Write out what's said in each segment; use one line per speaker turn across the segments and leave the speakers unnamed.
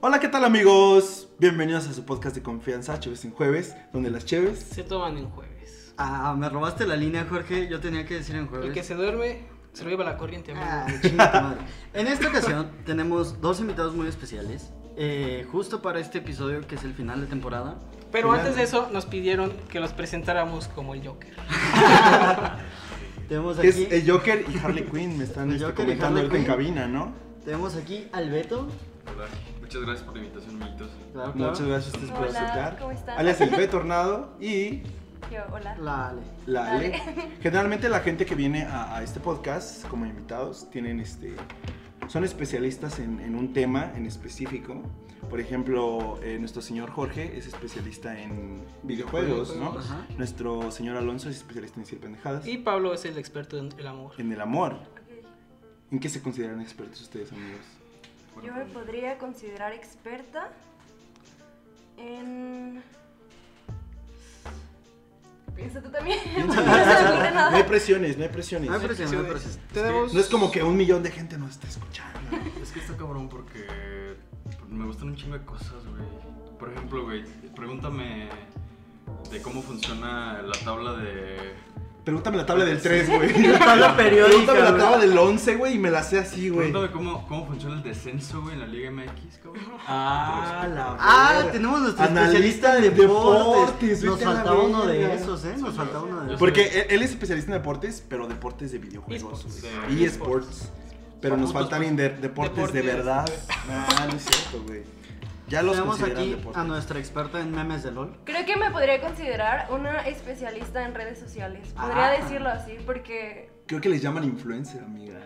Hola, ¿qué tal amigos? Bienvenidos a su podcast de confianza, Cheves en Jueves, donde las Cheves...
Se toman en jueves.
Ah, me robaste la línea, Jorge. Yo tenía que decir en
El que
jueves.
se duerme, se lo lleva la corriente, amigo.
Ah, chinga tu madre. En esta ocasión tenemos dos invitados muy especiales. eh, justo para este episodio que es el final de temporada.
Pero
Final-
antes de eso, nos pidieron que los presentáramos como el Joker.
Tenemos
Es
aquí,
el Joker y Harley Quinn, me están
El
este,
Joker y
comentando
Harley
ahorita en
Quinn.
cabina, ¿no?
tenemos aquí al Beto.
Hola, muchas gracias por la invitación, amiguitos.
Claro, Ah, claro.
Muchas gracias a ustedes por
Hola,
Pues, aceptar.
¿cómo están?
Alias el B Tornado y
Yo, hola.
La Ale.
la Ale.
Dale.
Generalmente la gente que viene a, a este podcast como invitados tienen este... Son especialistas en, en un tema en específico. Por ejemplo, eh, nuestro señor Jorge es especialista en videojuegos, ¿no?
Videojuegos.
Ajá.
Nuestro señor Alonso es especialista en decir pendejadas.
Y Pablo es el experto en el amor.
En el amor. ¿En qué se consideran expertos ustedes, amigos?
Yo me podría considerar experta en. Piensa tú también. porque
Piénsalo,
no se me ocurre
piénsalo. No hay
nada.
presiones, no hay presiones.
No hay presión, no hay presión.
Tenemos...
No es como que un millón de gente nos está escuchando.
Es que está cabrón porque me gustan un chingo de cosas, güey. Por ejemplo, güey, pregúntame de cómo funciona la tabla de...
Pregúntame la tabla del 3, güey.
La tabla periódica.
Pregúntame la
güey.
tabla del 11, güey, y me la sé así, güey.
Pregúntame cómo, cómo funciona el descenso, güey, en la Liga MX, cabrón.
Ah, la
Ah,
verga.
tenemos nuestro
Analista
especialista
de
de deportes.
deportes,
Nos
vete a la
faltaba uno
verga.
de esos, ¿eh? Nos faltaba uno de esos.
Porque él, él es especialista en deportes, pero deportes de videojuegos.
Esports.
güey. Y esports. Pero nos
Putos,
faltan bien de- deportes, de
Deportes.
verdad. Ah, No, no es cierto, güey. Ya los
Tenemos
consideran
aquí
deportes.
a nuestra experta en memes de LOL.
Creo que me podría considerar una especialista en redes sociales. Podría
Ah.
decirlo así porque.
Creo que les llaman influencer, amiga.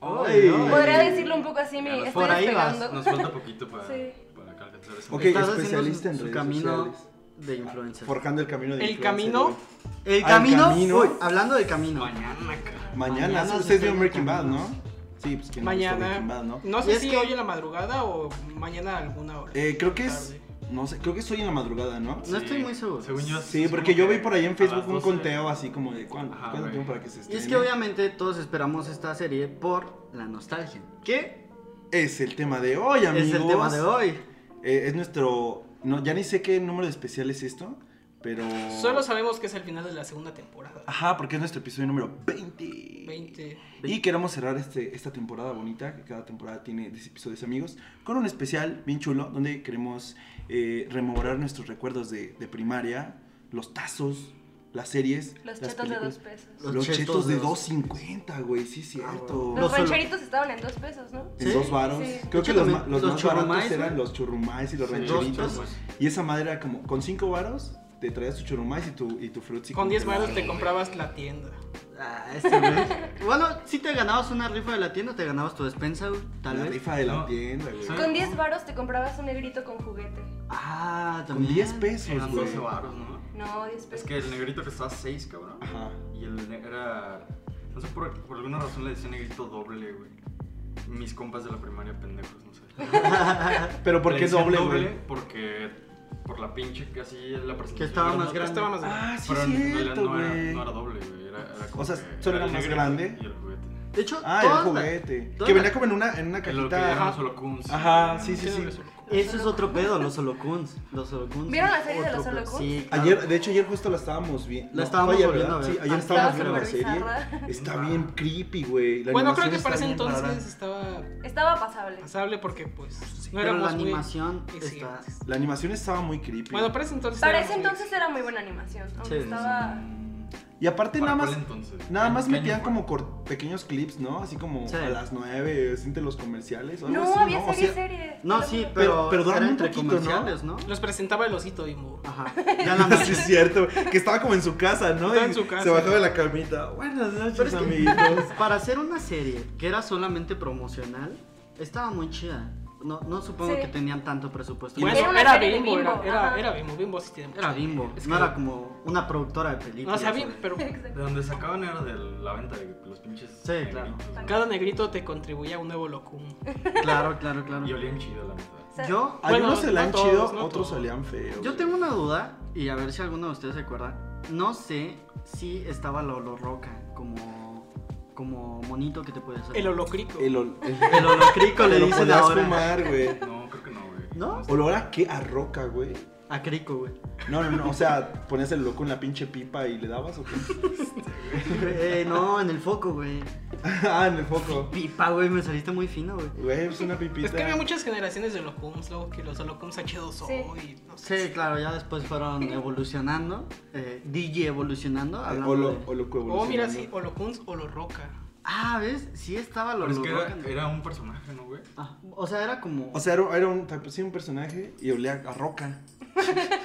Ay,
ay.
Podría decirlo un poco así, me
Por
estoy
ahí vas,
despegando.
Nos falta poquito para,
Sí.
para alcanzar eso.
Ok,
Estás haciendo
especialista en
su
redes
camino
sociales.
de influencer.
Forjando el camino de
El
influencer,
camino.
güey.
El
Al
camino,
camino.
uy, hablando del camino.
Mañana, cara.
Mañana,
Mañana se
ustedes vieron
pegan
Breaking Bad, ¿no?
caminos.
Sí, pues que no
Mañana.
Breaking Bad, ¿no?
No
Y
sé
es
si
que-
hoy en la madrugada o mañana a alguna hora.
Eh, creo que es
Tarde.
no sé, creo que es hoy en la madrugada, ¿no?
No estoy muy seguro.
Según yo,
Sí,
es
porque
como
yo
que
vi por ahí en
a
Facebook
las
un
12.
conteo así como de cuándo,
Ajá,
cuánto
güey.
tiempo para que se
Y
estrene.
es que obviamente todos esperamos esta serie por la nostalgia. ¿Qué?
es el tema de hoy, amigos.
Es el tema de hoy.
Eh, es nuestro no ya ni sé qué número de especial es esto, pero
Solo sabemos que es el final de la segunda temporada.
Ajá, porque es nuestro episodio número 20.
20.
Y queremos cerrar este, esta temporada bonita, que cada temporada tiene 10 episodios amigos, con un especial bien chulo, donde queremos eh, rememorar nuestros recuerdos de, de primaria, los tazos, las series.
Los
las
chetos de
películas.
dos pesos.
Los, chetos de 2.50, güey, sí es cierto.
No
Los
solo-
rancheritos estaban en dos pesos, ¿no?
En
¿Sí?
dos varos.
Sí.
Creo
De
que
hecho,
los, ma-
también
los
los
más baratos
churrumais,
eran
¿no?
los churrumais y los
pues, Sí,
rancheritos.
dos pesos.
y esa madre era como, con 5 varos te traías tu churrumais y tu, y tu frutzi
Con 10
congelado.
manos te comprabas la tienda.
Ah, este güey. bueno, si te ganabas una rifa de la tienda, te ganabas tu despensa, güey, tal
La
vez.
rifa de la
No.
tienda, güey.
¿Sabes?
Con 10 varos te comprabas un negrito con juguete.
Ah,
Con
también.
10 pesos,
Eran
Pues, güey.
12 baros, ¿no?
No, 10 pesos.
Es que el negrito que estaba 6, cabrón.
Ajá.
Y el ne- era. No sé, por, por alguna razón le decían negrito doble, güey. Mis compas de la primaria, pendejos, no sé.
Pero ¿por
Le
qué es
decían
doble, güey?
Porque. Por la pinche que así es la presentación.
Que estaba
era
más grande.
Estaba más grande.
Ah, sí,
Pero en realidad
cierto,
no, era,
güey.
no era doble, güey. Era, era como
O sea,
que
solo era
el
más
negrito
grande.
Y el juguete.
De hecho,
Ah, el
todas la-
juguete.
todas
Que
la-
venía como en una, en una
En Lo que llaman
cajita.
solo Kuns.
Ajá, sí, sí, sí.
Eso es otro pedo, los holocuns. Los holocuns.
¿Vieron la serie de los
Otro pedo.
holocuns?
Sí, claro.
Ayer, de hecho, ayer justo la estábamos viendo.
La estábamos volviendo a ver.
Sí, ayer
Ah,
estábamos
estaba
viendo la
súper
serie.
bizarra.
Está bien creepy, güey. La
Bueno, creo
animación
que
está
para ese
bien
entonces
rara.
estaba
Estaba pasable.
pasable porque pues no
Pero
éramos
la
muy
animación está.
exigentes.
La animación estaba muy creepy.
Bueno, para ese entonces
Para
éramos
ese
muy
entonces era muy buena animación. Aunque
Sí.
Ah.
estaba.
y aparte,
¿Para
nada
cuál
más.
entonces?
Nada más
¿Qué año
metían
fue?
como cor- pequeños clips, ¿no? Así como
Sí.
a las 9, entre los comerciales. o algo
No,
así,
había
O
serie,
sea,
serie.
No, sí,
Pero-
Pero-
pero.
pero duran
era
un
entre
poquito, ¿no?
comerciales, ¿no?
Los presentaba el osito bimbo.
Ajá. Ya la
sí, es cierto. Que estaba como en su casa, ¿no?
Estaba
Y
en su casa.
Se bajaba de la camita. Buenas
Pero
noches,
es que-
amiguitos.
Para hacer una serie que era solamente promocional, estaba muy chida. No, no supongo
Sí.
que tenían tanto presupuesto.
Bueno,
Era
era,
una serie de
bimbo, era,
Bimbo,
era,
ajá.
era bimbo, bimbo sí tiene mucho
Ah,
era
dinero.
Bimbo,
Es
no
que-
era como una productora de
No,
películas.
o sea,
güey.
Bimbo, pero
De donde sacaban era de la venta de los pinches.
Sí, claro.
negritos, ¿no?
cada negrito te contribuía a un nuevo locum.
Claro, claro, claro.
Y olían chido, la neta.
sea,
Yo,
Bueno,
Algunos se la
no
han
todos,
chido,
no
otros
todos.
se le han feo.
yo
güey.
tengo una duda, y a ver si alguno de ustedes se acuerda. No sé si estaba la olorroca como, como monito que te puede hacer.
El holocrico.
El ol-
El olorcrico
Te
le
lo
dicen
podías
ahora.
fumar, güey.
No, creo que no, güey.
¿No?
Olor a qué? A roca, güey.
A crico, güey.
No, no, no. O sea, ponías el loco en la pinche pipa y le dabas o qué.
Eh, no, en el foco, güey.
ah, en el foco.
Pipa, güey, me saliste muy fino, güey.
Güey, es una pipita.
Pues Es que había muchas generaciones de locums, luego que los locums H2O
Sí.
y no sé.
Sí, claro, ya después fueron evolucionando. Eh, DJ evolucionando.
Eh,
Hablando
Olo,
de-
oloco
O Oh, mira,
evolucionando.
sí, o locums o lo roca.
Ah, ¿ves? Sí estaba lo
Pero es que
lo-
era, era un personaje, ¿no, güey?
Ah, o sea, era como.
O sea, era, era un, sí, un personaje y olía a roca.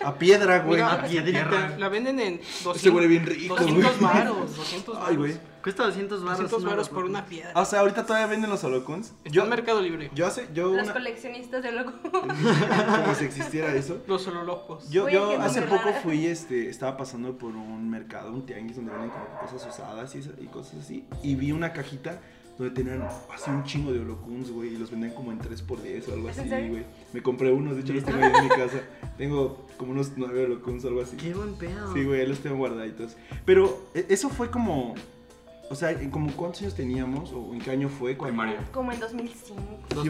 A piedra, güey.
Mira,
una piedrita.
La venden en 200,
huele Este bien rico, güey.
200 varos, 200 varos.
Ay, güey.
Cuesta 200 baros.
200
una
varos por
locura.
una piedra.
Ah, O sea, ahorita todavía venden los holocuns.
Está en Mercado Libre.
Yo hace. Yo
Los
una-
coleccionistas de loco.
como si existiera eso.
Los ololocos.
Yo,
Oye,
yo
gente
hace
muy
poco
rara.
fui, este, estaba pasando por un mercado, un tianguis donde venden como cosas usadas y, esa- y cosas así. Y vi una cajita donde tenían así un chingo de holocuns, güey. Y los vendían como en 3x10 o algo
¿Es
así,
en serio?
güey. Me compré unos, de hecho los tengo ahí en mi casa. Tengo como unos 9 holocuns o algo así.
Qué buen pedo.
Sí, güey, ahí los tengo guardaditos. Pero e- eso fue como. O sea, ¿en como cuántos años teníamos o en qué año fue? cuando-
Primaria.
Como en 2005.
Sí,
Ay,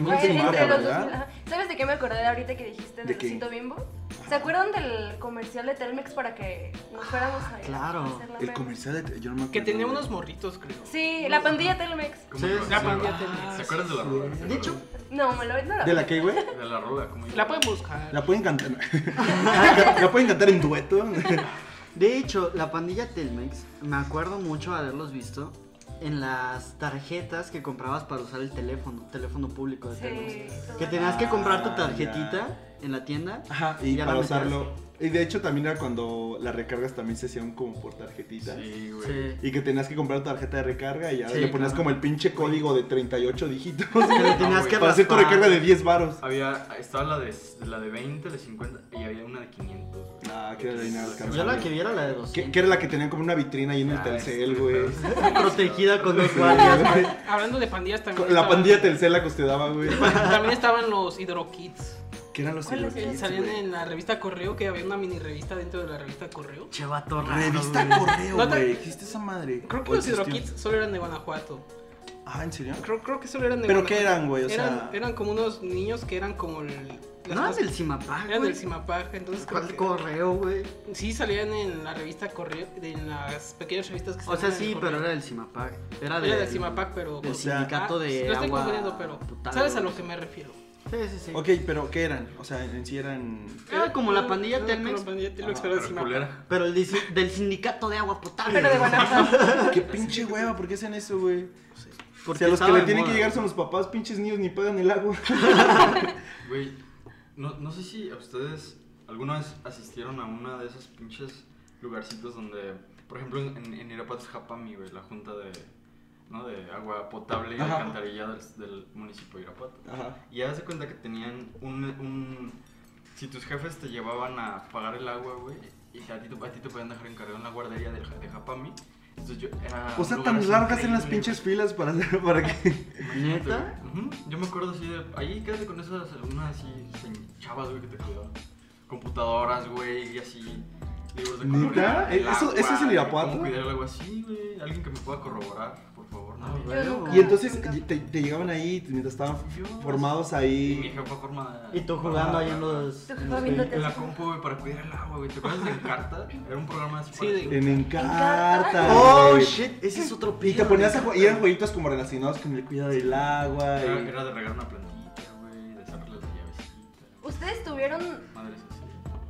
fue en
entre
primaria,
los
¿verdad?
2000, ajá. ¿Sabes de qué me acordé de ahorita que dijiste
¿De
del
qué?
Osito Bimbo? ¿Se acuerdan del comercial de Telmex para que nos fuéramos a
Ah, claro.
a hacer la
El
mera?
comercial de. Yo no me acuerdo.
Que tenía
güey.
unos morritos, creo.
Sí, la pandilla Telmex.
¿Cómo
Sí,
se-
la
se-
pandilla
ah,
tenía-
¿Se acuerdan de la rola?
De hecho,
No, me lo no, no.
¿De la qué, güey?
De la rola, ¿cómo
La pueden buscar.
La pueden cantar. la pueden cantar en dueto.
de hecho, la pandilla Telmex, me acuerdo mucho haberlos visto en las tarjetas que comprabas para usar el teléfono, teléfono público de
Sí,
Telmex.
todo
Que
mal.
tenías que comprar tu
Ah,
tarjetita
ya. Ah,
en la tienda.
Ajá, y
Ya la
para
metías.
usarlo. Y de hecho también era cuando las recargas también se hacían como por tarjetitas.
Sí, güey.
Sí.
Y que tenías que comprar tu tarjeta de recarga y ya
Sí,
le ponías
claro.
como el pinche código de 38 dígitos.
Que le
No,
tenías
güey.
que
para hacer tu
raspar.
recarga de 10 varos.
Había, estaba la de, la de 20, la de 50 y había una de 500. güey.
Ah, que era la inalcanzable.
Yo la que vi era la de 200.
Que, que era la que tenían como una vitrina ahí en el
Ah,
Telcel,
este,
güey.
pero-
protegida con los guardias.
Hablando de pandillas también.
La
estaban-
pandilla Telcel la que usted daba, güey.
También estaban los hidrokids.
Que eran los
¿Cuál es
Hello
que
Kids,
Salían
güey.
en la revista Correo, que había una mini revista dentro de la revista Correo.
Che vato raro,
Revista
güey.
Correo,
No te-
güey. ¿Existe esa madre?
Creo que
¿O
los
existió?
hidrokids solo eran de Guanajuato.
Ah, ¿en serio?
Creo, creo que solo eran de
¿Pero qué
Guanajuato.
eran, güey? O
eran,
sea-
eran como unos niños que eran como. El, las
No,
cosas-
es del Simapá,
Eran
güey.
del Zimapaja, entonces creo
¿Cuál
que-
correo, güey?
Sí, salían en la revista Correo, de- en las pequeñas revistas que
O sea,
salían en el
sí,
Correo.
pero era del Simapac. Era,
Era del Zimapac, pero.
del
o sea,
sindicato
ah,
de
Lo estoy
agua
confundiendo, pero.
potable,
¿Sabes a
güey.
lo que me refiero?
Sí, sí, sí.
Ok, pero ¿qué eran? O sea, en sí eran.
Era Ah, como la pandilla
Era
Telmex.
Como la pandilla Telmex,
Ah,
pero del
Pero
Zimapac.
culera.
Pero el disi- del sindicato de agua potable.
Pero de Guanajuato.
Qué pinche hueva, ¿por qué hacen eso, güey?
Porque
si a los que
estaba
le
de
tienen
moda.
que llegar son los papás, pinches niños ni pagan el agua.
Güey, no, no sé si a ustedes alguna vez asistieron a una de esos pinches lugarcitos donde, por ejemplo, en, en Irapuato es Japami, güey, la junta de, ¿no? de agua potable y
Ajá.
alcantarillada del, del municipio de Irapuato.
Ajá.
Y haz de cuenta que tenían un, un... Si tus jefes te llevaban a pagar el agua, güey, y a ti, te- a ti te podían dejar encargado en la guardería del Ja- de Japami. Entonces yo era
O
un
sea,
lugar
tan
así
largas en las
increíble,
pinches filas para, para que.
¿Neta?
Ujú, Yo me acuerdo así de. Ahí quédate con esas alumnas así, se- chavas, güey, que te cuidaban. Computadoras, güey, y así. Libros de
¿Neta?
colorear, el
¿Eh, eso-
agua,
eso es en Irapuato?
¿Cómo cuidar el agua así, güey? Alguien que me pueda corroborar, por favor.
Ah,
nadie.
güey.
Yo nunca.
Y entonces
nunca.
te, te llegaban ahí mientras estaban
Yo-
formados
Y mi
ahí.
jefa formada.
Y tú jugando ahí en los.
Tú
en los-
viendo
En la compu, güey, para cuidar el agua, güey. ¿Te acuerdas de Encarta? Era un programa así.
Sí,
para-
de-
En Encarta.
Oh
güey.
shit, ese es otro pedo.
Y te ponías a jugar. Y eran jueguitos como relacionados con el cuidado del
Ah,
agua.
Era,
y-
era de regar una plantita, güey, de sacarle la llavecita.
¿Ustedes tuvieron
Madres así.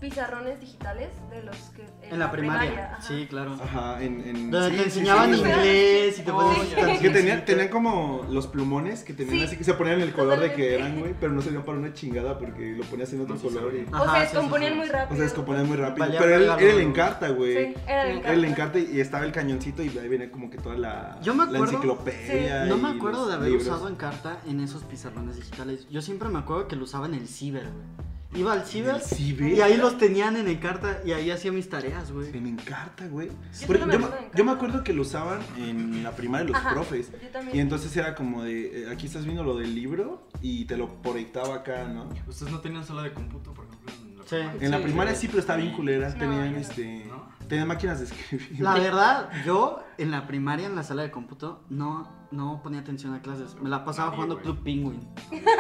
pizarrones digitales de los que. En,
En la primaria.
ajá.
Sí, claro.
Ajá, en. en...
Donde
sí,
te
sí,
enseñaban
sí, güey.
inglés y te
No,
ponías
Oh, ya.
Que
cancioncitas.
tenían, tenían como los plumones que tenían
Sí.
así que se ponían el color de que
Totalmente.
eran, güey, pero no servían para una chingada porque lo ponías en otro
No, sí
color. y-
servía.
O
Ajá,
se
sí, sí,
descomponían
sí.
muy rápido.
o sea, descomponían muy rápido.
Valía
pero él,
verga,
él era el
güey.
encarta, güey.
Ah, Sí, era de
Era
Era el encarte y estaba el cañoncito y ahí venía como que toda la,
Yo me
la
acuerdo-
enciclopedia.
No
y
me acuerdo
los
de haber
libros.
usado Encarta en esos pizarrones digitales. Yo siempre me acuerdo que lo usaba en el ciber, güey. Iba al
¿En
ciber,
el ciber?
y ahí los tenían en Encarta y ahí hacía mis tareas, güey.
En encarta, güey.
Yo
Porque
solo me
Yo, me-
acuerdo de Encarta.
yo me acuerdo que lo usaban en la primaria los
Ajá,
profes.
yo también.
Y entonces era como de, eh, aquí estás viendo lo del libro y te lo proyectaba acá, ¿no?
¿Ustedes no tenían sala de cómputo, por ejemplo? En la
Sí.
primaria?
En la
Sí,
primaria sí, pero estaba bien culera.
No,
tenían
no.
este.
No.
Tenían máquinas de escribir.
La verdad, yo en la primaria, en la sala de cómputo, no, no ponía atención a clases. Me la pasaba
Nadie,
jugando
güey.
Club Penguin.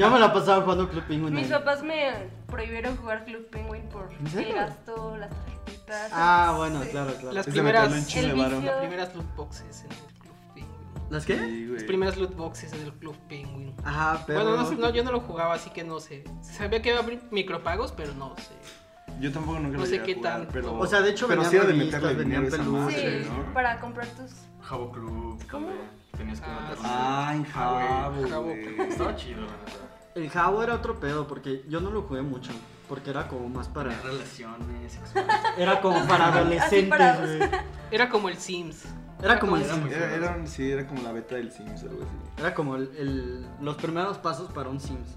Yo me la pasaba jugando Club Penguin.
Mis
ahí.
papás me prohibieron jugar Club Penguin por
¿En serio?
el gasto, las este, tarjetitas.
Ah, bueno,
Sí.
claro, claro.
Las
Es de
primeras,
meterlo en chile,
El
varón.
vicio.
las primeras loot boxes en el Club Penguin.
¿Las qué?
Sí, güey.
Las primeras loot boxes en el Club Penguin.
Ajá, pero.
Bueno, no, sé, no, yo no lo jugaba, así que no sé. Sabía que iba a abrir micropagos, pero no sé.
Yo tampoco nunca
No
lo
sé
llegué a
qué
jugar,
tanto.
pero...
O sea, de hecho,
pero
venían
sí era de
revistas,
meterle
venían
dinero a esa
peluches.
madre,
Sí,
¿no?
para comprar tus.
Jabo Club.
¿Cómo?
donde Tenías que
Ah,
meter.
Ah, en jabo,
Jabo.
güey.
Estaba chido, la neta.
El Jabo era otro pedo porque yo no lo jugué mucho. Porque era como más para.
Tener relaciones sexuales.
Era como para
Así
adolescentes,
para-
güey.
Era como el Sims.
Era como el.
Era muy
Era,
feo.
era, sí, era como la beta del Sims o algo así.
Era como el, el- los primeros pasos para un Sims.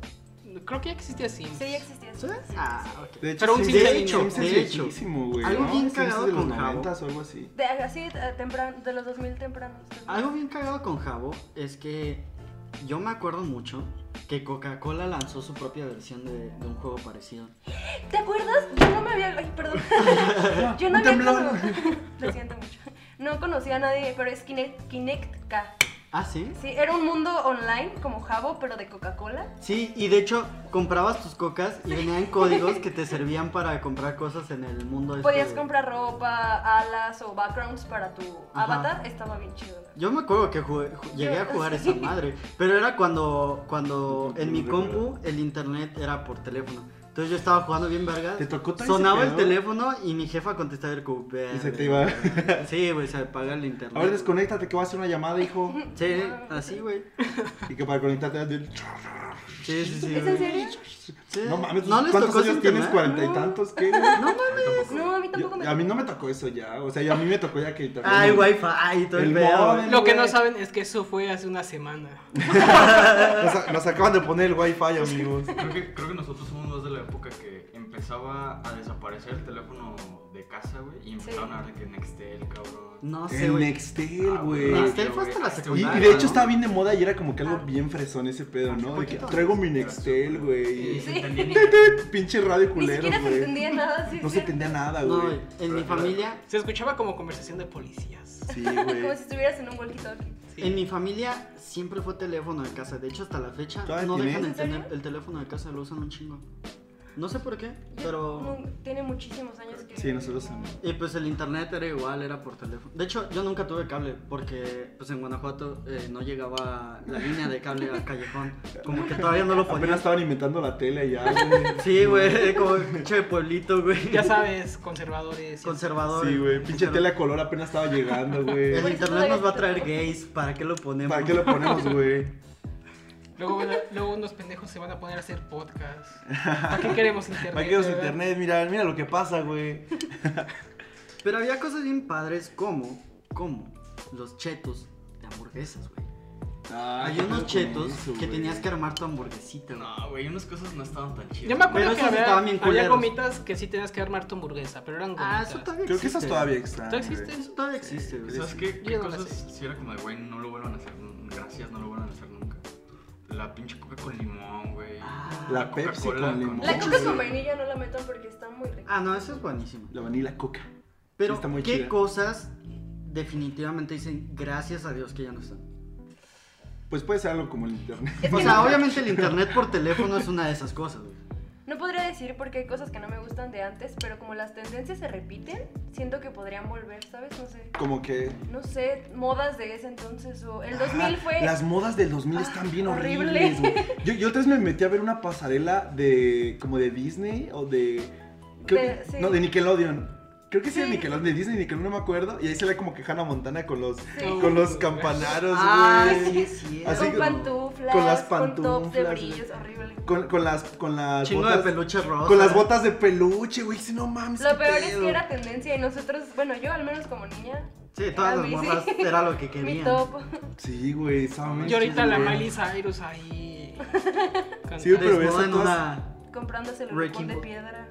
Creo que ya existía Sims.
Sí, ya existía.
¿Sí?
eso. Sí.
Ah, ok.
De hecho,
Pero un
Sims-
Sims
de
de
hecho,
niño.
Sims es
De hecho.
viejísimo, güey.
Algo
¿no?
bien
Sims es
cagado
de los
con Jabo.
90 o algo así.
De, así, eh, temprano, de los 2000 tempranos.
Algo bien cagado con Jabo es que yo me acuerdo mucho que Coca-Cola lanzó su propia versión de, de un juego parecido.
¿Te acuerdas? Yo no me había. Ay, perdón. Yo no
Un
había.
temblor.
conocido- Lo siento mucho. No conocía a nadie, pero es Kinect, Kinectka.
Ah, sí.
Sí, era un mundo online como Jabo, pero de Coca-Cola.
Sí, y de hecho comprabas tus cocas y venían códigos que te servían para comprar cosas en el mundo. este
Podías
de-
comprar ropa, alas o backgrounds para tu
Ajá.
avatar. Estaba bien chido.
Yo me acuerdo que jugué- ju- llegué a jugar esa madre, pero era cuando, cuando en mi compu el internet era por teléfono. Entonces yo estaba jugando bien verga.
¿Te tocó todo ese
Sonaba el
pedo?
teléfono y mi jefa contestaba el cooper.
Y se te iba.
Sí, güey, se apaga el internet.
A ver, desconéctate que va a hacer una llamada, hijo.
Sí, así, güey.
Y que para conectarte haz del-
Sí, sí, sí.
¿Es
güey.
en serio?
Sí.
No mames,
¿No les
¿cuántos
tocó
años
ese
tienes?
internet?
¿Cuarenta y
No.
tantos? ¿Qué?
No mames.
No, a mí tampoco me
Yo- a mí no me tocó eso ya. O sea, yo- a mí me tocó ya que también-
Ay, wifi, todo Ah, el,
El
pedo.
modem.
Lo que no
Güey.
saben es que eso fue hace una semana.
Nos, nos acaban de poner el wifi, amigos.
Creo que, creo que nosotros somos más de la época que empezaba a desaparecer el teléfono de casa, güey. Y empezaron a hablar de que Nextel, cabrón.
No sé,
El
güey.
Nextel, güey.
Ah,
Nextel fue hasta la
Y, y
secundaria.
de
¿no?
hecho estaba bien de moda y era como que algo
Ah.
bien fresón ese pedo, ¿no? De que traigo mi Nextel,
Y
güey.
Sí.
se entendía ni-
Pinche radio
Ni
culero,
siquiera se
güey.
entendía nada. sí,
No
sí.
se entendía nada,
No,
güey.
güey, en mi familia
Se escuchaba como conversación de policías.
Sí, güey.
Como si estuvieras en un walkie-talkie.
Sí.
En mi familia siempre fue teléfono de casa. De hecho, hasta la fecha
¿Todavía
no
tienen?
dejan de
¿En serio?
tener el teléfono de casa, lo usan un chingo. No sé por qué,
Yo-
pero.
no, tiene muchísimos años que.
Sí, nosotros también.
Y pues el internet era igual, era por teléfono. De hecho, yo nunca tuve cable porque pues en Guanajuato eh, no llegaba la línea de cable al callejón. Como que todavía no lo
Apenas
ponían.
estaban inventando la tele allá, güey.
Sí, güey, como pinche pueblito, güey.
Ya sabes, conservadores.
Conservador.
Sí, güey. Pinche tele a color apenas estaba llegando,
El
güey.
Por eso
internet
todavía
nos va a
está-
traer gays. ¿Para qué lo ponemos?
¿Para qué lo ponemos, güey?
Luego, van a- luego unos pendejos se van a poner a hacer podcast. ¿Para qué queremos internet?
¿Para qué los
verdad?
internet? Mira, mira lo que pasa, güey.
Pero había cosas bien padres como, como los chetos de hamburguesas, güey.
Ah,
Hay unos chetos que tenías que armar tu hamburguesita, güey.
No, güey, unas cosas no estaban tan chidas.
Yo me
Pero
acuerdo que
esos
había,
estaban bien
había
culeros.
gomitas que sí tenías que armar tu hamburguesa, pero eran gomitas.
Ah, eso todavía
Creo
existe.
que esas todavía están.
¿Todavía existen?
Eso todavía existe, güey.
¿Sabes qué? ¿Qué
Yo no la
cosas?
sé.
Si era como de, güey, no lo vuelvan a hacer. mm, Gracias, no lo vuelvan a hacer nunca. La pinche coca con limón, güey.
Ah,
la Pepsi
Coca-Cola
con limón.
La coca con
Sí.
vainilla no la metan porque está muy rica.
Ah, no, eso es buenísimo.
La vanilla coca.
Pero,
está muy
¿qué
chida.
cosas definitivamente dicen gracias a Dios que ya no están?
Pues puede ser algo como el internet.
Es
O
que
sea,
no-
obviamente el internet por teléfono es una de esas cosas, güey.
No podría decir porque hay cosas que no me gustan de antes, pero como las tendencias se repiten, siento que podrían volver, ¿sabes? No sé.
Como que.
No sé, modas de ese entonces o el 2000
Ah,
fue
Las modas del 2000
Ah,
están bien
horrible.
horribles. güey. Yo, yo otra vez me metí a ver una pasarela de. como de Disney o de. creo
De-
que-
sí.
No, de Nickelodeon. Creo que sí, de
Sí.
Nickelodeon, de Disney, Nickelodeon, no me acuerdo. Y ahí se ve como que Hannah Montana con los,
Sí.
con los campanaros,
Ah,
güey.
sí, sí.
Así
con
como-
pantuflas,
con
con,
las
tops de
pantuflas,
brillos, horrible.
Con, con las. con las.
Chingo de
botas,
peluche rosa.
con las botas de peluche, güey. Si no mames.
Lo
qué
peor es
pedo.
que era tendencia y nosotros, bueno, yo al menos como niña,
Sí, todas
Ah,
las
sí.
morras era lo que
mi
querían.
top.
Sí, güey, estaba muy
Y ahorita
chido,
la
güey.
Miley Cyrus ahí. cantando.
Sí, pero
Desnuda
esas
en
todas-
una-
comprándose el
Wrecking
horcón de
Ball.
piedra.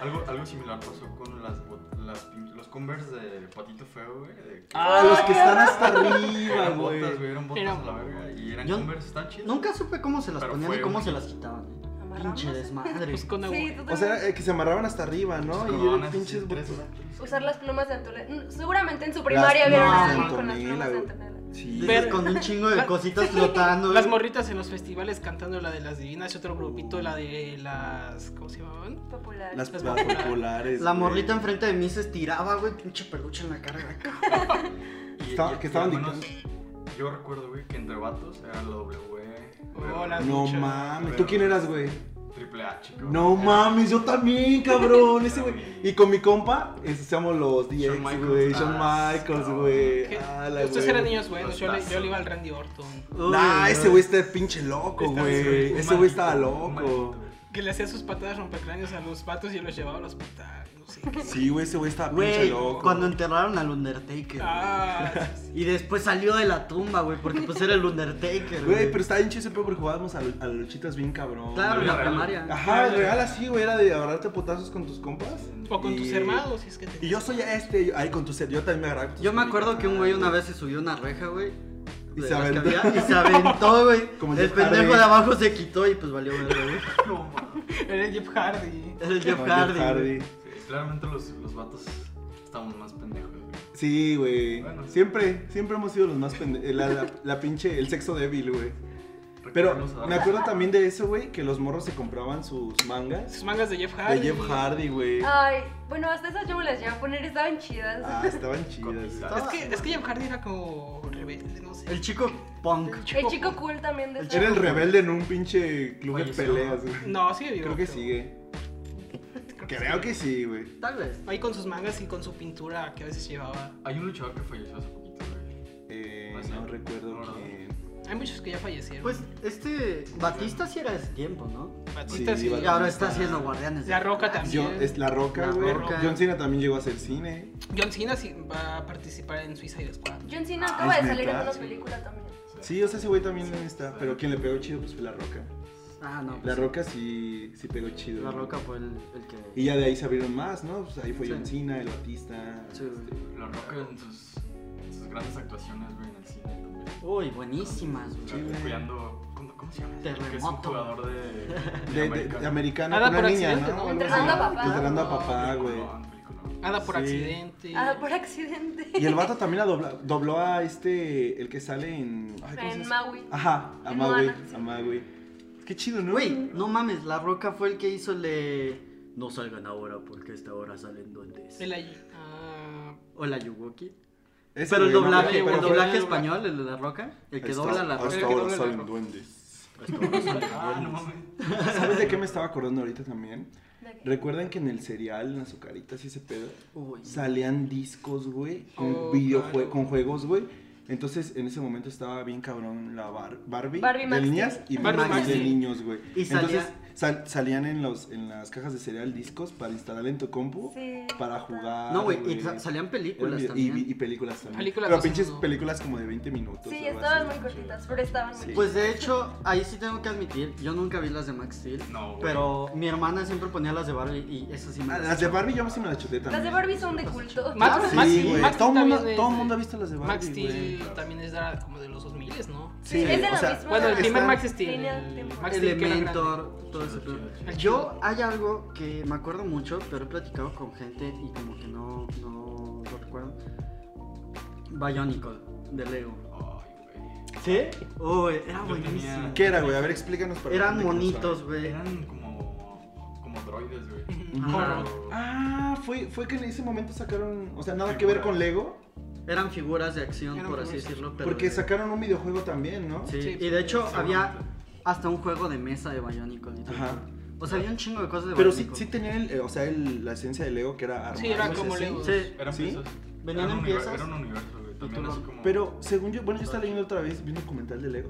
Algo, algo similar pasó con las, bot- las pin- los Converse de Patito Feo, güey. de que
Ah, los que están hasta arriba,
eran
güey.
botas, güey, eran botas
Era-
a la verga. Y eran
Yo-
Converse, están chidos.
Nunca supe cómo se las
Pero
ponían y
fue
cómo
un
se
hit.
las quitaban. güey.
Amarramos.
Pinche desmadre.
Pues con
Sí,
agua.
tú
O sea,
también.
eh, que se amarraban hasta arriba, ¿no?
Con
Y eran
cordones,
pinches
así, tres
botas.
usar las plumas de Antonella. Mm, Seguramente en su primaria
Las
vieron
plumas
a
de
alguien con las
Antonella,
plumas de
güey.
Antonella.
Sí.
De
Pero-
esas pues, con un chingo de
La-
cositas flotando.
Las
¿eh?
güey.
morritas en los festivales cantando la de las divinas y otro grupito la de las. ¿Cómo se llamaban?
Popular.
Las,
Las
las populares.
La
güey.
morrita enfrente de mí se estiraba, güey, pinche peluche en la cara.
Y-
Estaba-
y-
que estaban
y al menos Yo recuerdo, güey, que entre vatos era la W.
Hola.
No
Mucho.
mames. ¿Tú
Pero-
quién eras, güey?
Triple H, cabrón.
No
Era-
mames, yo también, cabrón. Ese güey. Y con mi compa, es- somos los DX,
Shawn Michaels.
güey. Shawn
Ah,
Michaels,
no.
güey.
¿Qué?
Ah, la
Ustedes
güey.
eran niños buenos,
Los
yo le,
tazos.
yo le iba al Randy Orton.
Nah,
Uy,
ese güey está pinche loco,
Estaba
güey.
un
Ese güey
maldito,
estaba
un
loco.
maldito.
Que le hacía sus patadas rompecráneos a los patos y los llevaba al hospital. No sé qué.
Sí, güey, ese güey estaba pinche
Güey,
loco.
cuando enterraron al Undertaker.
Ah,
güey. Y después salió de la tumba, güey, porque pues era el Undertaker.
Güey, pero estaba bien chido ese pedo porque jugábamos a, a luchitas bien cabrón.
Claro, en la
Real.
primaria.
Ajá, real así, güey, era de agarrarte a potazos con tus compas.
o con
Y-
tus hermanos, si es que te-
Y yo soy este, yo- ay, con tu set, yo también me agarraba. con tus
Yo me acuerdo
compas.
que un güey una vez se subió a una reja, güey.
Y
de
se
las que
aventó.
había, Y se aventó, güey.
Como
el
Jeff
pendejo
Hardy.
de abajo se quitó y pues valió verga, güey.
No mames.
Era el Jeff Hardy.
Era el
Con
Jeff Hardy. güey.
Sí, claramente los, los vatos estamos más pendejos, güey.
Sí, güey.
Bueno.
Siempre, siempre hemos sido los más pendejos. La, la- la pinche, el sexo débil, güey. Pero
Recuerdos a-
me acuerdo también de eso, güey, que los morros se compraban sus mangas
Sus mangas de Jeff
de
Hardy.
Jeff Hardy, güey.
Ah.
Ay, bueno, hasta esas yo me las llevo a poner, estaban chidas.
Ah, estaban chidas. güey.
Es que, es que Jeff Hardy era como rebelde, no sé.
El chico punk.
el chico cool también de
El
esa-
Era el rebelde en un pinche club de
Falleció.
peleas, güey.
No, sigue vivo.
Creo que
pero-
sigue. Creo que sí, güey.
Tal vez.
Ahí con sus mangas y con su pintura que a veces llevaba.
Hay un luchador que falleció hace poquito, güey.
Eh,
No sé.
no recuerdo
No, no.
quién.
Hay muchos que ya fallecieron.
Pues este Batista sí era de ese tiempo, ¿no?
Batista
sí,
sí.
Batista.
Y ahora está haciendo guardianes.
La Roca
Galaxia.
Yo,
También.
es La Roca,
La
güey.
Roca.
John Cena también llegó a hacer cine.
John Cena sí va a participar en Suicide Squad.
John Cena
Ah,
acaba
es
de salir en
neta.
una película también.
Sí, o sea, ese güey también está. Pero quien le pegó chido, pues fue La Roca.
Ah, no.
La
pues,
Roca sí, sí pegó chido.
La
¿no?
Roca fue el, el que.
Y ya de ahí se abrieron más, ¿no? Pues ahí fue
Sí.
John Cena, el Batista.
Sí, güey.
La Roca en sus, en sus grandes actuaciones, güey, en el cine también.
Uy, buenísimas,
La-
Sí,
güey.
güey.
Cuidando. ¿Cómo, cómo se llama? este Que es un
Terremoto.
jugador de.
Este, De, de, de americana,
Nada
una
por
niña,
accidente,
¿no?
¿no?
Algo así.
Entrenando a papá.
Entrenando a papá,
Peliculón,
güey.
peliculón.
Ada por
Sí.
accidente.
Ah, por accidente.
Y el vato también la dobla- dobló a este, el que sale en... ay, ¿cómo se
En
dice?
Maui.
Ajá, a
En
Maui,
Moana, sí.
a Maui. Qué chido, ¿no?
Güey, no mames, La Roca fue el que hizo el de. No salgan ahora porque a esta hora salen duendes.
El allí. Ah,
O la Yuwoki.
Ese
Pero el
güey, ¿no?
doblaje,
Pero
Pero
el
fue-
doblaje
el doblaje.
español, el de La Roca, el que
Hasta-
dobla La
Hasta
el que
Roca.
ahora
dobla la
salen
roca.
duendes.
A esta hora salen
Ah, no
duendes.
mames.
¿Sabes de qué me estaba acordando ahorita también?
De-
Recuerden que en el cereal, en las azucaritas y ese pedo,
Uy,
salían discos, güey, con,
Oh,
videojue-
claro.
con juegos, güey. Entonces, en ese momento estaba bien cabrón la bar- Barbie,
Barbie
de
Max
niñas y
Steel.
Barbie
Barbie Max
de
Steel.
niños, güey.
Y
Entonces,
salía-
sal- salían en, los, en las cajas de cereal discos para instalar en tu compu
Sí.
para jugar.
No, güey, y sa-
Eran
salían películas
video-
también.
Y, y películas también.
Películas
Pero
dos en
pinches
uno.
películas como de 20 minutos.
Sí,
algo
estaban muy
así.
cortitas, pero estaban muy
Sí.
chidas.
Pues de hecho, ahí sí tengo que admitir, yo nunca vi las de Max Steel.
No, güey.
Pero mi hermana siempre ponía las de Barbie y esas sí me
Ah, Las de Barbie yo sí me las chuté también.
Las de Barbie son de culto. Pues,
Max-
Sí,
Max-
güey.
Max
todo el mundo,
también es
todo
de-
mundo ha visto las de Barbie,
Max Steel
güey.
también es de la- como de los 2000, ¿no?
Sí, es de la misma-
Bueno, el
Está-
primer Max Steel.
Tenía
El
tema.
Max Steel que era grande.
Elementor, todo ese pedo. Yo hay algo que me acuerdo mucho, pero he platicado con gente y como que no, no lo recuerdo. Bionicle, de Lego.
Ay,
¿Sí? Uy, era
Yo
buenísimo.
tenía-
¿Qué era, güey? A ver, explícanos. para
Eran
la gente que no sabe.
monitos,
güey.
güey.
Eran como. Como droides, güey.
Ajá.
Pero-
Ah, fue, fue que en ese momento sacaron, o sea, nada que ver con Lego,
Eran figuras de acción,
Eran
por así
figuras de
decirlo. Pero
porque
de-
sacaron un videojuego también, ¿no?
Sí,
Sí,
y de hecho había
seguramente.
hasta un juego de mesa de Bionicle. y todo.
Ajá.
O sea, había un chingo de cosas de
Pero sí,
Bionicle.
sí tenían, el- eh, o sea, el- la esencia de Lego que era armar.
Sí, eran
cosas
como
así.
Legos.
Sí.
Eran
¿Sí?
piezas.
Venían
Era
en
un
piezas.
univer- Era un universo, güey. También
tú-
así como.
Pero según yo, bueno, yo estaba leyendo otra vez, vi un documental de Lego.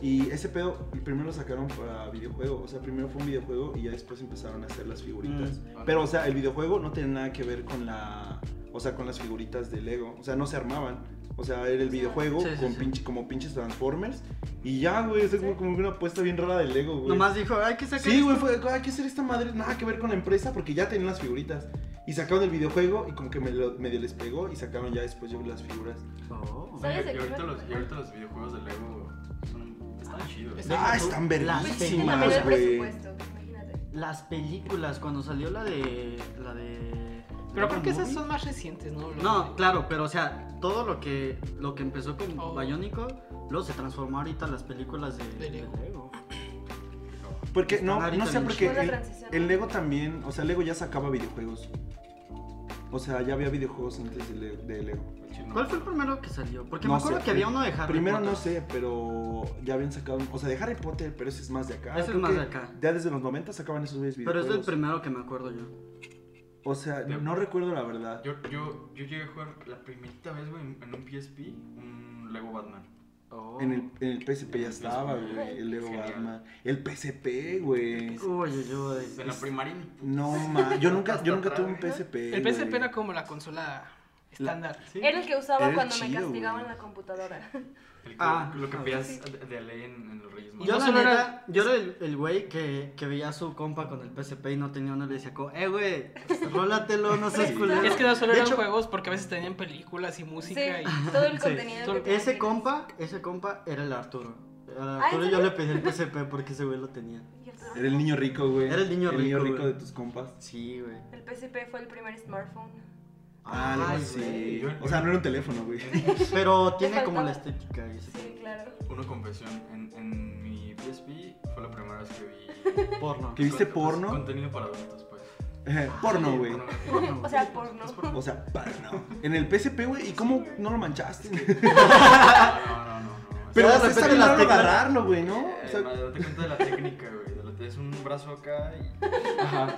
Y ese pedo primero lo sacaron para videojuego, o sea, primero fue un videojuego y ya después empezaron a hacer las figuritas.
Mm.
Pero, o sea, el videojuego no tenía nada que ver con la, o sea, con las figuritas de Lego, o sea, no se armaban. O sea, era el videojuego
Sí, sí,
con
sí.
pinche- como pinches Transformers y ya, güey, es como, como una apuesta bien rara de Lego, güey.
Nomás dijo, hay que sacar.
Sí, güey, fue, hay que hacer esta madre, nada que ver con la empresa porque ya tenían las figuritas. Y sacaron el videojuego y como que me lo- medio les pegó y sacaron ya después yo las figuras.
Oh.
Y,
¿Sabes de
y
qué
ahorita
me-
los, y ahorita los videojuegos de Lego son, están chidos.
Está-
Ah, están
Las
Pues sí,
más,
también
verguísimas,
el
güey.
presupuesto, imagínate.
Las películas, cuando salió la de. La de.
Pero creo que esas son más recientes, ¿no? Los-
No, claro, pero o sea, todo lo que lo que empezó con
Oh.
Bionico, luego se transformó ahorita en las películas de,
De Lego.
de Lego.
Porque
Están
no,
ahorita
no sé
bien
porque
chidos. Fue
el,
la transición.
el Lego también, o sea, Lego ya sacaba videojuegos. O sea, ya había videojuegos antes de, Le- de Lego.
¿Cuál fue el primero que salió? Porque
No
me acuerdo
sé,
que había uno de Harry
Primero
Potter.
no sé, pero ya habían sacado, o sea, de Harry Potter, pero ese es más de acá.
Ese es
Creo
más
que
de acá.
Ya desde los 90 sacaban esos videojuegos.
Pero es el primero que me acuerdo yo.
O sea,
Yo-
no recuerdo la verdad.
Yo, yo, yo llegué a jugar la primerita vez, güey, en en un PSP, un Lego Batman.
En el, en el PSP
En
ya
el
estaba,
PSP,
güey. El Lego
genial.
Batman. El PSP, güey.
Uy, uy, uy.
En la primaria. ni puta.
No mames. Yo nunca, yo
Hasta
nunca tuve un
atrás.
PSP.
El PSP
güey.
era como la consola estándar.
Era el que usaba
Era el
cuando me
chido,
castigaban
güey.
la computadora.
El que-
Ah,
lo que
ah,
pedías de- de ley en, en los Reyes
Yo
no
Magos.
la
solo era-
neta, yo era el el güey que, que veía a su compa con el PSP y no tenía uno y le decía, como, eh, güey, rólatelo, no seas
Sí.
culero.
Es que no solo
De
eran
hecho,
juegos porque a veces tenían películas y
Sí,
música y...
todo el
Sí.
contenido que tenía
Ese
que-
compa, ese compa era el Arturo. Al
Ah, ¿en
Arturo yo
serio?
le pedí el PSP porque ese güey lo tenía.
Y el otro-
Era el niño rico, güey.
Era el niño
El niño
rico,
rico
güey.
de tus compas.
Sí, güey.
El PSP fue el primer smartphone.
Ah, algo
Ay,
así.
güey.
O sea, no era un teléfono, güey.
Pero tiene como
faltaba.
la estética. y ese
Sí, claro.
Una confesión, en, en mi PSP fue la primera vez que vi...
Porno.
¿Qué viste
cont-
porno?
Contenido para adultos, pues.
Eh, Porno, güey.
Pornografía.
O sea, porno.
Es porno.
O sea, porno. En el PSP, güey. ¿Y cómo no lo manchaste?
No, no, no, no, no.
Pero
de
de
repente
repente
las
lograron
teclas-
agarrarlo, güey, ¿no?
Eh,
O sea,
madre, date cuenta de la técnica, güey. de la- Es un brazo acá y...
ajá.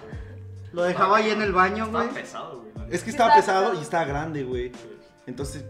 Lo dejaba ahí en el baño, güey.
Está pesado, güey. la
Es que
Sí
estaba
estaba
pesado
pesado.
y estaba grande, güey.
neta.
Entonces.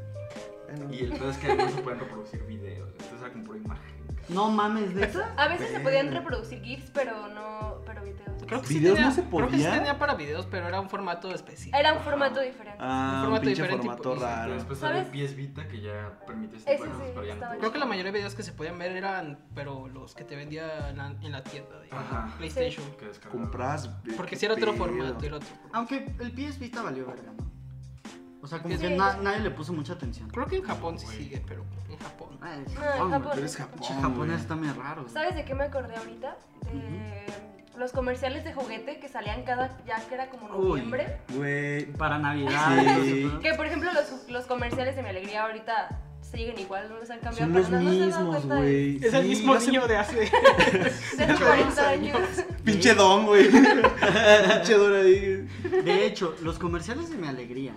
bueno.
Y el pedo es que no se pueden reproducir videos, entonces era como pura imagen.
No mames, de esa.
A veces se podían
Verga.
reproducir GIFs, pero no. Pero videos.
Creo que sí
Videos
tenía,
no se
creo que sí
podía.
tenía para videos, pero era un formato específico.
Era un formato diferente.
Ah,
Un
un
formato
pinche
diferente y
formato
pues,
Pero
raro.
después salió el
¿Sabes?
pies Vita que ya permite este
Ese
tipo de cosas,
sí,
pero ya no
estaba
Creo que la
tuvo.
mayoría de videos que se podían ver eran, pero los que te vendía en la- en la tienda de
Ajá.
PlayStation.
que descargar.
Compras. güey,
Porque
qué
si era otro
pedo.
formato, era otro formato.
Aunque el PSP Vista valió verga, ¿no? O sea, como
Sí.
que na- nadie le puso mucha atención.
Creo que en Japón sí
Güey.
sigue, pero en Japón.
Ah, es
No,
Japón,
Japón.
güey.
Pero es Japón.
Pinche japonés
güey.
está medio raro, güey.
¿Sabes de qué me acordé ahorita? De los comerciales de juguete que salían cada. Ya que era como
Uy.
noviembre.
Güey.
Para Navidad.
Sí.
todo ese pedo.
Que por ejemplo, los, los comerciales de mi alegría ahorita siguen igual, no los han cambiado.
Son
pero
los
no- no se han dado
mismos,
cuenta de-
güey.
Es el
Sí,
mismo
ya se-
niño de hace.
de hace 40 años.
Pinche don, güey. Pinche don ahí.
De hecho, los comerciales de Mi Alegría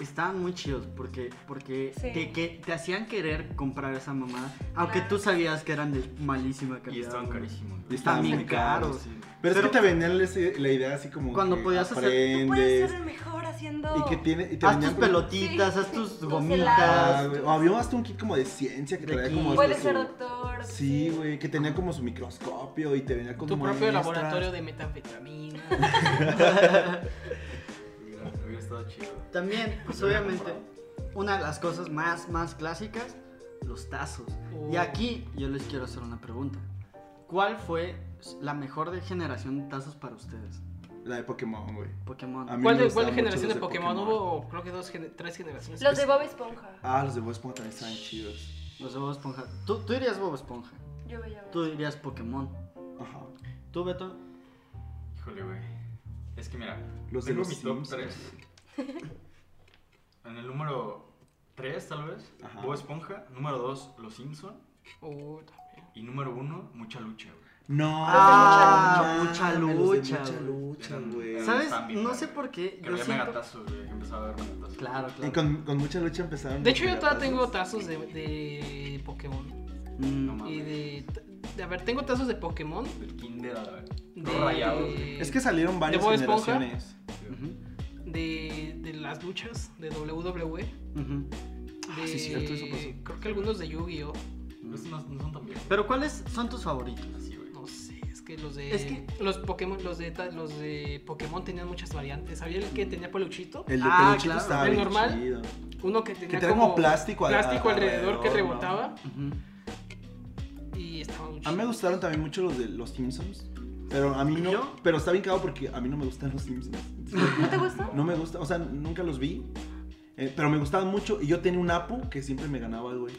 estaban muy chidos porque, porque
Sí.
te, que, te hacían querer comprar esa mamada. Aunque
Claro.
tú sabísimos que eran de malísima calidad.
Y estaban
güey.
carísimos.
Y
güey.
estaban
También
muy caros.
Sí.
Pero es que
Pero-
te vendían ese- la idea así como.
Cuando
que
podías hacer-
Tú puedes
aprendes,
ser el mejor haciendo.
Y que tiene. Y te
Haz tus
vendían-
pelotitas, haz tus
Tus
Ah,
gomitas.
helados.
güey. O había hasta un kit como de ciencia que
De
traía
kit.
como.
Puedes
hasta
ser
su-
doctor.
Sí, güey, que tenía como su microscopio y te venía con
Tu propio
muestras.
laboratorio de metanfetamina.
Hubiera, hubiera estado chido.
También, pues
Yo hubiera
obviamente,
comprado.
una de las cosas más, más clásicas, los tazos. Y
Oh.
aquí yo les quiero hacer una pregunta. ¿Cuál fue la mejor de generación de tazos para ustedes?
La de Pokémon, güey.
Pokémon.
A mí
¿Cuál,
me
de-
gustaban
cuál
mucho
generación
los
de
de
Pokémon,
Pokémon.
hubo? Creo que dos, gene- tres generaciones.
Los de Bob Esponja.
Ah, los de Bob Esponja también estaban chidos.
Los de Bob Esponja. Tú, tú dirías Bob Esponja.
Yo veía.
Tú dirías Pokémon.
Ajá.
Tú, Beto.
Híjole, güey. Es que mira,
Los de
tengo
los
mi top
Sims.
3. En el número 3, tal vez,
Ajá.
Bob Esponja. Número 2, Los Simpson.
Oh, también.
Y número 1, Mucha Lucha, güey.
No.
Ah,
no,
mucha
mames, los de
lucha,
Mucha
güey.
lucha,
Eran-
güey.
eran
¿Sabes?
fan,
No
fan.
sé por qué.
Que
Yo
había
siento...
megatazos, güey, que empezaba a haber megatazos.
Claro,
Y
claro.
con, con mucha lucha empezaron.
De hecho, yo
los
todavía tengo
pegatazos.
tazos de, de Pokémon.
Mm,
No mames.
Y de, de- A ver, tengo tazos de Pokémon.
Del kinder a la...
De,
Rayados, güey.
Es que salieron varias
Bob Esponja?
generaciones.
ujú,
de, de las luchas de WWE.
ujú.
De,
Ah, sí, cierto, eso pasó.
Creo que algunos de Yu-Gi-Oh.
Mm.
Estos no, no son tan viejos.
Pero ¿cuáles son tus favoritos?
Sí, güey.
No sé, es que los de.
Es que-
Los Pokémon, los de ta- los de Pokémon tenían muchas variantes. Había el que
Mm.
tenía peluchito,
El de
Ah,
peluchito
claro.
estaba
El
bien
normal.
chido.
uno que
Eh, Que
tenía
tenía
como,
como plástico, al-
plástico
al-
alrededor, que
¿no?
rebotaba
Ujú.
y estaba
A
muy
mí me
chido.
gustaron también mucho los de los Simpsons. Pero a mí no.
¿Yo?
Pero está bien cagado porque a mí no me gustan los Simpsons.
¿No te gusta?
No me gusta, o sea, nunca los vi. Eh, pero me gustaba mucho y yo tenía un Apu que siempre me ganaba, güey.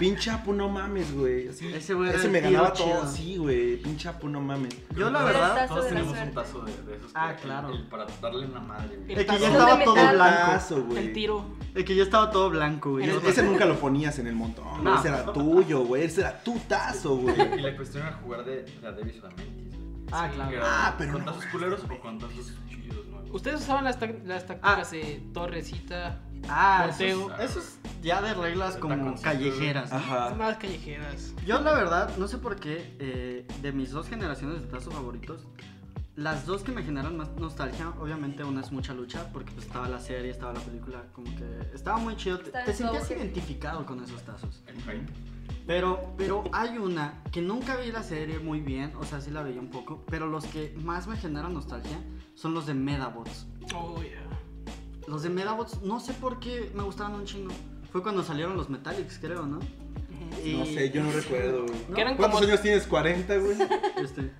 pinche Apu, no mames, güey. Así,
Ese güey era
ese
el
me
tío
ganaba
chido.
todo. Sí, güey. Pinche Apu, no mames.
Yo la
Pero
estás-
verdad,
Tazo
Todos
de la
tenemos un
suerte.
tazo de, de esos.
Ah,
que- el-
claro.
el para darle en la madre, güey.
el que ya
Tazo de
estaba todo
metal.
blanco.
Tazo, güey.
El tiro.
El que ya estaba todo blanco, güey.
El-
Yo-
Ese nunca lo ponías en el montón.
No.
Ese era tuyo, güey. Ese era tu tazo, güey.
Y la cuestión era jugar de, de a Davis Lamentis, güey.
Ah,
Sí,
claro.
que era
Ah, pero
¿Con
no
tazos culeros o con tazos chidos nuevos?
Ustedes usaban las, tac-
Ah.
las tácticas de torrecita,
Ah,
Volteo.
eso es- eso es ya de reglas como
Taconcito,
callejeras. ¿no?
Ajá.
más callejeras.
Yo la verdad, no sé por qué, eh, de mis dos generaciones de tazos favoritos, las dos que me generan más nostalgia, obviamente una es mucha lucha, porque pues estaba la serie, estaba la película, como que estaba muy chido, te,
Estaba
te
en su
sentías
auge.
identificado con esos tazos.
El hype.
Pero, pero hay una que nunca vi la serie muy bien, o sea, sí la veía un poco, pero los que más me generan nostalgia son los de Medabots.
Oh, yeah.
Los de Medabots, no sé por qué me gustaban un chingo. Fue cuando salieron los Metallics, creo, ¿no?
No
Y-
sé, yo no recuerdo, güey.
Que eran
¿Cuántos
como-
años tienes? ¿40, güey?
Este,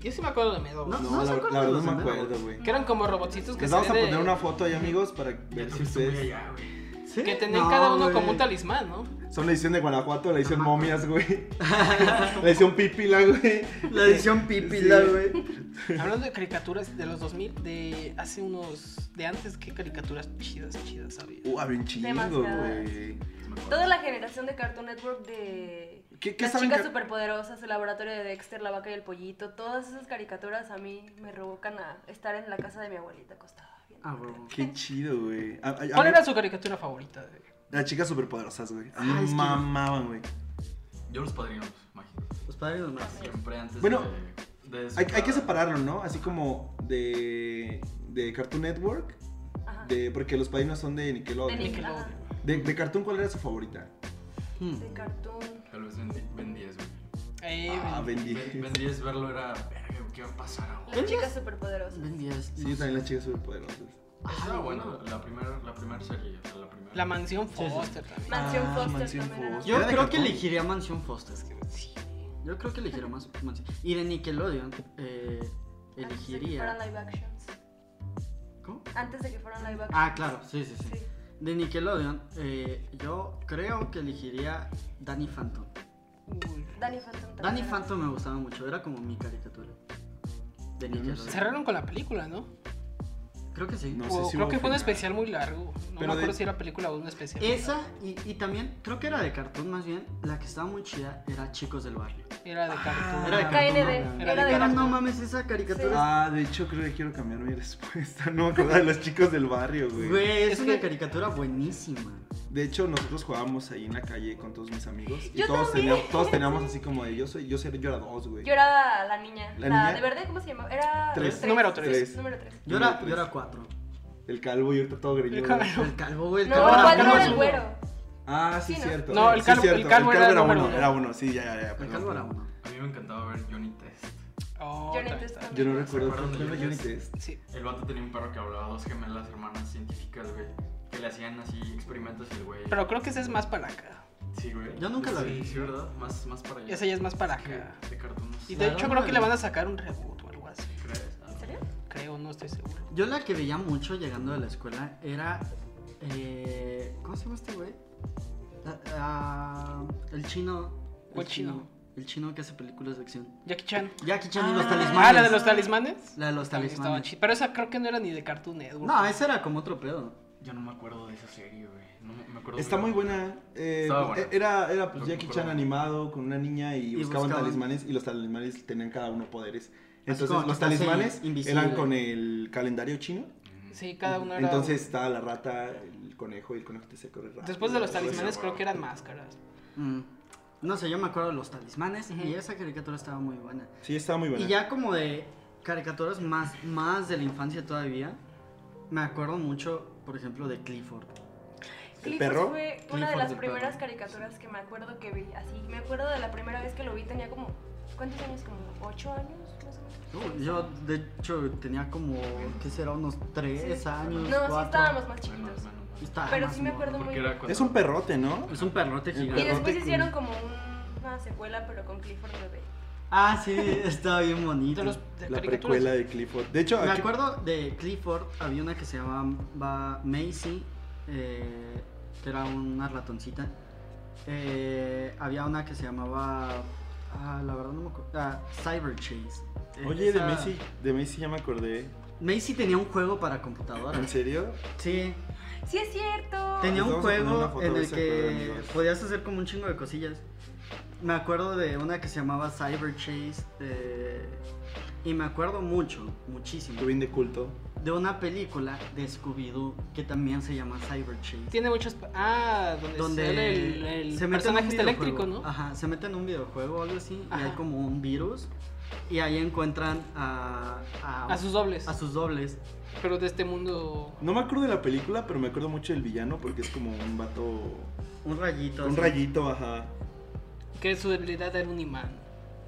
Yo sí me acuerdo de Medo.
No,
No, la,
se
la
acuerdan
verdad
los
no me
primeros.
acuerdo, güey.
Que eran como robotcitos que
Les vamos a
salían de-
poner una foto ahí, amigos, para ver
Ya
si
te fuiste muy
ustedes...
allá, güey.
¿sí?
Que tenían
No,
cada uno como
güey.
un talismán, ¿no?
Son la edición de Guanajuato, la edición
Ajá.
momias, güey. La edición pipila, güey.
La edición pipila,
Sí.
güey.
Hablando de caricaturas de los 2000, de hace unos... De antes, qué caricaturas chidas, chidas había.
Uh, había un chingo,
Demasiadas.
güey.
Toda la generación de Cartoon Network de
¿Qué, qué
las
saben
chicas
que-
superpoderosas, el laboratorio de Dexter, la vaca y el pollito, todas esas caricaturas a mí me revocan a estar en la casa de mi abuelita acostada. viendo
Ah,
la
huevo.
Qué chido, güey. A- a- a
¿Cuál
mí-
era su caricatura favorita? de-
Las chicas superpoderosas, güey. A
Ah,
mí
es que-
mamaban, güey.
Yo los pues, padrinos, imagínate.
Los padres de más.
Siempre antes
Bueno,
de, de
Hay, hay que
separar.
separarlo, ¿no? Así como de, de Cartoon Network,
Ajá.
de, porque los padrinos son de
De
Nickelodeon.
Nickel-
Nickelodeon.
De, de Cartoon, ¿cuál era su favorita?
Hmm.
Mm.
De Cartoon.
Tal vez Ben, Ben 10, güey.
Eh,
Ah, Ben 10.
Ben, Ben 10 verlo era, verga, ¿qué va a pasar ahora?
Las chicas superpoderosas.
Ben 10.
Sí, también las chicas superpoderosas.
Estaba bueno, la primera la primer serie, o sea, la primera.
la mansión
sí.
Foster también.
Mansión
Ah,
Foster
Mansión
también. era-
Foster.
Yo
¿Era de
creo que
cartón?
elegiría Mansión Foster.
Es que, sí.
Yo creo que elegiría más Mansión. Y de Nickelodeon, eh,
Antes de que fueran
elegiría.
live actions.
¿Cómo?
Antes de que fueran live actions.
Ah, claro, sí, sí, sí.
Sí.
De Nickelodeon, eh, yo creo que elegiría Danny Phantom.
Uy.
Danny Phantom también.
Danny
era-
Phantom me gustaba mucho, era como mi caricatura. De
no
Nickelodeon.
Cerraron con la película, ¿no?
Creo que sí.
No
O
sé si
creo
hubo
que fue
final.
un especial muy largo.
Pero
No me acuerdo
de-
si era película o un especial.
Esa, y, y también, creo que era de cartón más bien, la que estaba muy chida era Chicos del Barrio.
Era de cartoon.
Era de
Ah,
cartón,
KND,
no,
era de
Era,
cartón.
no mames, esa caricatura
Sí.
es
Ah, de hecho creo que quiero cambiar mi respuesta. No me acordaba de los chicos del barrio, güey.
Güey, es,
Es
una
que-
caricatura buenísima.
De hecho, nosotros jugábamos ahí en la calle con todos mis amigos. Y
Yo
todos
también.
teníamos, todos teníamos así como de yo soy, yo soy yo era dos, güey.
Yo era la niña.
¿La
¿La,
niña?
de verde? ¿Cómo se llamaba? Era.
Tres.
Número tres.
tres.
Tres.
Número 3.
Yo
Número
era,
tres.
yo era cuatro.
El calvo y ahorita todo greñudo.
El calvo.
El calvo, güey. El
No,
calvo
era-
¿cuál
calvo
no era
es
el
uno.
güero?
Ah, sí,
Sí, ¿no?
cierto.
No, el
Sí,
calvo- el
cierto.
calvo era
era
número
uno.
uno.
Era uno, sí, ya, ya, ya.
El
perdón.
calvo era uno.
A mí me encantaba ver Johnny Test.
Oh,
Johnny
otra
Test
vez.
Yo no
¿Se
recuerdo
acuerdan
cuál
de
era
ellos?
Johnny Test.
Sí.
El vato tenía un perro que hablaba, dos gemelas hermanas científicas, güey. Que le hacían así experimentos y el güey.
Pero creo que esa es más para acá.
Sí, güey.
Yo nunca la vi.
Sí, sí, ¿verdad? Más, más para allá.
Esa ya es más para
Que
acá.
De cartoon.
Y
La
de
verdad
hecho
no
creo
la
que le
vi.
van a sacar un reboot o algo así.
¿Crees? Ah,
¿En serio?
Creo, no estoy seguro.
Yo la que veía mucho llegando de la escuela era. eh, ¿Cómo se llama este güey? Ah, ah, el chino.
¿Cuál chino?
El chino que hace películas de acción.
Jackie Chan.
Jackie Chan y los
Ah,
talismanes.
Ah, la de los talismanes.
La de los
También estaba
talismanes.
chida. Pero esa creo que no era ni de Cartoon Network.
No, ese era como otro pedo.
Yo no me acuerdo de esa serie, güey. No me me acuerdo.
Está
de-
muy buena. eh,
Estaba buena.
Era, era pues
Lo que
Jackie
me
Chan
acuerdo.
animado con una niña y,
Y
buscaban,
buscaban.
talismanes y los talismanes tenían cada uno poderes.
como
Entonces
que
los
estás
talismanes
ahí, invisible. Ah,
eran con el calendario chino.
Mm.
Sí, cada uno era.
Entonces estaba la rata, el conejo y el conejo te se corre rápido.
Después de los
todo eso.
talismanes creo que eran máscaras.
Mm. No sé, yo me acuerdo de los talismanes
Ujú.
y esa caricatura estaba muy buena.
Sí, estaba muy buena.
Y ya como de caricaturas más, más de la infancia todavía, me acuerdo mucho, por ejemplo, de Clifford.
¿El
Clifford
perro?
fue una
Clifford
de las
el
primeras
perro.
caricaturas que me acuerdo que vi. Así, me acuerdo de la primera vez que lo vi, tenía como. ¿Cuántos años? Como 8 años, más o menos.
Uh, Yo, de hecho, tenía como, ¿qué será? Unos tres
Sí.
años,
No,
cuatro.
sí estábamos más
Menos,
chiquitos.
menos, menos.
Estaba
Pero
más
sí me
morro.
acuerdo muy
Porque
bien.
era cuando.
Es un perrote, ¿no?
Es un perrote
perrote.
Y
gigante.
después
con-
hicieron como un- una secuela, pero con Clifford bebé.
Ah, sí, estaba bien bonito.
De los de
La
caricaturas.
precuela de Clifford. De hecho,
Me
aquí-
acuerdo de Clifford, había una que se llamaba Maisie eh, que era una ratoncita. Eh, había una que se llamaba. Ah, la verdad no me acuerdo. ah, Cyber Chase. Eh,
Oye, de
esa-
Messi, de Messi ya me acordé.
Macy tenía un juego para computadora.
¿En serio?
Sí,
Sí es cierto.
Tenía
Les
un
vamos a poner una
juego
foto
en
de
el
ese juego,
que
amigos.
podías hacer como un chingo de cosillas. Me acuerdo de una que se llamaba Cyber Chase. eh, y me acuerdo mucho, muchísimo,
Tú bien de culto.
de una película de Scooby-Doo que también se llama Cyber Chase.
Tiene muchos. pa- Ah, donde,
Donde
sale el, el
se mete en un
personaje este
videojuego.
eléctrico, ¿no?
Ajá, se mete en un videojuego o algo así.
Ajá.
Y hay como un virus. Y ahí encuentran a, a-
A sus dobles.
a sus dobles.
Pero de este mundo.
No me acuerdo de la película, pero me acuerdo mucho del villano porque es como un vato.
Un rayito.
Un
así.
rayito, ajá.
Que su debilidad era un imán.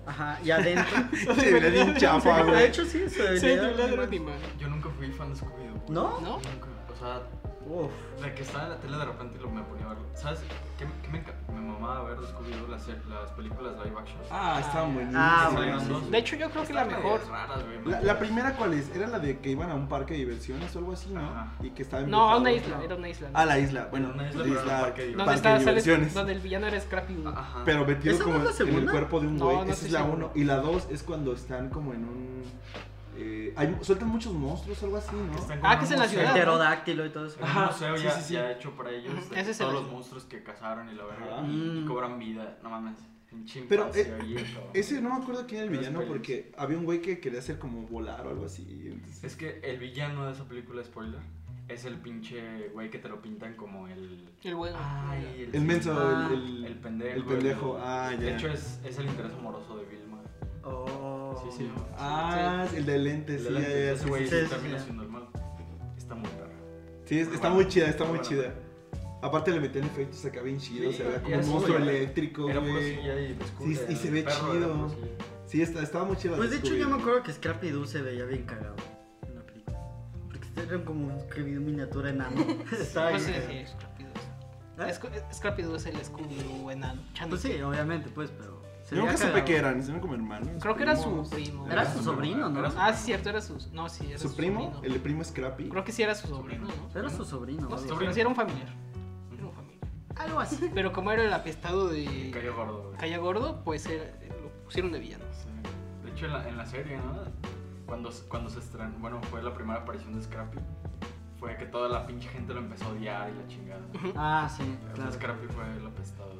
Ajá, y adentro.
Se ve bien chafa,
de
güey.
hecho, sí, se
Su
veía
debilidad era
más-
un imán.
Yo nunca fui fan de Scooby-Doo.
¿No?
¿No?
Nunca. O sea,
Uf.
la que estaba en la tele de repente lo me ponía a verlo. ¿Sabes qué, qué me, enca- me mamaba ver de Scooby-Doo las, se- las películas live action?
Ah, estaban
Ah,
buenísimas.
bueno.
De hecho, yo creo que la
Estaban
mejor.
medias raras, güey,
La,
me-
la primera, ¿cuál es? Era la de que iban a un parque de diversiones o algo así, ¿no?
Ajá.
Y que estaba
No, a una
embrujado.
isla, era una isla.
Ah, la isla, bueno,
Una
la
isla,
isla,
pero era un parque de
Donde
parque
estaba,
de
sales-
diversiones.
donde el villano era Scrappy Doo.
Ajá.
Pero metido
¿Esa no
como
es la
en el
segunda?
cuerpo de un
No,
güey.
no
Esa
estoy
es la
seguro.
1. Y la 2 es cuando están como en un. eh, hay- sueltan muchos monstruos o algo así,
Que
¿no?
están como
Ah, que es en la
museo.
ciudad.
Pterodáctilo y todo eso.
En un museo
sí,
ya,
sí, sí.
ya hecho para ellos.
Ujú,
de
ese es
todos
el-
los monstruos que cazaron y la verga.
Ajá.
Y
Mm.
cobran vida, no mames. Pinche
Ah. Pero,
infancia,
eh,
bien, cabrón.
Ese no me acuerdo quién era el
Las
villano
pelis.
porque había un güey que quería hacer como volar o algo así. entonces-
Es que el villano de esa película, spoiler, es el pinche güey que te lo pintan como el.
El bueno.
Ay,
El menso,
Ah,
el, el,
El pendejo.
El pendejo,
el-
ah, ya.
De hecho, es, es el interés amoroso de Vilma.
Oh.
Sí, sí.
Ah, el de lentes,
El
sí,
de la-
ya, ya,
ese
sí,
güey
sí,
sí,
sí
sí,
termina
sí.
siendo el malo. Está muy perro.
Sí, es-
Muy
está
bueno.
muy chida, está muy
Muy
chida.
bueno.
Aparte le metían efectos acá bien chidos,
Sí,
se veía
y
como un
era
monstruo
puro-
eléctrico,
Era puro
güey.
CGI oscuro,
Sí, y
el
se ve
perro era
chido.
puro CGI.
Sí, está, estaba muy chida. la
Pues de hecho yo
Scooby-Doo.
me acuerdo que Scrappy Doo se veía bien cagado en la película. Porque eran como un Scooby Doo miniatura enano. Estaba
Pues
bien
sí,
cagado.
sí, Scrappy Doo.
¿Eh?
Sc- Scrappy Doo es el Scooby Doo enano. Chanito.
Pues sí, obviamente, pues, pero. se
Yo
veía
nunca supe
cagado.
qué eran, eran como hermanos.
Creo que era su
primos.
primo.
Era su sobrino, ¿no?
Era su-
Ah, sí, cierto, era su. No, sí, era su,
¿Su primo?
sobrino.
¿El primo Scrappy?
Creo que sí era su sobrino, ¿no?
Era su sobrino.
No
o
sé,
algo
pero
sobrino.
sí era un familiar. Era un familiar.
así. Algo así.
Pero como era el apestado
Y cayó
de
gordo, güey.
Calla Gordo, pues era- lo pusieron de villano.
Sí. De hecho, en la, en la serie, ¿no? Cuando, se- cuando se estrenó, bueno, fue la primera aparición de Scrappy. Fue que toda la pinche gente lo empezó a odiar y la chingada.
Ah, sí,
Pero
claro.
Scrappy fue el apestado.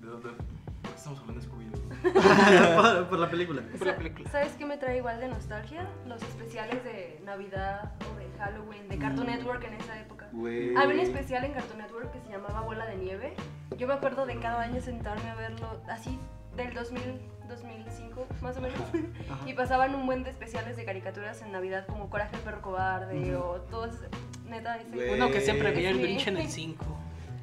¿De dónde? ¿Por qué estamos hablando de Scooby-Doo?
por, por la película.
Por la película.
¿Sabes qué me trae igual de nostalgia? Los especiales de Navidad o de Halloween, de
Mm.
Cartoon Network en esa época.
Güey.
Había un
pues.
especial en Cartoon Network que se llamaba Bola de Nieve. Yo me acuerdo de cada año sentarme a verlo así del 2000, 2005 más o menos.
Ajá.
Y pasaban un buen de especiales de caricaturas en Navidad como Coraje el perro cobarde
Ujú.
o todos neta ese
Güey.
Uno que siempre veía el
Sí.
Grinch en el 5.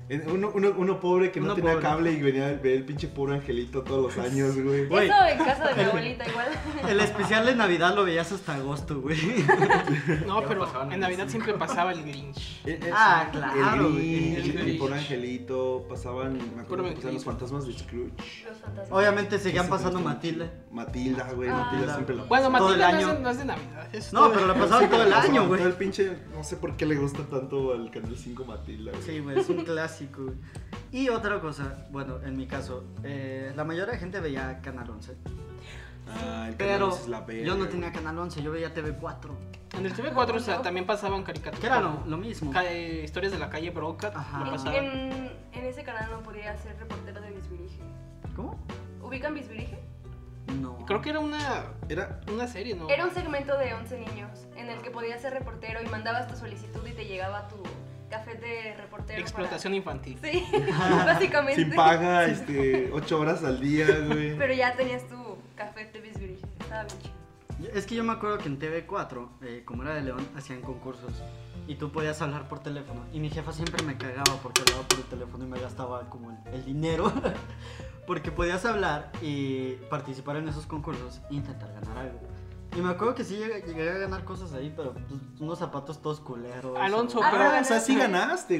En- Uno, uno- uno pobre que no
Uno
tenía
pobre.
cable y venía a ver el pinche puro angelito todos los años, güey.
Güey.
Eso en casa de mi abuelita igual.
El especial de Navidad lo veías hasta agosto, güey.
No,
Ya
pero
pasaban en
en
el
Navidad
cinco.
siempre pasaba el Grinch.
Eh, eh,
Ah, claro,
El
güey.
Grinch,
El
el puro
Grinch.
angelito, pasaban, me acuerdo que pasaban los
angelito.
fantasmas de Scrooge.
Los fantasmas.
Obviamente seguían
Ese
pasando
me gusta
Matilda.
mucho. Matilda, güey,
Ah.
Matilda siempre la
Bueno,
Todo el
Matilda no es
año.
de- no es de Navidad. es
No,
todo-
pero la pasaban todo el
Pasaban
año,
Todo
güey.
el pinche, no sé por qué le gusta tanto al Canal 5 Matilda, güey.
Sí, güey, es un clásico. güey. Y otra cosa, bueno, en mi caso, eh, la mayoría de gente veía Canal 11.
Ah, el Canal
Pero
11 es la verga,
yo no
güey.
tenía Canal 11, yo veía TV4.
En el TV4 o sea, también pasaban caricaturas.
Que era lo, lo mismo.
Ca- eh, historias de la calle Broca.
Ajá.
lo pasaban.
En, en ese canal no podía ser reportero de Bisbirige.
¿Cómo?
¿Ubican Bisbirige?
No.
Creo que era una,
Era,
una serie, ¿no?
Era un segmento de 11 niños en el que podías ser reportero y mandabas tu solicitud y te llegaba tu café de reportero.
Explotación infantil.
para- Sí, básicamente.
sin paga, este, 8 horas al día, güey.
Pero ya tenías tu café de Bisbirige. Estaba bien chido.
Es que yo me acuerdo que en TV4, eh, como era de León, hacían concursos. Y tú podías hablar por teléfono. Y mi jefa siempre me cagaba porque hablaba por el teléfono y me gastaba como el, el dinero. porque podías hablar y participar en esos concursos e intentar ganar algo. Y me acuerdo que sí llegué, llegué a ganar cosas ahí, pero pues, unos zapatos todos culeros.
Alonso,
Ah,
pero
Ah, o sea, sí
ganaste.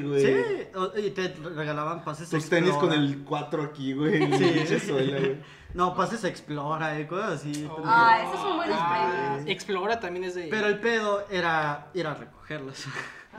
ganaste, güey.
Sí, o- y te regalaban pases
Tus tenis con
Explora.
el 4 aquí, güey.
Sí.
Pinche suela, güey.
No, pases Explora y cosas así.
Oh.
Ah, esos son buenos
Ah,
premios.
Explora también es de.
Pero el pedo era ir a recogerlos.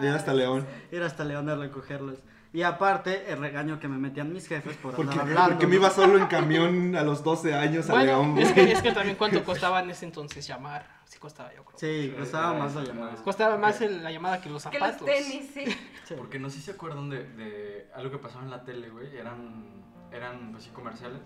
Era hasta León.
Ir hasta León a recogerlos. Y aparte, el regaño que me metían mis jefes por
Porque,
andar hablando.
porque me iba solo en camión a los 12 años a León.
Bueno,
güey.
es que, es que también cuánto costaba en ese entonces llamar. Sí costaba, yo creo.
Sí, costaba más la llamada.
Costaba más el- la llamada que los
Que
zapatos.
los tenis, sí.
Sí.
Porque no sé si se acuerdan de, de algo que pasaba en la tele, güey. Eran, eran pues sí, comerciales.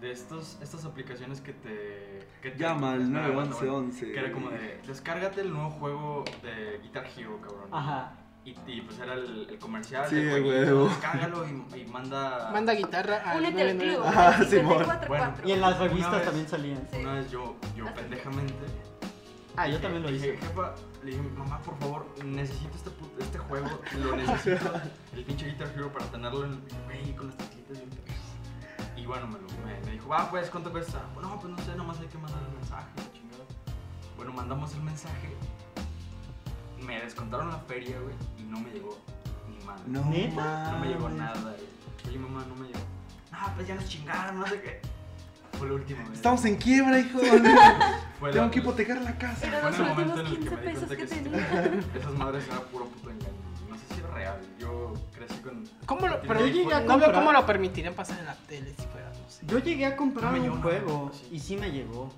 De estos, estas aplicaciones que te... Que te-
Llama al
Ah, bueno,
911.
Que era como de, descárgate el nuevo juego de Guitar Hero, cabrón.
Ajá.
Y, y, pues era el, el comercial.
Sí,
el jueguito,
huevo.
Descárgalo y, y manda...
Manda guitarra al
Únete al
99.
club.
Ajá,
al
Simón.
54.
Y en las
Una
revistas
vez.
también salían.
Una vez yo, yo pendejamente...
Ah, yo también lo
Dije,
hice.
Eh, jefa, le dije, mamá, por favor, necesito este, pu- este juego, lo necesito, el pinche Guitar Hero para tenerlo en güey, con las teclitas bien perras". Y bueno, me, lo, me, me dijo, ah, pues, ¿cuánto cuesta? No, pues no sé, nomás hay que mandar el mensaje, la chingada. Bueno, mandamos el mensaje, me descontaron la feria, güey, y no me llegó ni madre.
No,
¿Neta?
mames.
No me llegó nada, güey. Oye, mamá, no me llegó. No, pues ya nos chingaron, no sé qué. Fue lo último, güey.
Estamos en quiebra, hijo.
Fue la-
Tengo que hipotecar la casa.
Era
fue
los
en el momento en
últimos
el que me
15
di
pesos
cuenta
que
que sí.
tenía.
Esas madres eran puro puto engaño. No sé si era real. Yo crecí con.
¿Cómo lo, pero
Yo
llegué a
no veo
comprar-
cómo lo permitirían pasar en la tele si fuera, no sé.
Yo llegué a comprar
No me llegó
un
nada,
juego
sí.
y sí me llegó.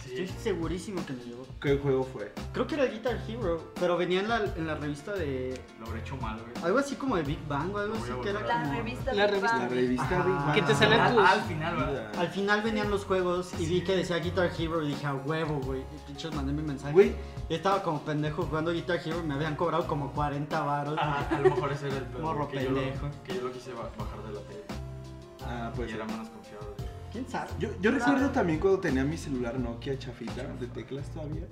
Estoy
Sí.
segurísimo que me llegó.
¿Qué juego fue?
Creo que era Guitar Hero, pero venía en la, en la revista de.
Lo habré hecho mal, güey.
Algo así como de Big Bang o algo
Lo voy
así
a
que era
volver a
La
como.
revista.
La
de
revista.
La
Bang.
revista
Ajá.
Big Bang.
Que te salen
al,
tus-
al final, ¿verdad?
Al final venían los juegos y vi que decía Guitar Hero y dije a huevo, güey. Y pinches mandé mi mensaje.
Güey.
Y estaba como pendejo jugando Guitar Hero y me habían cobrado como 40 varos.
Ah, a lo mejor ese era el pedo.
Morro
que, yo
pendejo.
lo, que yo lo quise ba- bajar de la tele.
Ah, pues.
y era menos confiado. güey.
¿Quién sabe?
Yo, yo recuerdo también cuando tenía mi celular Nokia chafita de teclas todavía.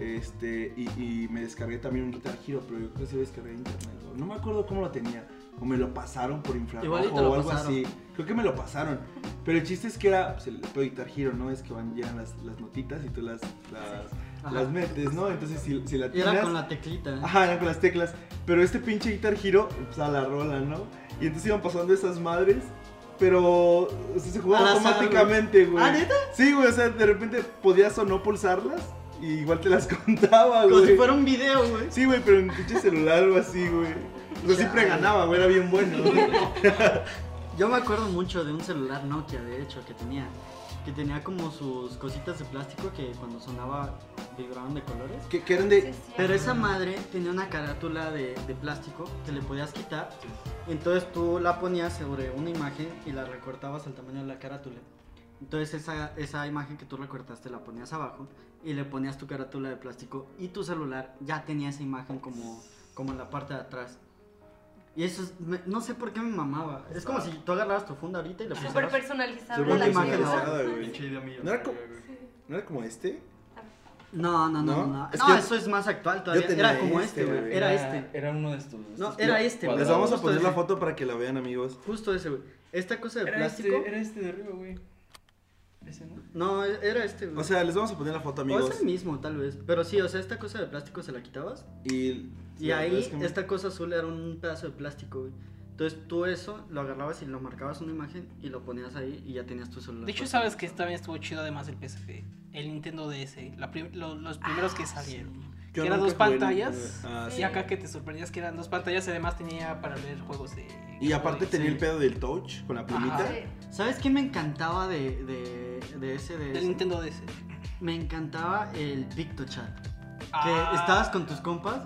Este, y, y me descargué también un Guitar Hero, pero yo creo que sí lo descargué de internet. o No me acuerdo cómo lo tenía. O me lo pasaron por
Igual y
infrarrojo
te lo
o algo
pasaron.
así. Creo que me lo pasaron. Pero el chiste es que era pues, el pedo de Guitar Hero, ¿no? Es que van llegan las, las notitas y tú las,
Ajá.
las, las metes, ¿no? Entonces si, si la
Y
tienes.
era con la teclita. Ah,
Ajá, eran con las teclas. Pero este pinche Guitar Hero, pues a la rola, ¿no? Y entonces iban pasando esas madres. Pero o sea, se
Al
jugaba
azar,
automáticamente, güey.
¿Ah, neta?
Sí, güey, o sea, de repente podías o no pulsarlas. Y igual te las contaba,
Como
Ah,
si
güey.
fuera un video, güey.
Sí, güey, pero en pinche celular o así, güey. O sea, siempre ganaba, güey, era bien bueno.
Yo me acuerdo mucho de un celular Nokia, de hecho, que tenía. Que tenía como sus cositas de plástico que cuando sonaba vibraban de colores.
que, que eran
Sí,
de.
es cierto.
Pero esa madre tenía una carátula de, de plástico que le podías quitar.
Sí.
Entonces tú la ponías sobre una imagen y la recortabas al tamaño de la carátula. Entonces esa, esa imagen que tú recortaste la ponías abajo y le ponías tu carátula de plástico y tu celular ya tenía esa imagen como, como en la parte de atrás. Y eso es, me- no sé por qué me mamaba. Es como si tú agarraras tu funda ahorita y le
Súper
pusieras...
personalizable
Súper
la
personalizada,
chingada.
güey.
Pinche idea mía.
No era como-
güey.
¿No era como este?
No, no, no, no.
¿No?
no.
Es
No,
que-
eso es más actual todavía.
tenía
Era como
este,
este, güey.
güey.
Era este.
Era uno de estos.
No, era este, güey.
Les vamos a
Justo
poner la
ese.
foto para que la vean, amigos.
Justo ese, güey. Esta cosa de plástico.
este de arriba, güey. Ese, ¿no?
No, era este, güey.
O sea, les vamos a poner la foto,
O
amigos.
es el mismo, tal vez. Pero sí, o sea, esta cosa de plástico se la quitabas.
Y,
Y ahí, esta cosa azul era un pedazo de plástico, güey. Entonces tú eso lo agarrabas y lo marcabas una imagen y lo ponías ahí y ya tenías tu celular.
De hecho,
puesto.
sabes que también estuvo chido además el PSP, el Nintendo DS, la prim- lo- los primeros
Ah,
que salieron. Que eran dos pantallas.
Ah,
Y acá que te sorprendías que eran dos pantallas y además tenía para ver juegos de...
Y aparte
de-
tenía
sí.
el pedo del touch con la plumita.
Ajá.
Sí.
¿Sabes qué me encantaba de, de, de ese? De
Del
ese?
Nintendo DS.
Me encantaba el PictoChat. Que
Ah.
estabas con tus compas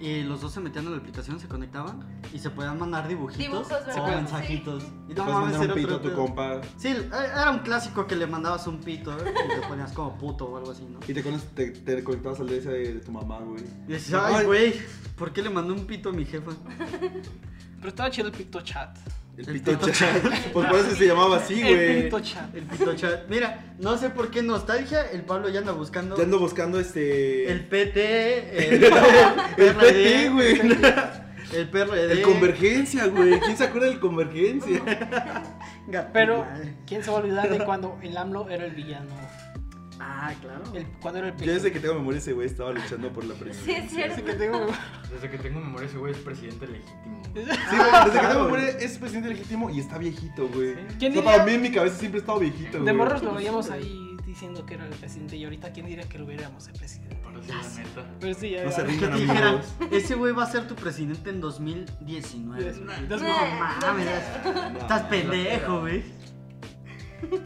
y los dos se metían a la aplicación, se conectaban y se podían mandar dibujitos
Dibujos,
o
¿verdad?
mensajitos. Y
Puedes
mames,
mandar
era
un pito a
otro
tu
pedo.
compa
Sí, eh, era un clásico que le mandabas un pito ¿eh? y te ponías como puto o algo así, ¿no?
y te, cones- te, te conectabas al DS de, de tu mamá, güey.
Y dices, ay, güey, ¿por qué le mandé un pito a mi jefa?
Pero estaba chido el PictoChat.
El
El
pito
pito
chat. Pues por eso se llamaba así,
el
güey.
PictoChat.
El pito chat. Mira, no sé por qué nostalgia, el Pablo ya anda buscando
Ya ando buscando este.
el
El,
PT, el,
PT,
PRD,
güey.
el PRD.
El Convergencia, güey. ¿Quién se acuerda del Convergencia?
Gato,
Pero,
madre.
¿quién se va a olvidar de cuando el AMLO era el villano?
Ah, claro.
El, cuando era el
Yo desde
pequeño.
que tengo memoria ese güey estaba luchando por la
Sí,
presidencia.
es cierto.
que tengo...
Desde que tengo memoria, ese güey es presidente legítimo. güey.
Sí, güey, desde que
claro,
tengo
Ah, güey.
memoria es presidente legítimo y está viejito, güey.
Sí.
O
¿Quién
sea,
diría?
para mí en mi cabeza siempre ha estado viejito, güey.
De morros lo veíamos ahí. diciendo que era el presidente y ahorita quién diría que lo hubiéramos el presidente.
Para decir la neta.
Pero sí, ya
No se
ya-
rindan,
Que te dijeran,
amigos.
ese güey va a ser tu presidente en 2019.
Dios-
güey.
Dios-
No mames, estás pendejo, güey.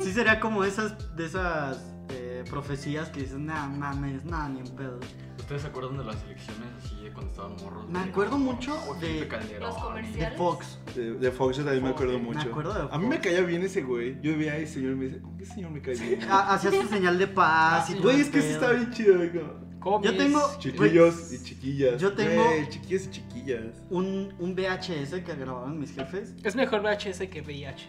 Sí sería como esas, de esas eh, profecías que dices, nah, mames, nada, ni en pedo.
¿Ustedes se acuerdan de las elecciones así de cuando estaban morros?
Me
De-
acuerdo mucho
o
de-
Felipe Calderón
Los
y-
comerciales.
De Fox.
De, de Fox yo también me acuerdo
Me
mucho.
acuerdo de
A mí me
Fox.
caía bien ese güey. Yo veía a ese señor y me decía, ¿con qué señor me cae bien?
Ha- Ah, Hacías tu señal de paz. y
Ah, Güey,
todo
es que
el
sí
pedo.
está bien chido, güey. como,
Comis.
Yo tengo-
Chiquillos
Güey,
y chiquillas.
yo tengo-
Güey, chiquillos y chiquillas.
Un, un VHS que grababan mis jefes.
Es mejor VHS que VIH.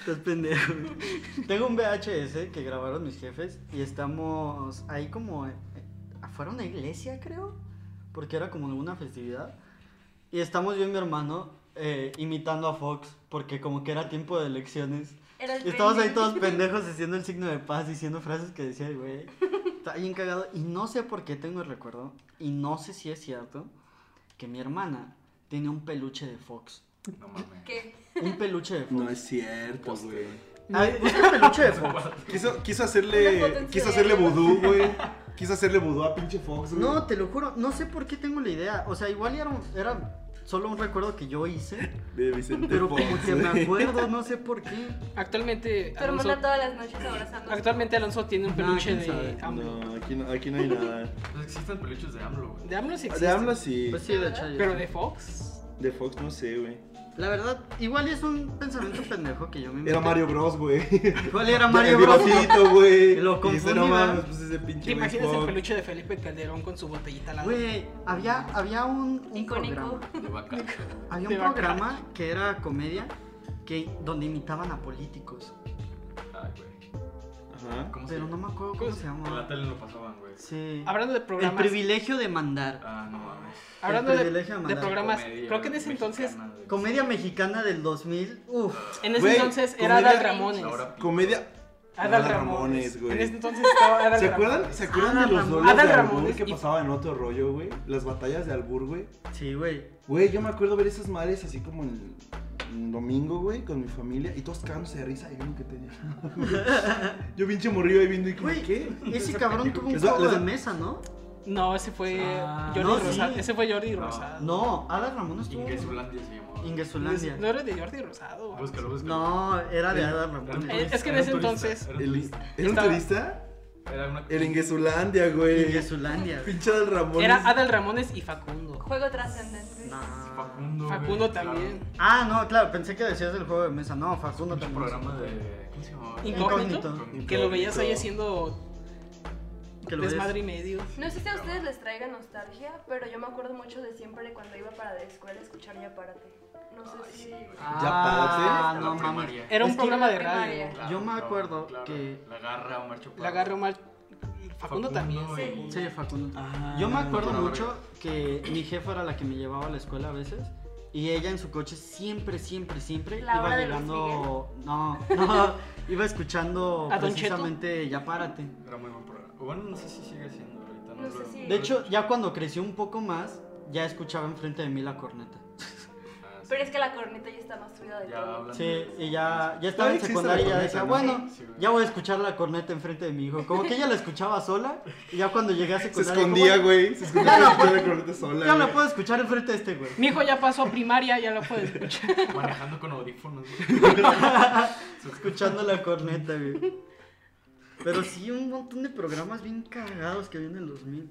Estás pendejo. güey. Tengo un VHS que grabaron mis jefes y estamos ahí como eh, afuera de una iglesia, creo, porque era como alguna festividad. Y estamos yo y mi hermano eh, imitando a Fox, porque como que era tiempo de elecciones.
Era el
Y estábamos ahí
trending.
todos pendejos haciendo el signo de paz, diciendo frases que decía el güey. Está bien cagado. Y no sé por qué tengo el recuerdo, y no sé si es cierto, que mi hermana tiene un peluche de Fox.
No mames.
¿Qué?
Un peluche de Fox.
No es cierto,
Póster.
Pues, güey.
Ay, busca peluche de Fox.
Quiso, quiso
Una foto
hacerle.
en
Quiso
su
hacerle
diario.
vudú, güey. Quiso hacerle vudú a pinche Fox, güey.
No, te lo juro, no sé por qué tengo la idea. O sea, igual era, un- era solo un recuerdo que yo hice,
De Vicente
pero
Fox.
como que
güey.
me acuerdo, no sé por qué.
Actualmente
Tu
Alonso,
hermana todas las noches abrazando.
actualmente Alonso tiene un
No,
peluche
quién
de
sabe.
AMLO.
No, aquí no, aquí no hay nada.
Pues existen peluches de AMLO, güey.
De AMLO sí existe.
De AMLO sí.
Pues sí, de hecho. yo
Pero
sí.
de Fox.
De Fox no sé, güey.
La verdad, igual es un pensamiento pendejo que yo me
Era
inventé.
Mario Bros, güey.
Igual era
El
Mario Bros.
bigotito, güey.
Y lo
Y dice, no
confundí, ¿verdad?
mames, pues ese pinche
¿Te
güey
imaginas el
Fox".
peluche de Felipe Calderón con su botellita al lado?
Güey, había, había un, un
Icónico.
programa.
De vaca.
Había
De
un
Bacardí.
programa que era comedia que, donde imitaban a políticos.
Ay, güey.
Ajá.
¿Cómo se
Pero no
llama?
me acuerdo cómo,
Pues,
se
En la
llamaba.
tele lo pasaban, güey.
Sí.
Hablando de
El
programas.
privilegio de mandar.
Ah, no mames.
hablando
el
de,
privilegio de
de
mandar
programas.
Comedia
creo que en ese entonces.
mexicana de-
Comedia mexicana del 2000. Uf.
En ese
Güey,
entonces era
comedia-
Adal Ramones.
Laura Pico.
Comedia.
Adal
Adal
Ramones.
Ramones, güey.
En ese entonces estaba Adal
¿Se
Ramones. Ah,
acuerdan, ¿se acuerdan
Adal
de los
Ramones.
duelos de
Adal
albur
Ramones
que
y-
pasaban en otro rollo, güey? Las batallas de albur, güey.
Sí, güey.
Güey, yo me acuerdo ver esas madres así como el, un domingo, güey, con mi familia y todos cagándose de risa y uno que tenía. yo pinche morrido ahí viendo y como,
Güey,
¿qué?
Ese cabrón tuvo un
Les da-
juego
les
de
da-
mesa, ¿no?
No, ese fue
Ah,
Jordi
no,
Rosado.
sí.
Ese fue Jordi
No.
Rosado.
No, Adal Ramón estuvo.
Ingesulandia se llamaba.
Ingesulandia.
No era de Jordi Rosado. o algo
Búscalo, búscalo.
No, era de
Sí.
Adal
Era un
Ramón.
Eh, es que en
turista,
ese
era un turista,
entonces-
era un
¿El,
turista.
¿Era un
Estaba-
turista?
Era una-
El Inguesulandia, güey.
Ingesulandia.
Pinche del Ramón.
así. Era Adal Ramones y Facundo.
Juego trascendente.
No.
Facundo. güey,
Facundo
claro.
también.
Ah, no, claro, pensé que decías del juego de mesa. No, Facundo
Otro
también.
programa de. ¿Cómo se llamaba?
Incógnito.
Incógnito.
Que lo veías ahí haciendo
Que lo ves.
desmadre y medio.
No sé si a ustedes les traiga nostalgia, pero yo me acuerdo mucho de siempre cuando iba para la escuela a escuchar Ya Párate. No sé si...
Ah,
En la
no mames.
primaria.
Era un
Es Pues que-
programa de
Primaria.
radio.
Claro,
Yo me
claro,
acuerdo
claro.
que-
La garra, Omar Chaparro.
La agarró mal. Facundo
Facundo
también.
y-
según.
Sí, Facundo.
Ah,
Yo me acuerdo
no, no, no.
mucho que mi jefa era la que me llevaba a la escuela a veces. Y ella en su coche siempre, siempre, siempre
¿La hora
iba
de Luis
llegando. No, no, iba escuchando
¿A Don Cheto?
precisamente Ya Párate.
Era muy buen programa. Bueno, no sé si sigue siendo ahorita.
No
lo-
sé si-
De hecho, ya cuando creció un poco más, ya escuchaba enfrente de mí la corneta.
Ah, sí.
Pero es que la corneta ya está más subida de
Ya
todo.
hablan
Sí,
de eso.
y ya, ya estaba en
existe la
secundaria y ya
corneta,
decía,
¿no?
bueno,
Sí, güey.
ya voy a escuchar la corneta enfrente de mi hijo. Como que ella la escuchaba sola y ya cuando llegué a
Se
secundaria...
escondía,
como,
güey. Se escondía
Ya la
la corneta sola.
Ya
güey.
la puedo escuchar enfrente de este güey.
Mi hijo ya pasó a primaria, ya lo puede escuchar.
Manejando con audífonos.
Escuchando la corneta, güey. Pero sí, un montón de programas bien cagados que vienen en el 2000.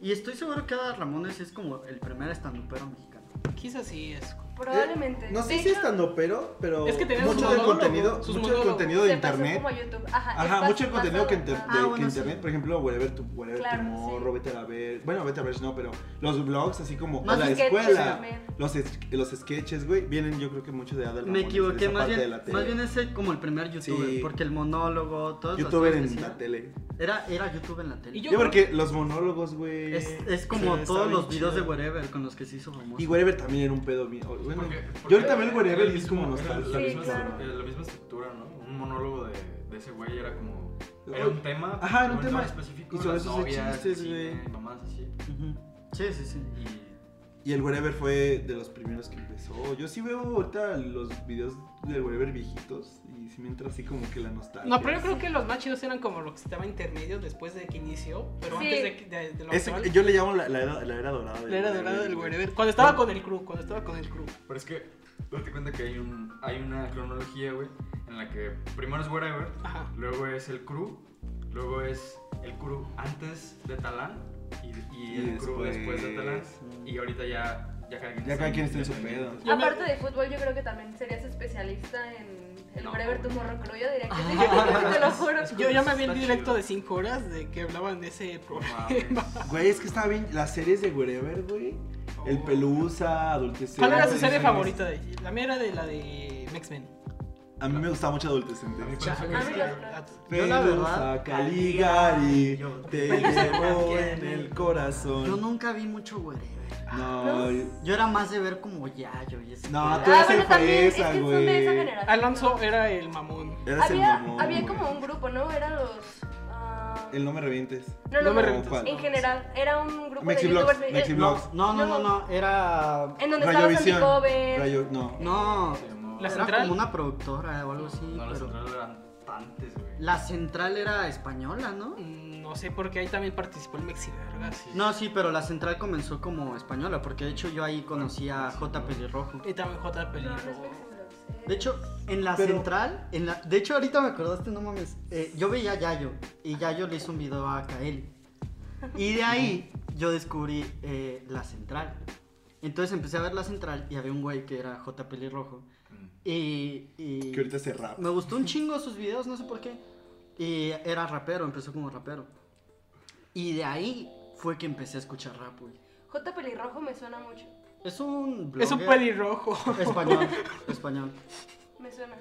Y estoy seguro que Ada Ramones es como el primer estandupero mexicano.
Quizás sí es. como-
Probablemente.
Eh, No sé
De
si
hecho,
estando, pero, pero
Es que tenía sus
mucho del
monólogos,
contenido,
sus
mucho del
monólogos.
contenido de
se pasó
internet.
como a YouTube. Ajá,
Ajá,
es
mucho
pas-
contenido que, inter-
pasado.
de-
Ah,
que
bueno,
internet,
sí.
por ejemplo, Wherever, tu, wherever
Claro,
Tomorrow,
sí.
Vete a la ver, bueno, Vete a la ver, no, pero los vlogs, así como
Más
la
sketches
escuela,
también.
los, es- los sketches, güey, vienen yo creo que mucho de Adal
Me
Ramones, de
equivoqué,
esa
más
parte
bien,
de la tele.
más bien es el- como el primer youtuber,
Sí.
porque el monólogo, todas las
Youtuber
cosas que
en
hacía,
la tele.
Era, era YouTube en la tele.
Y
Yo,
creo-
porque los monólogos, güey.
es, es como
se- está
todos
bien
los videos
chido.
de Wherever con los que se hizo famoso.
Y Wherever también era un pedo bien. o- Bueno,
Porque-
yo
porque
ahorita veo el Wherever
era
y es como
mismo- era
nostalgia.
La
Sí,
misma,
claro.
era la misma estructura, ¿no? Un monólogo de, de ese güey era como. Era un tema.
Ajá, era un tema.
específico.
Y sobre
las
eso se
novias,
chistes,
el cine,
güey.
Mamás así.
Ujú. Sí, sí, sí.
Y
Y el Wherever fue de los primeros que empezó. Yo sí veo ahorita los videos del Wherever viejitos y sí me entra así como que la nostalgia.
No, pero yo creo que los más chidos eran como los que estaban intermedios después de que inició, pero
Sí.
antes de, que- de- de lo
Ese-
actual.
yo le llamo la, la era, la era dorada. del
la era dorada
Wherever,
del
güey.
wherever. Cuando estaba con el crew, cuando estaba con el crew.
Pero es que date cuenta que hay, un, hay una cronología, güey, en la que primero es Wherever,
Ajá.
luego es el crew, luego es el crew antes de Talán y, y el
Y
crew después de Talán.
después- Mm.
Y ahorita ya, ya cada quien,
Ya cada quien está en su
independiente.
Yo me-
Aparte de fútbol, yo creo que también serías especialista en el
No.
Wherever Tomorrow Crew. Yo diría que sí, te lo juro.
Yo ya me vi el
Está
directo
chido.
de 5 horas de que hablaban de ese
No
programa.
mames.
Güey, es que estaba bien. Las series de Wherever, güey. El
Oh.
Pelusa, Adultecente.
¿Cuál era su
Seis
serie
Años.
favorita de allí? La mía era de la de X-Men.
A mí me gustaba mucho Adultecente.
A mí
Cha-
también.
Ah,
Yo, la verdad,
Pelusa, Caligari.
yo-
Te
Pelusa
llevo
también.
en el corazón.
Yo nunca vi mucho Wherever.
No,
Yo era más de ver como Yayo y ese.
No, tú
Ah,
eras
bueno,
el
también, es que
fresa,
son
güey.
de esa generación.
Alonso era el mamón.
eras el
Había,
mamón.
había
güey.
como un grupo, ¿no? Eran los... ah,
El No Me Revientes.
no,
No me
no,
revientes.
En general, era un grupo de
Mexiblogs,
youtubers. eh,
Mexiblogs.
No, no, no, no, era.
En donde estaba Santi
Rayovisión.
Cover.
Rayo, no.
No,
Se llamó-
La
era
central.
como una productora o algo así.
No, las
pero...
centrales eran tantes, güey.
La central era española, ¿no?
Mm, No sé, porque ahí también participó el Mexi, ¿verdad?
No, sí, pero la central comenzó como española, porque de hecho yo ahí conocí a J. Pelirrojo.
Y también J.
No, no es
Pelirrojo.
Mexiblogs, eh.
De hecho, en la
Pero-
central, en la... de hecho ahorita me acordaste, no mames, eh, yo veía a Yayo y Yayo le hizo un video a Kael. Y de ahí yo descubrí eh, la central. Entonces empecé a ver la central y había un güey que era J. Pelirrojo.
Mm,
Y, y-
Que ahorita se rap.
me gustó un chingo sus videos, no sé por qué. Y era rapero, empezó como rapero. Y de ahí fue que empecé a escuchar rap, güey.
J Pelirrojo me suena mucho.
Es un
Es un
blogger
pelirrojo.
español, español.
Me suena.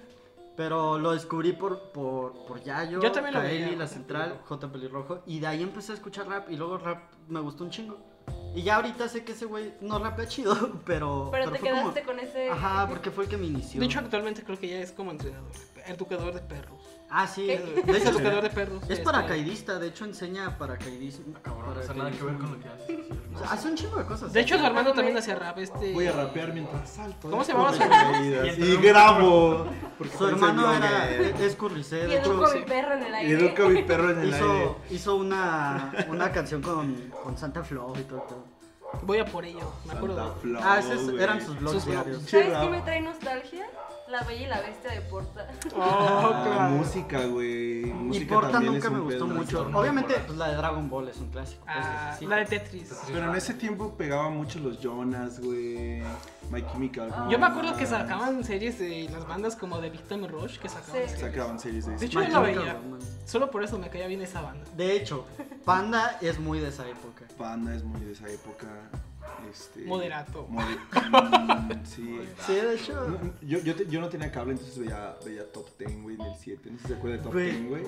Pero lo descubrí por, por, por Yayo,
Yo también lo
Kaeli,
veía,
La
J.
Central, J. Pelirrojo. Y de ahí empecé a escuchar rap y luego rap me gustó un chingo. Y ya ahorita sé que ese güey no rapea chido, pero...
Pero te
fue como-
quedaste con ese.
Ajá, porque fue el que me inició.
De hecho, actualmente creo que ya es como entrenador, educador de perros.
ah, sí.
¿Qué?
De
Es
hecho,
educador de perros.
es
este,
paracaidista, de hecho enseña paracaidismo.
Ah, Cabrón, o sea, nada que ver con lo que haces. sí,
O
no.
sea, hace un chingo de cosas. ¿eh?
De hecho, su hermano también hacía rap. Este...
Voy a rapear mientras salto.
¿Cómo
de
se llamaba
por
su
las
hermano?
caídas. Y
Mientras-
grabo. Porque
su
soy
hermano era
blogger.
es curricé,
Y
de
educo
hecho
a mi perro en el
Y
aire.
educo a mi perro en el aire.
hizo, hizo una, una canción con, con Santa Flow y todo. todo.
Voy a por ello, me acuerdo.
Santa Flow,
Ah, esos
güey.
eran sus blogs
Sus blogs.
diarios.
Che,
¿Sabes qué
rap.
me trae nostalgia? La bella y la bestia de Porta.
Oh,
Ah,
claro.
música, güey.
Y
Música
Porta
también
nunca
es
me
un
gustó
pedo.
mucho.
Transforma
Obviamente,
temporada.
pues, la de Dragon Ball es un clásico. pues,
Ah,
sí.
la de Tetris.
Pero en ese tiempo pegaba mucho los Jonas, güey. My Chemical.
Ah.
Yo me acuerdo que
Romance.
sacaban series de las bandas como de Victim Rush que sacaban.
Sí.
Sacaban series de
De
eso.
hecho, yo la
Machuca,
veía.
güey, man.
Solo por eso me caía bien esa banda.
De hecho, Panda es muy de esa época.
Panda es muy de esa época. Este,
Moderato.
mode- mm, sí.
Sí, de
No,
hecho.
yo, yo, te- yo no tenía cable, entonces veía, veía Top Ten, güey, del 7. No sé si se acuerda de Top
Güey.
Ten, güey.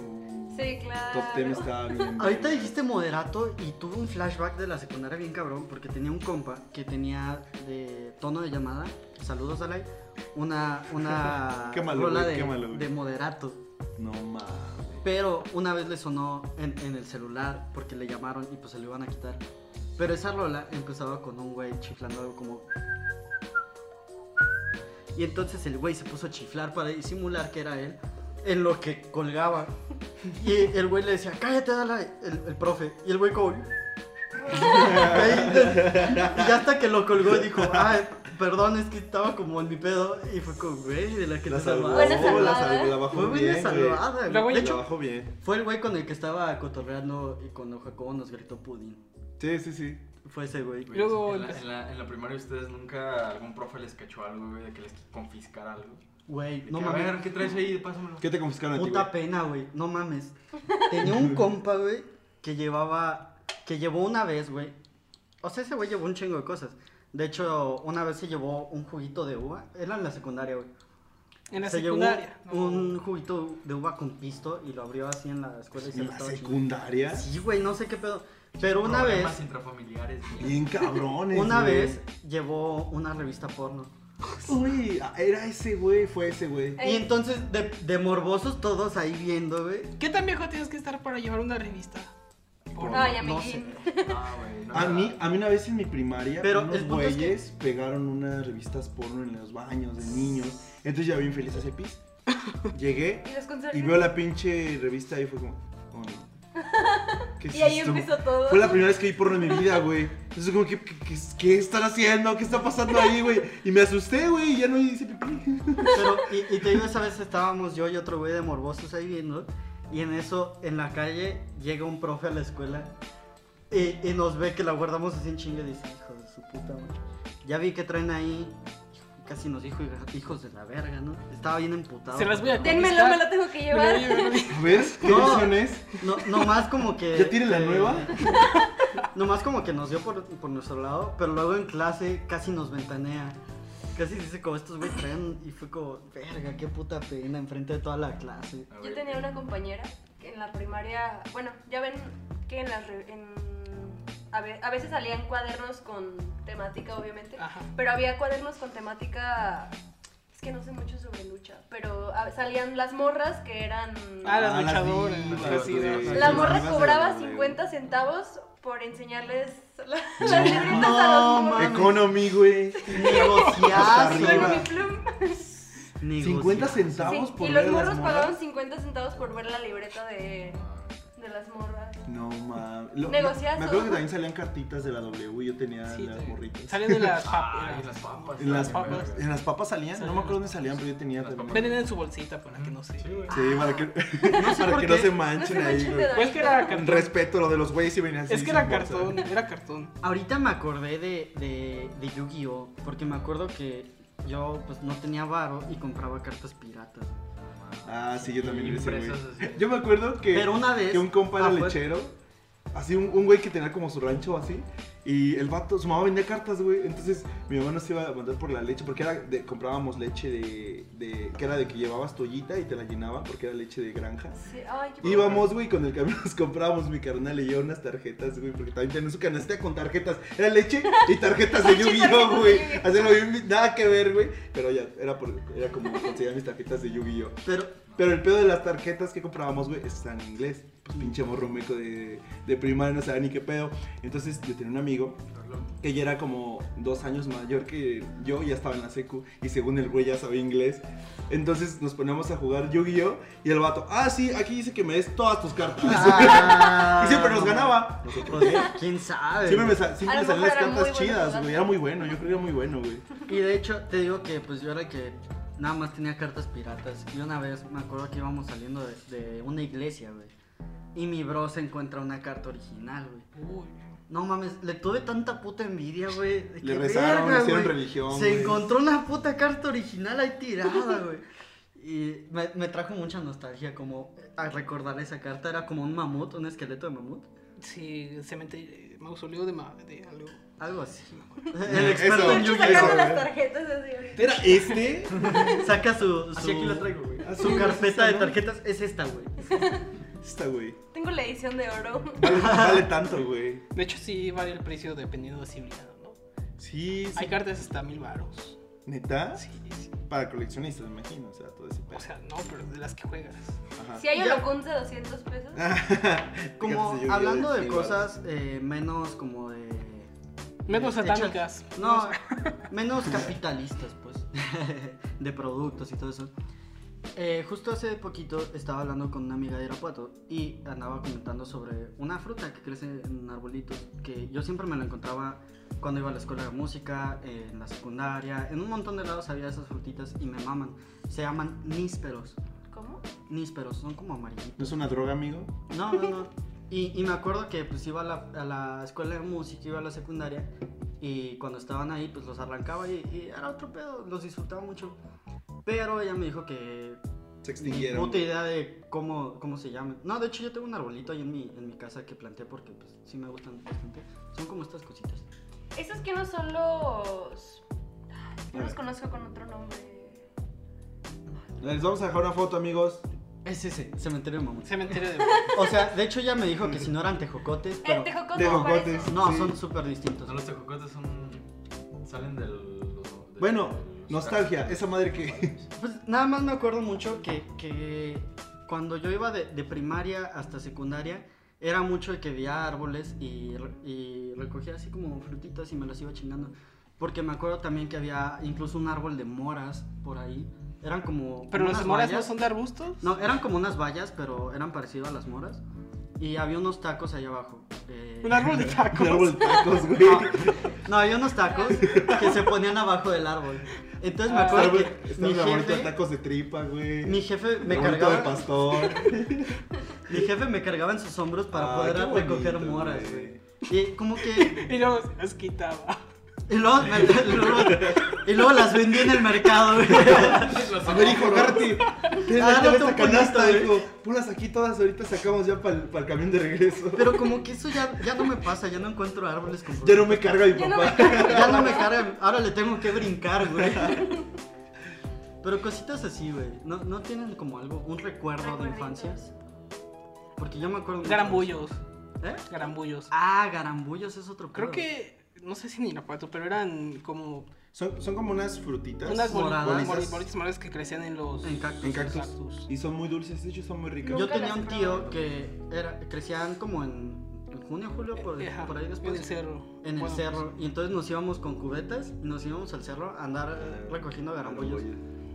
Sí, claro.
Top Ten estaba bien.
Ahorita dijiste moderato y tuve un flashback de la secundaria bien cabrón porque tenía un compa que tenía de tono de llamada, saludos Dalai, una, una
Quémalo,
rola
güey,
de,
quémalo, güey.
de moderato.
No mames.
Pero una vez le sonó en, en el celular porque le llamaron y pues se lo iban a quitar. Pero esa rola empezaba con un güey chiflando algo como... Y entonces el güey se puso a chiflar para disimular que era él en lo que colgaba. Y el güey le decía, cállate, dale, el, el profe. Y el güey como... y ya hasta que lo colgó dijo, ay, perdón, es que estaba como en mi pedo. Y fue como, güey, de la que
La
te
salvó,
salvaste".
Buena
la
salvada.
salvó, la bajó
Fue
bien.
buena
güey.
salvada. güey.
Luego
de
ya-
La
hecho,
bajó bien.
fue el güey con el que estaba cotorreando y cuando Jacobo nos gritó pudín.
Sí, sí, sí.
Fue ese güey.
Güey,
Luego
en la,
empezó-
en, la, en la primaria ustedes nunca algún profe les cachó algo, güey, de que les confiscara algo.
Güey,
De
no
que, a ver,
mames.
¿qué traes ahí? Pásamelo.
¿Qué te confiscaron a ti,
Puta
güey?
pena, güey. No mames. Tenía un compa, güey, que llevaba. Que llevó una vez, güey. O sea, ese güey llevó un chingo de cosas. De hecho, una vez se llevó un juguito de uva. Era en la secundaria, güey.
En la
se
secundaria.
llevó un juguito de uva con pisto y lo abrió así en la escuela y se
¿En
lo
la
estaba chingando.
secundaria?
Sí, güey, no sé qué pedo. Pero una vez.
Problemas intrafamiliares, güey.
Bien cabrones.
Una
güey.
vez llevó una revista porno.
Uy, era ese güey, fue ese güey.
Ey.
Y entonces, de, de morbosos todos ahí viendo, güey.
¿Qué tan viejo tienes que estar para llevar una revista?
porno.
Ay, a mí.
No sé.
Ah, güey. no,
A mí, a mí una vez en mi primaria,
Pero el
unos
punto es que-
güeyes pegaron unas revistas porno en los baños de niños. Entonces ya bien feliz hace pis. Llegué
Y los conserjes.
y veo la pinche revista y fue como, oh no. ¿Qué es
Y ahí
esto?
empezó todo.
Fue la primera vez que vi porno en mi vida, güey. Entonces como, ¿qué, qué, qué, qué están haciendo? ¿Qué está pasando ahí, güey? Y me asusté, güey, y ya no hice pipí.
Pero, y, y te digo, esa vez estábamos yo y otro güey de morbosos ahí viendo. Y en eso, en la calle, llega un profe a la escuela. Y, y nos ve que la guardamos así en chinga. Y dice, hijo de su puta madre. Ya vi que traen ahí. Casi nos dijo "Hija- hijos de la verga, ¿no? Estaba bien emputado.
Se las voy a-
Ténmelo, me lo tengo que llevar.
¿Ves? ¿Qué
No.
versión es?
No, nomás como que.
¿Ya tiene la
eh,
nueva?
Nomás como que nos dio por, por nuestro lado, pero luego en clase casi nos ventanea. Casi dice como estos güey traen y fue como, verga, qué puta pena enfrente de toda la clase.
a
Yo
ver.
tenía una compañera que en la primaria, bueno, ya ven que en las re- en- a, ve- a veces salían cuadernos con temática, obviamente,
Ah.
Ajá.
pero había cuadernos con temática, es que no sé mucho sobre lucha, pero a- salían las morras que eran...
Ah, las
Ah, las
luchadoras.
divas,
las divas.
güey.
la
sí,
morra
sí, sí,
cobraba
sí, sí.
50 centavos por enseñarles la-
No.
las libritas
No,
a los morros.
mames.
Economy, güey.
Negociazo.
Hasta arriba.
Bueno, mi plum.
Negociazo.
50 centavos
Sí,
por
y
ver
los
a las
morros
morras.
pagaban 50 centavos por ver la libreta de, de las morras.
No mames. Lo-
Negociazo.
Me acuerdo que también salían cartitas de la W y yo tenía
Sí,
las
sí.
morritas.
Salen de las
Ah,
papas.
y las papas.
En las,
Las papas.
en las papas salían, no me acuerdo dónde salían, pero yo tenía
Las
también.
papas.
Venden en su bolsita
Ah,
para que no se.
Sí, güey.
Sí, para que, para
por
que no se
qué.
No se
manchen ahí,
manchen
güey.
de dolor.
Pues que era cartón.
Respeto lo de los güeyes y venían así.
es que
sin
era
bolsa.
cartón, era cartón.
Ahorita me acordé de, de, de Yu-Gi-Oh! Porque me acuerdo que yo pues no tenía varo y compraba cartas piratas.
Ah, sí, yo también era ese güey.
Impresas así.
Yo me acuerdo que,
Pero una vez-
que un compa era
Ah, fue-
lechero, así un, un güey que tenía como su rancho así, y el vato, su mamá vendía cartas, güey, entonces mi mamá nos iba a mandar por la leche, porque era de- comprábamos leche de, de- que era de que llevabas toallita y te la llenaban, porque era leche de granja.
Sí, ay, qué
Íbamos, güey, con el camión nos comprábamos mi carnal y yo unas tarjetas, güey, porque también tenía su canasta con tarjetas. Era leche y tarjetas de
Leche y tarjetas de
Yu-Gi-Oh, güey.
Yu-Gi-Oh.
Hacerlo bien, nada que ver, güey. Pero ya, era, por, era como conseguía mis tarjetas de Yu-Gi-Oh.
Pero
Pero el pedo de las tarjetas que comprábamos, güey, están en inglés. Pues pinche morro meco de, de primaria, no sabía ni qué pedo. Entonces yo tenía un amigo que ya era como dos años mayor que yo, ya estaba en la secu y según el güey ya sabía inglés. Entonces nos poníamos a jugar Yu-Gi-Oh! y el vato, ah, sí, aquí dice que me des todas tus cartas.
Ah.
y siempre nos ganaba. Nosotros.
pues, quién sabe.
Siempre me, sa- siempre
A
me
lo
salían
mejor
las
era muy
cartas
bueno
chidas,
jugando.
güey. Era muy bueno, yo creo que era muy bueno, güey.
Y de hecho, te digo que pues yo era el que nada más tenía cartas piratas. Y una vez me acuerdo que íbamos saliendo de, de una iglesia, güey. Y mi bro se encuentra una carta original, güey.
Uy.
No mames, le tuve tanta puta envidia, güey. de
Le
que,
rezaron,
verga,
hicieron
güey.
religión,
Se
güey.
encontró una puta carta original ahí tirada, güey. Y me, me trajo mucha nostalgia, como eh, al recordar esa carta. Era como un mamut, un esqueleto de mamut.
Sí, cementerio, mausoleo de, ma- de algo.
Algo así. El
Eso.
experto en
Poncho
Yu-Gi-Oh,
sacando
güey.
las tarjetas así. ahorita.
¿Era este?
Yu-Gi-Oh! Saca su, su,
Así aquí la traigo, güey.
Ah,
su carpeta de tarjetas. Es esta, güey.
Esta, güey.
Tengo la edición de oro.
Vale, vale tanto, güey.
De hecho, sí varía el precio dependiendo de si brillado, ¿no?
Sí, sí.
Hay cartas hasta mil varos.
¿Neta?
Sí, sí.
Para coleccionistas, me imagino, o sea, todo ese pedo.
O sea, no, pero de las que juegas.
Ajá.
Si hay
Ya.
holocún de 200 pesos.
Ah. Fíjate,
Como
si yo
hablando
hubiera
de
llevado-
cosas eh, menos como de...
Menos
de-
satánicas.
hechas- No, menos capitalistas, pues. de productos y todo eso. Eh, justo hace poquito estaba hablando con una amiga de Irapuato y andaba comentando sobre una fruta que crece en arbolitos que yo siempre me la encontraba cuando iba a la escuela de música, eh, en la secundaria, en un montón de lados había esas frutitas y me maman. Se llaman nísperos.
¿Cómo?
Nísperos, son como amarillitos.
¿No es una droga, amigo?
No, no, no. Y, y me acuerdo que pues iba a la, a la escuela de música, iba a la secundaria y cuando estaban ahí pues los arrancaba y, y era otro pedo, los disfrutaba mucho. Pero ella me dijo que
Se
ni
extinguieron.
puta idea de cómo, cómo se llaman. No, de hecho yo tengo un arbolito ahí en mi, en mi casa que planté porque pues sí me gustan bastante. Son como estas cositas.
Esos que no son los. Yo los conozco con otro nombre. Eh,
Les vamos a dejar una foto, amigos.
Es ese, cementerio de mamón.
Cementerio de
O sea, de hecho ella me dijo que si no eran tejocotes,
Eh,
pero...
tejocotes.
tejocotes.
parece.
No,
Sí.
son súper distintos.
No, los tejocotes son. salen del. del-
Bueno,
del-
nostalgia, esa madre que-
Pues nada más me acuerdo mucho que, que cuando yo iba de, de primaria hasta secundaria, era mucho de que veía árboles y, re- y recogía así como frutitas y me las iba chingando. Porque me acuerdo también que había incluso un árbol de moras por ahí. Eran como.
Pero las
como unas
moras no
vallas.
son de arbustos.
No, eran como unas vallas, pero eran parecidas a las moras. Y había unos tacos ahí abajo. eh,
Un árbol de tacos.
Un árbol de tacos, güey. Este
no, no, había unos tacos que se ponían abajo del árbol. Entonces me
Ah.
acuerdo
Árbol-
que
Estaba
mi
la bolita de
jefe,
tacos de tripa, güey.
mi jefe me
Arbolito de
cargaba,
pastor.
mi jefe me cargaba en sus hombros para
Ah,
poder
qué
recoger
bonito,
moras,
güey.
güey. Y como que
Y luego se las quitaba.
y luego, me- luego- y luego las vendí en el mercado, güey.
A ver, hijo, agárrate.
Ah,
Ten la- ten
Agárrate
esta
un
canasta,
puñito,
hijo. Ponlas aquí todas, ahorita sacamos ya para el, camión de regreso.
Pero como que eso ya, ya no me pasa, ya no encuentro árboles con
Ya no me carga mi
Ya no me
papá.
Ya no me cargan, ahora le tengo que brincar, güey. Pero cositas así, güey. No, no tienen como algo, un recuerdo de infancia.
Recuerditos.
Porque yo me acuerdo. mucho de
Garambullos.
eso. ¿Eh?
Garambullos.
Ah, garambullos es otro
Creo
pedo.
que. No sé si en Irapuato, pero eran como
Son, son como unas frutitas.
unas bol-
moradas.
bol- bolitas moradas que crecían en los.
En cactus.
en cactus.
cactus.
Y son muy dulces, de hecho son muy ricas.
Yo
Nunca
tenía
las he
un tío
probado.
que era, crecían como en, en junio, julio, por,
Eh, ajá,
por ahí después.
En el cerro.
En el
Bueno,
cerro. Y entonces nos íbamos con cubetas y nos íbamos al cerro a andar eh, recogiendo garambullos.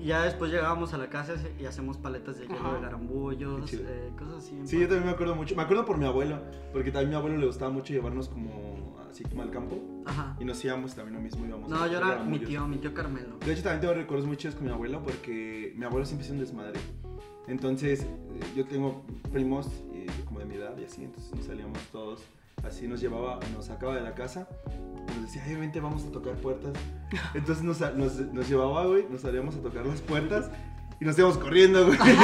Y ya después llegábamos a la casa y hacemos paletas de hielo
Ajá.
de garambullos,
Qué chido.
eh, cosas así.
Sí, yo también me acuerdo mucho. Me acuerdo por mi abuelo, porque también a mi abuelo le gustaba mucho llevarnos como así como al campo.
Ajá.
Y nos íbamos también lo mismo, íbamos a
No, yo era
recoger
mi
garambullos.
tío, mi tío Carmelo.
De hecho, también tengo recuerdos muy chidos con mi abuelo porque mi abuelo siempre es un desmadre. Entonces, eh, yo tengo primos eh, como de mi edad y así, entonces nos salíamos todos. Así nos llevaba, nos sacaba de la casa, nos decía, ay, vente, vamos a tocar puertas. Entonces nos, nos, nos llevaba, güey, nos salíamos a tocar las puertas y nos íbamos corriendo, güey.
Es el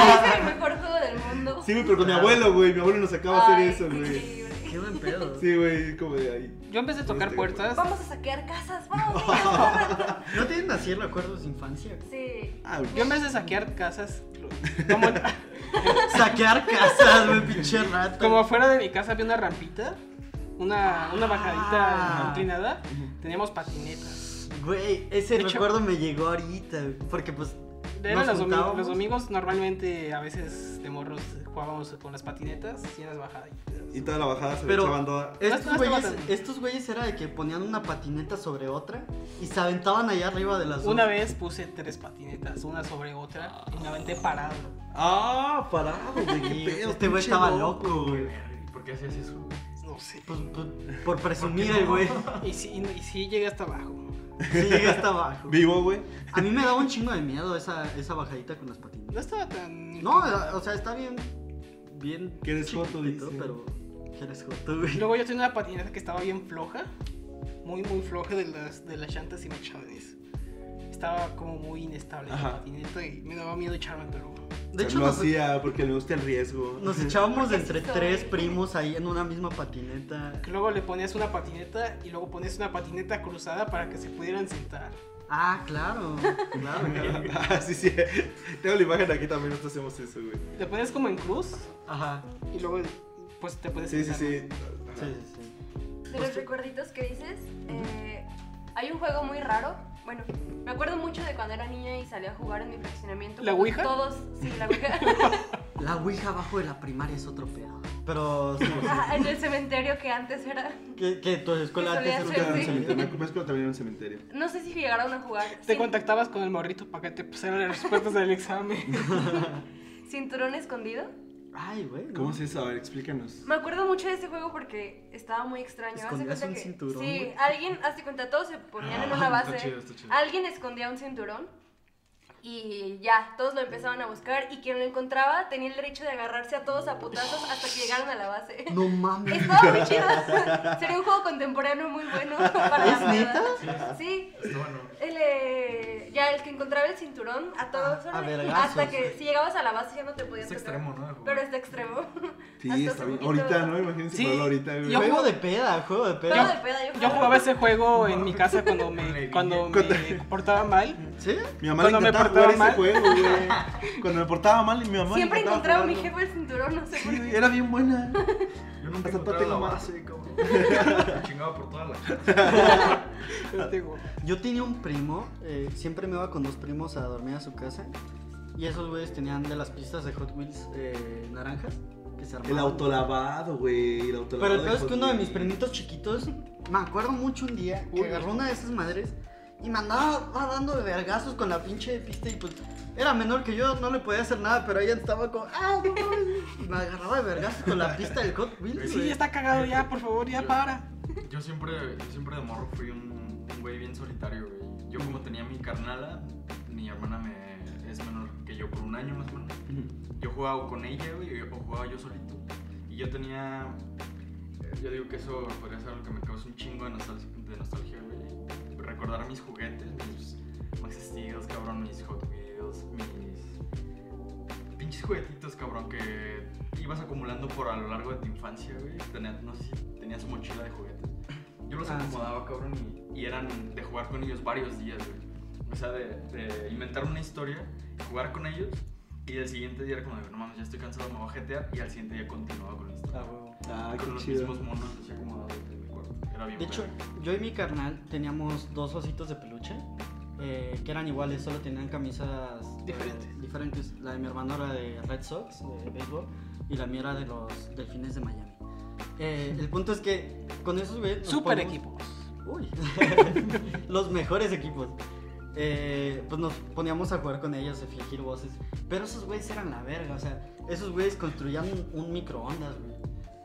mejor juego del mundo.
Sí, güey, pero con mi abuelo, güey, mi abuelo nos sacaba a hacer
Ay,
eso, güey.
increíble.
Qué buen pedo.
Sí, güey, como de ahí.
Yo empecé a tocar
Este,
puertas.
Vamos a saquear casas, vamos. niños, corran.
¿No tienen así recuerdos de infancia?
sí.
Ah, güey.
Yo en vez de saquear casas, lo- como,
Saquear casas, güey, pinche rato.
como afuera de mi casa había una rampita, una, una bajadita
Ah.
inclinada, teníamos patinetas.
Güey, ese
De hecho-
recuerdo me llegó ahorita, güey, porque pues...
Eran
Nos
los, domi-
juntábamos.
los domingos, normalmente a veces de morros jugábamos con las patinetas y las bajaditas.
Y toda la bajada se
Pero-
le echaban toda.
No
Estos
estaba
güeyes,
tan-
estos güeyes era de que ponían una patineta sobre otra y se aventaban allá arriba de las dos.
Una vez puse tres patinetas, una sobre otra, y me aventé parado.
Ah, parado, güey,
Sí,
qué pedo.
este güey
pinche
estaba loco, güey.
¿Por qué hacías eso?
No sé.
Pues, pues, por presumir el güey.
Y sí, y sí llegué hasta abajo.
Sí, llega hasta abajo.
Vivo, güey.
A mí me daba un chingo de miedo esa, esa bajadita con las patinetas.
No estaba tan...
No, o sea, está bien. Bien.
Que eres joto,
chiquitito,
dice.
Pero. Que eres joto, güey.
Luego yo tenía una patineta que estaba bien floja, muy muy floja de las, de las llantas y machones. Estaba como muy inestable
Ajá.
la patineta y me daba miedo echarme, pero
De hecho,
lo
nos,
hacía porque le gusta el riesgo.
nos echábamos
Porque así
entre
soy.
tres primos ahí en una misma patineta.
que luego le ponías una patineta y luego ponías una patineta cruzada para que se pudieran sentar.
Ah, claro. Claro, claro.
ah, sí, sí. Tengo la imagen aquí también, nosotros hacemos eso, güey.
Le ponías como en cruz
Ajá.
y luego pues te puedes
Sí, sí,
sentar.
sí.
Sí, sí, sí.
De los recuerditos que dices, eh, hay un juego muy raro. Bueno, me acuerdo mucho de cuando era niña y salía a jugar en mi fraccionamiento.
¿La
con
ouija?
Todos, sí, la Ouija.
La ouija abajo de la primaria es otro pedo. Pero. sí,
Ajá, en el cementerio que antes era.
sí. que, que tu escuela antes
solía
era
Creo que era un
Sí, sí.
cementerio. Me
cementerio.
acuerdo que también era un cementerio.
No sé si llegaron a jugar.
Te
Cin-
contactabas con el morrito para que te pusieran las respuestas del examen.
Cinturón escondido.
Ay, güey. ¿no?
¿Cómo es eso? A ver, explícanos.
Me acuerdo mucho de ese juego porque estaba muy extraño. Haz de
Escondías
cuenta
un
que-
cinturón,
Sí,
güey.
alguien, hace cuenta, todos se ponían en
Ah,
una
está
base. Ah,
chido, está chido.
Alguien escondía un cinturón y ya, todos lo empezaban a buscar y quien lo encontraba tenía el derecho de agarrarse a todos a putazos hasta que llegaron a la base.
No mames.
Estaba muy chido. Sería un juego contemporáneo muy bueno para
¿Es
la verdad.
neta?
Sí.
Está bueno.
El, eh, ya el que encontraba el cinturón a todos
Ah, a
órdenes,
vergazos.
hasta que si llegabas a la base ya no te podías
Es
tocar.
extremo, ¿no? El juego.
Pero es de extremo.
Sí,
Hasta
está
hace
bien.
poquito-
Ahorita, ¿no? Imagínense
Sí,
jugarlo ahorita, güey.
yo-
Juego de peda, juego de
Juego
peda.
de peda, yo
Yo
jugaba.
jugaba ese juego en mi casa cuando me,
Con
cuando
la niña.
me portaba mal.
¿Sí?
Mi mamá
Cuando
le
me
intentaba
portaba
jugar
mal.
ese juego, güey. Cuando me portaba mal, mi mamá.
Siempre
intentaba
encontraba a mi
jugarlo.
jefe el cinturón, no sé por
Sí,
qué.
güey, era bien buena.
Yo nunca
Hasta
encontraba
tengo
la
más. eh.
base, cabrón. Me chingaba por toda la casa.
Ah,
Yo te digo,
Yo tenía un primo, eh, siempre me iba con dos primos a dormir a su casa. Y esos güeyes tenían de las pistas de Hot Wheels eh, naranjas. que se armaba.
El autolavado, güey. El autolavado.
Pero el
de
peor es que
Hot
uno de mis
Wheels.
primitos chiquitos, me acuerdo mucho un día que
Uy.
agarró una de esas madres y me andaba va dando de vergazos con la pinche pista y pues era menor que yo, no le podía hacer nada, pero ella estaba como, ah, no mames", y me agarraba de vergazos con la pista del Hot
pues
Wheels.
Pues Sí,
güey.
ya está cagado ya, por favor, ya para.
Yo siempre, yo siempre de morro fui un un güey bien solitario, güey. Yo como tenía mi carnala, mi hermana me, es menor que yo por un año más o menos. Yo jugaba o con ella, güey, o jugaba yo solito. Y yo tenía... eh, Yo digo que eso podría ser algo que me causa un chingo de nostalgia, de nostalgia güey. Recordar mis juguetes, mis Max Steel, cabrón, mis Hot Wheels, mis... Pinches juguetitos, cabrón, que ibas acumulando por a lo largo de tu infancia, güey. Tenías, no sé si tenías mochila de juguetes. Yo los
Ah, sí.
acomodaba, cabrón, y, y eran de jugar con ellos varios días, güey. O sea, de, de inventar una historia, jugar con ellos, y el siguiente día era como, de, no mames, ya estoy cansado, me voy a jetear, y al siguiente día continuaba con la historia.
Ah,
con
qué
los
chido.
mismos monos, así acomodados en mi cuarto. Era bien
De hecho,
verga.
yo y mi carnal teníamos dos ositos de peluche eh, que eran iguales, solo tenían camisas eh,
Diferentes.
diferentes. La de mi hermano era de Red Sox, de béisbol, y la mía era de los Delfines de Miami. Eh, el punto es que con esos güey, nos
Super
podíamos-
equipos.
Uy. los mejores equipos. Eh, pues nos poníamos a jugar con ellos, a fingir voces. Pero esos güeyes eran la verga. O sea, esos güeyes construían un, un microondas, güey.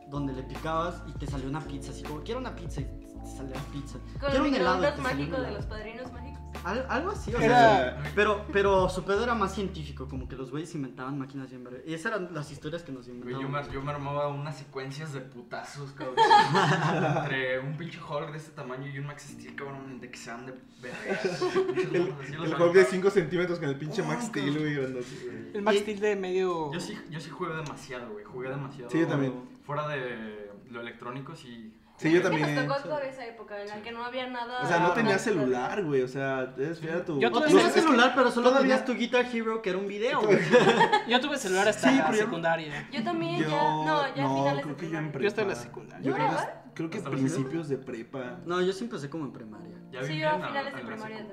Donde le picabas y te salía una pizza. Así como, quiero una pizza. Y te salía pizza.
Con el
quiero un helado. y
microondas
te salía un
mágico de
helado.
los padrinos mágicos.
Al- algo así, o sea.
Era-
Pero, pero su pedo era más científico. Como que los güeyes inventaban máquinas bien verga. Y esas eran las historias que nos
Güey, yo,
inventaban.
me, yo me armaba unas secuencias de putazos, cabrón. Entre un pinche Hulk de este tamaño y un Max Steel, cabrón, de que sean de vergas. Pinches
El,
monos así los
el Hulk de
aventaba.
5 centímetros con el pinche
Oh,
Max
cabrón.
Steel, güey, grandote, güey.
El Max
Y-
Steel de medio.
Yo sí, yo sí jugué demasiado, güey. Jugué demasiado.
Sí, yo también.
Fuera de lo electrónico, sí.
Sí, yo
Es que
también.
Nos tocó toda esa época en la
Sí.
que no había nada.
O sea, no
Ah,
tenía
tenías
celular, güey. O sea, es- era tu.
Yo
No
todavía-
tenías
es que
celular, pero solo
todavía-
tenías tu Guitar Hero, que era un video, güey.
Yo tuve celular hasta
Sí,
la
pero yo-
secundaria.
Yo también
Yo-
ya. No, ya
no,
a finales
creo
de
que yo en
primaria.
Yo hasta la
prepa.
secundaria.
Yo creo que,
¿eh?
¿Verdad?
creo que
¿Hasta la
principios de prepa.
No, yo sí empecé como en primaria.
Ya
Sí,
bien
yo a
bien la-
finales
a
de
la
primaria.
secu.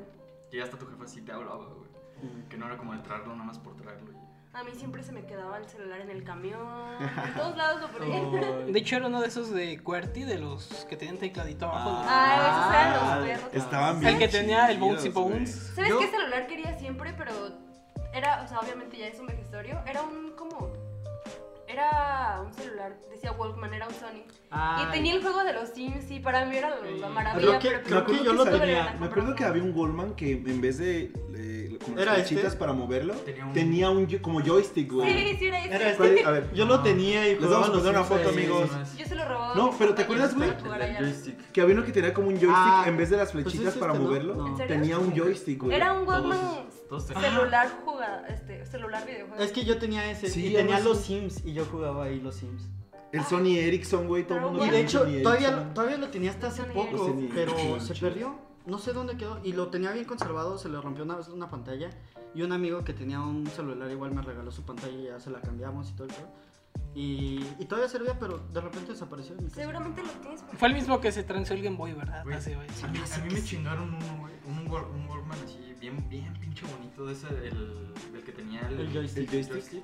Y hasta tu jefa sí te hablaba, güey. Que no era como de traerlo nada más por traerlo. y-
A mí siempre se me quedaba el celular en el camión. En todos lados lo ponía.
Oh.
De hecho, era uno de esos de QWERTY, de los que tenían tecladito abajo. ¿no?
Ah, esos eran los perros.
Estaban bien.
el que tenía el
chidos,
Bouncy
güey.
Bones.
¿Sabes
Yo-
qué celular quería siempre? Pero era, o sea, obviamente ya es un vejestorio. Era un como. Era un celular, decía Walkman, era un Sony.
Ay.
Y tenía el juego de los Sims y para mí era la
Creo
maravilla.
que-
pero-
Me
creo que
acuerdo
yo
que
lo
sabía-
tenía.
Me acuerdo que había un Goldman que en vez de. eh, con las
¿Era este?
flechitas para moverlo,
Tenía un-
tenía un. yo- como joystick, güey.
Sí, sí, era ese.
Era este.
¿Cuál- A ver,
Yo lo tenía y
Les vamos a
jugaba los
poner una
Sims
foto,
ahí.
amigos.
Eso es-
Yo se lo robaba. a
No,
mis
pero ¿te
compañeros
acuerdas, güey?
para jugar
El del
allá.
joystick.
Que había uno que tenía como un joystick
Ah,
en vez de las
pues
flechitas
es
para
este, ¿no?
moverlo.
No.
¿En serio?
Tenía un joystick, güey.
Era un Walkman
Todos, todos tenían.
celular jugada, este, celular videojuego.
Es que yo tenía ese
Sí,
y tenía
algo
los
así.
Sims y yo jugaba ahí los Sims.
El Sony Ericsson, güey. Todo el
Pero
mundo
y
No
de
tenía un
hecho,
Sony
todavía
Ericsson.
lo, todavía lo tenía hasta hace
Sony
poco,
Ericsson.
pero
Sí,
se
sí.
perdió. No sé dónde quedó. Y lo tenía bien conservado, se le rompió una vez una pantalla. Y un amigo que tenía un celular igual me regaló su pantalla y ya se la cambiamos y todo el pedo. Y, y todavía servía, pero de repente desapareció. de mi casa.
Seguramente lo tienes.
Ah, Fue el mismo que se transó el Game Boy, ¿verdad?
Güey,
Así, güey.
a mí, a mí me chingaron uno, güey. Un, Wal- un Walkman así, bien, bien pinche bonito. De ese, el, del que tenía el,
El joystick.
El joystick.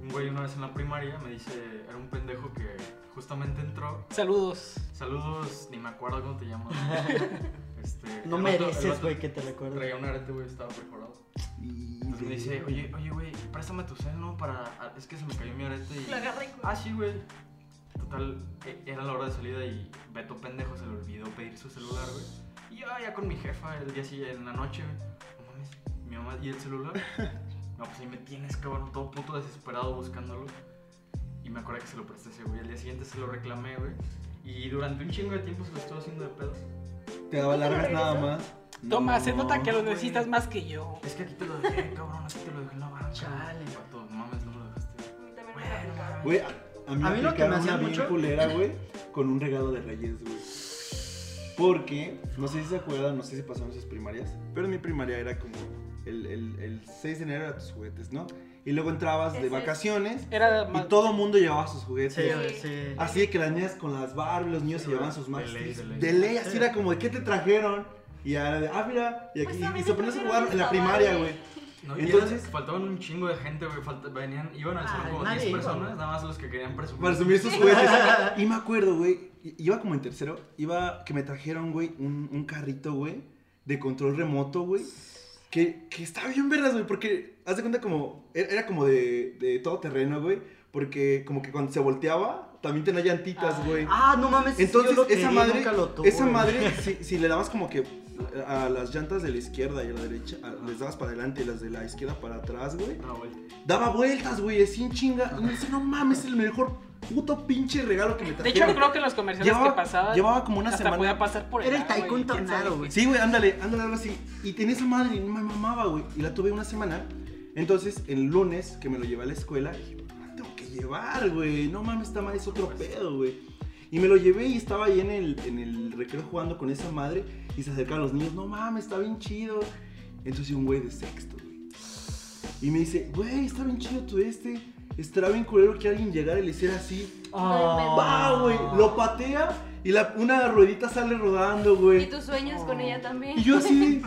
Un güey una vez en la primaria me dice, era un pendejo que justamente entró.
Saludos.
Saludos, ni me acuerdo cómo te llamas. este,
No
el vato- el
mereces,
vato
güey, que te recuerde.
Traía un arete, güey, estaba perforado.
Y-
Entonces me dice, oye, oye, güey, préstame tu cel, ¿no? Para... a- Es que se me cayó mi arete y...
Lo agarré. y-
Ah, sí, güey. Total, e- era la hora de salida y Beto pendejo se le olvidó pedir su celular, güey. Y yo "Ah, ya con mi jefa el día siguiente, en la noche, güey. No mames, mi mamá, ¿y el celular? No, pues ahí me tienes, cabrón, todo puto desesperado buscándolo. Y me acuerdo que se lo presté a ese güey. Al día siguiente se lo reclamé, güey. Y durante un chingo de tiempo se lo estuvo haciendo de pedos.
Te daba largas nada más.
Toma,
No.
se nota que lo
güey.
necesitas más que yo.
Es que aquí te lo dejé, cabrón, aquí te lo dejé en la banca.
Chale.
Pato, no mames, no me lo dejaste.
A mí también me lo aplicaron.
Güey, a, a mí me
A mí lo que me
aplicaron
hacían
una bien
mucho-
culera, güey, con un regalo de Reyes, güey. Porque, no sé si se acuerdan, no sé si pasaron sus primarias, pero en mi primaria era como el, el, el 6 de enero eran tus juguetes, ¿no? Y luego entrabas
Ese
de
es.
vacaciones
Era
y
más.
todo mundo llevaba sus juguetes.
Sí, güey, sí.
Así de que las niñas con las Barbie, los niños se
Sí,
llevaban
güey.
sus Max
De ley,
Steels.
de ley.
De ley, así era como, ¿de qué te trajeron? Y ahora de, ah, mira, y, aquí,
Pues a mí
y se
me
ponían a
trajeron
jugar en la
esta
primaria,
Barbie.
güey.
No,
Entonces-
Entonces, faltaban un chingo de gente, güey. falta- venían, iban al
Ah,
salón como
nadie
10
iba,
personas,
güey.
nada más los que querían presumir.
Para resumir sus juguetes. Y me acuerdo, güey, i- iba como en tercero, iba que me trajeron, güey, un, un carrito, güey, de control remoto, güey. Que, que estaba bien verlas, güey, porque haz de cuenta como, era era como de, de todo terreno, güey, porque como que cuando se volteaba, también tenía llantitas, güey.
Ah, no mames. sí,
Entonces,
yo lo
esa
quería,
madre,
nunca lo tuve.
esa madre, si, si le dabas como que a las llantas de la izquierda y a la derecha, a- les dabas para adelante y las de la izquierda para atrás, güey,
No, güey.
daba vueltas, güey, así en chinga. Y me dice, no mames, es el mejor puto pinche regalo que me
De
trajeron.
hecho, creo que en los comerciales
llevaba,
que pasaban.
llevaba como una
hasta
semana.
podía pasar por el
Era el
agua y
Tycoon
quién sabe
Tornado,
qué.
güey.
Sí, güey, ándale, ándale, algo así. Y tenía esa madre y me mamaba, güey. Y la tuve una semana. Entonces, el lunes que me lo llevé a la escuela, dije, la tengo que llevar, güey. No mames, esta madre es otro pedo, güey. Y me lo llevé y estaba ahí en el, en el recreo jugando con esa madre. Y se acercaron los niños, no mames, está bien chido. Entonces, un güey de sexto, güey. Y me dice, güey, está bien chido tu este. Estará bien culero que alguien llegara y le hiciera así. Ah, Va, güey. Lo patea y la, una ruedita sale rodando, güey.
Y tus sueños con ella también.
Y yo así,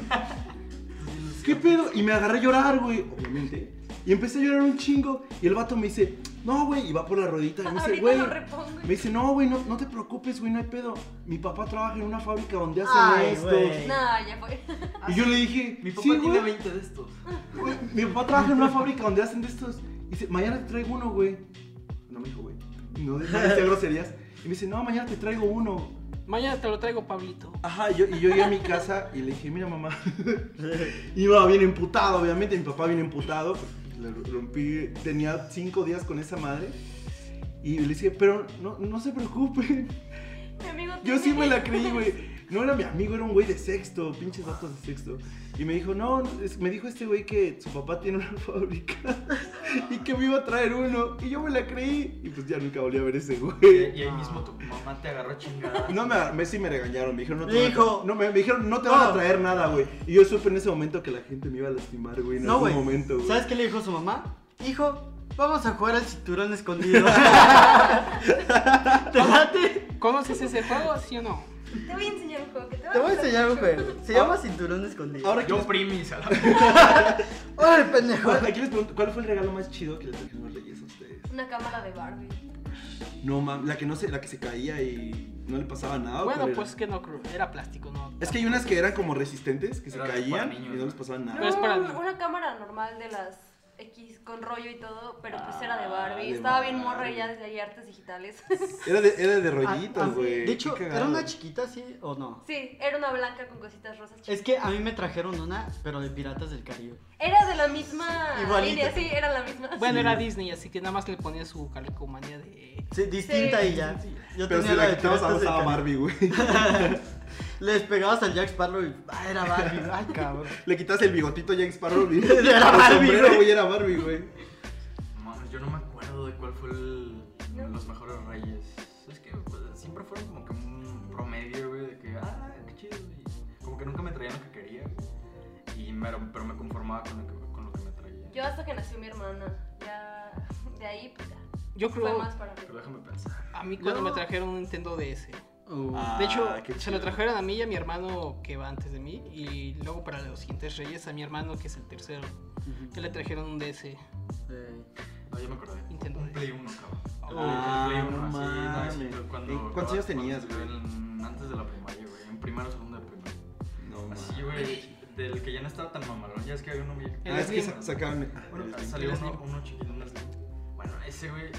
¿qué pedo? Y me agarré a llorar, güey, obviamente. Y empecé a llorar un chingo. Y el vato me dice, no, güey. Y va por la rodita. Y me dice,
Ahorita
güey.
lo repongo.
Me dice, no, güey, no, no te preocupes, güey, no hay pedo. Mi papá trabaja en una fábrica donde hacen
Ay,
esto.
güey.
No, ya fue.
Y yo le dije,
Mi papá
"Sí,
tiene
güey,
20 de estos.
güey, Mi papá trabaja en una fábrica donde hacen de estos. Y dice, mañana te traigo uno, güey. No me dijo, güey. No, no decía groserías. Y me dice, no, mañana te traigo uno.
Mañana te lo traigo, Pablito.
Ajá, yo, y yo llegué a mi casa y le dije, mira mamá. Iba bien emputado, obviamente, mi papá bien emputado. Le rompí, tenía cinco días con esa madre. Y le dije, pero no, no se preocupen.
Mi amigo
Yo
tiene-
sí me la creí, güey. No era mi amigo, era un güey de sexto, pinches datos de sexto. Y me dijo, no, es- me dijo este güey que su papá tiene una fábrica y que me iba a traer uno. Y yo me la creí. Y pues ya nunca volví a ver ese
Y,
güey.
y ahí
Ah.
mismo tu mamá te agarró chingada.
No me, me sí me regañaron, me dijeron no te, van a
Hijo.
tra- no, me, me dijeron, no te van a
No.
traer nada, güey. Y yo supe en ese momento que la gente me iba a lastimar, güey, en
No,
algún
güey.
momento, güey.
¿Sabes qué le dijo su mamá? Hijo, vamos a jugar al cinturón escondido. ¿Te late?
¿Conoces ese juego, sí o no?
Te voy a enseñar un juego que te, va
Te voy a enseñar un
mucho.
juego. Se llama cinturón escondido.
Ahora, ¿quién
Yo
es-
primis a la
¡Órale, pendejo!
¿cuál, aquí les pregunto, ¿cuál fue el regalo más chido que les trajeron los reyes a ustedes?
Una cámara de Barbie.
No, mam, la que no se, la que se caía y no le pasaba nada. ¿o
bueno,
cuál era?
pues que no creo. Era plástico, no.
Ah, Es que hay unas que eran como resistentes, que se
Era
caían
para niños,
y no
¿no?
les pasaba nada.
Pero es para
un-
mí.
una cámara normal de las X con rollo y todo, pero pues era de Barbie.
Ah, de
Estaba bien morra
Barbie.
y ya desde ahí artes digitales.
Era de, era de
Ah, ah,
rollitas, güey.
De hecho,
Qué
¿era
cagado.
una chiquita sí o no?
sí, era una blanca con cositas rosas.
Es que a mí me trajeron una, pero de Piratas del Caribe.
Era de la misma
Igualita.
línea, sí, era la misma.
Bueno,
Sí.
era Disney, así que nada más le ponía su calcomanía de.
Sí, distinta
Sí.
y ya. Yo
Pero
tenía
si
la
la
de
quitabas
Piratas del
avanzaba
Caribe.
Barbie, güey.
Les pegabas al Jack Sparrow y ah, era Barbie. Ay, cabrón.
Le quitas el bigotito a James Sparrow. y-
Era
el
Barbie,
sombrero,
güey.
güey, era Barbie, güey.
Mames, yo no me acuerdo de cuál fue el,
No.
los mejores reyes. Es que pues, siempre fueron como que un promedio, güey, de que, ah, qué chido. Y como que nunca me traían lo que quería. güey. Y me, pero me conformaba con lo que, con lo que me traía.
Yo hasta que nació mi hermana. Ya de ahí pues ya.
Yo
Fue
creo.
más para mí.
Pero déjame pensar.
A mí cuando
Yo-
me trajeron un Nintendo DS.
Uh,
Ah,
De hecho,
qué
se lo
chido.
trajeron a mí y a mi hermano que va antes de mí. Y luego para los siguientes reyes, a mi hermano que es el tercero. Ya le trajeron un DS,
eh,
No, Ah, ya me acordé.
Nintendo
Un
DS.
Play 1, cabrón.
Ah,
Un Play
no
1, así,
mames.
no, así, cuando-
¿Y cuántos años
cuando-
tenías,
cuando-
güey?
en- Antes de la primaria, güey. En primero o segundo de primaria.
No,
Así, güey. Del que ya no estaba tan mamalón, ya es que había uno bien.
El
Ah, es que
Slim.
sa- sacaron.
Bueno,
el-
salió
el
uno,
Slim.
uno chiquito, un Slim. Bueno, ese güey,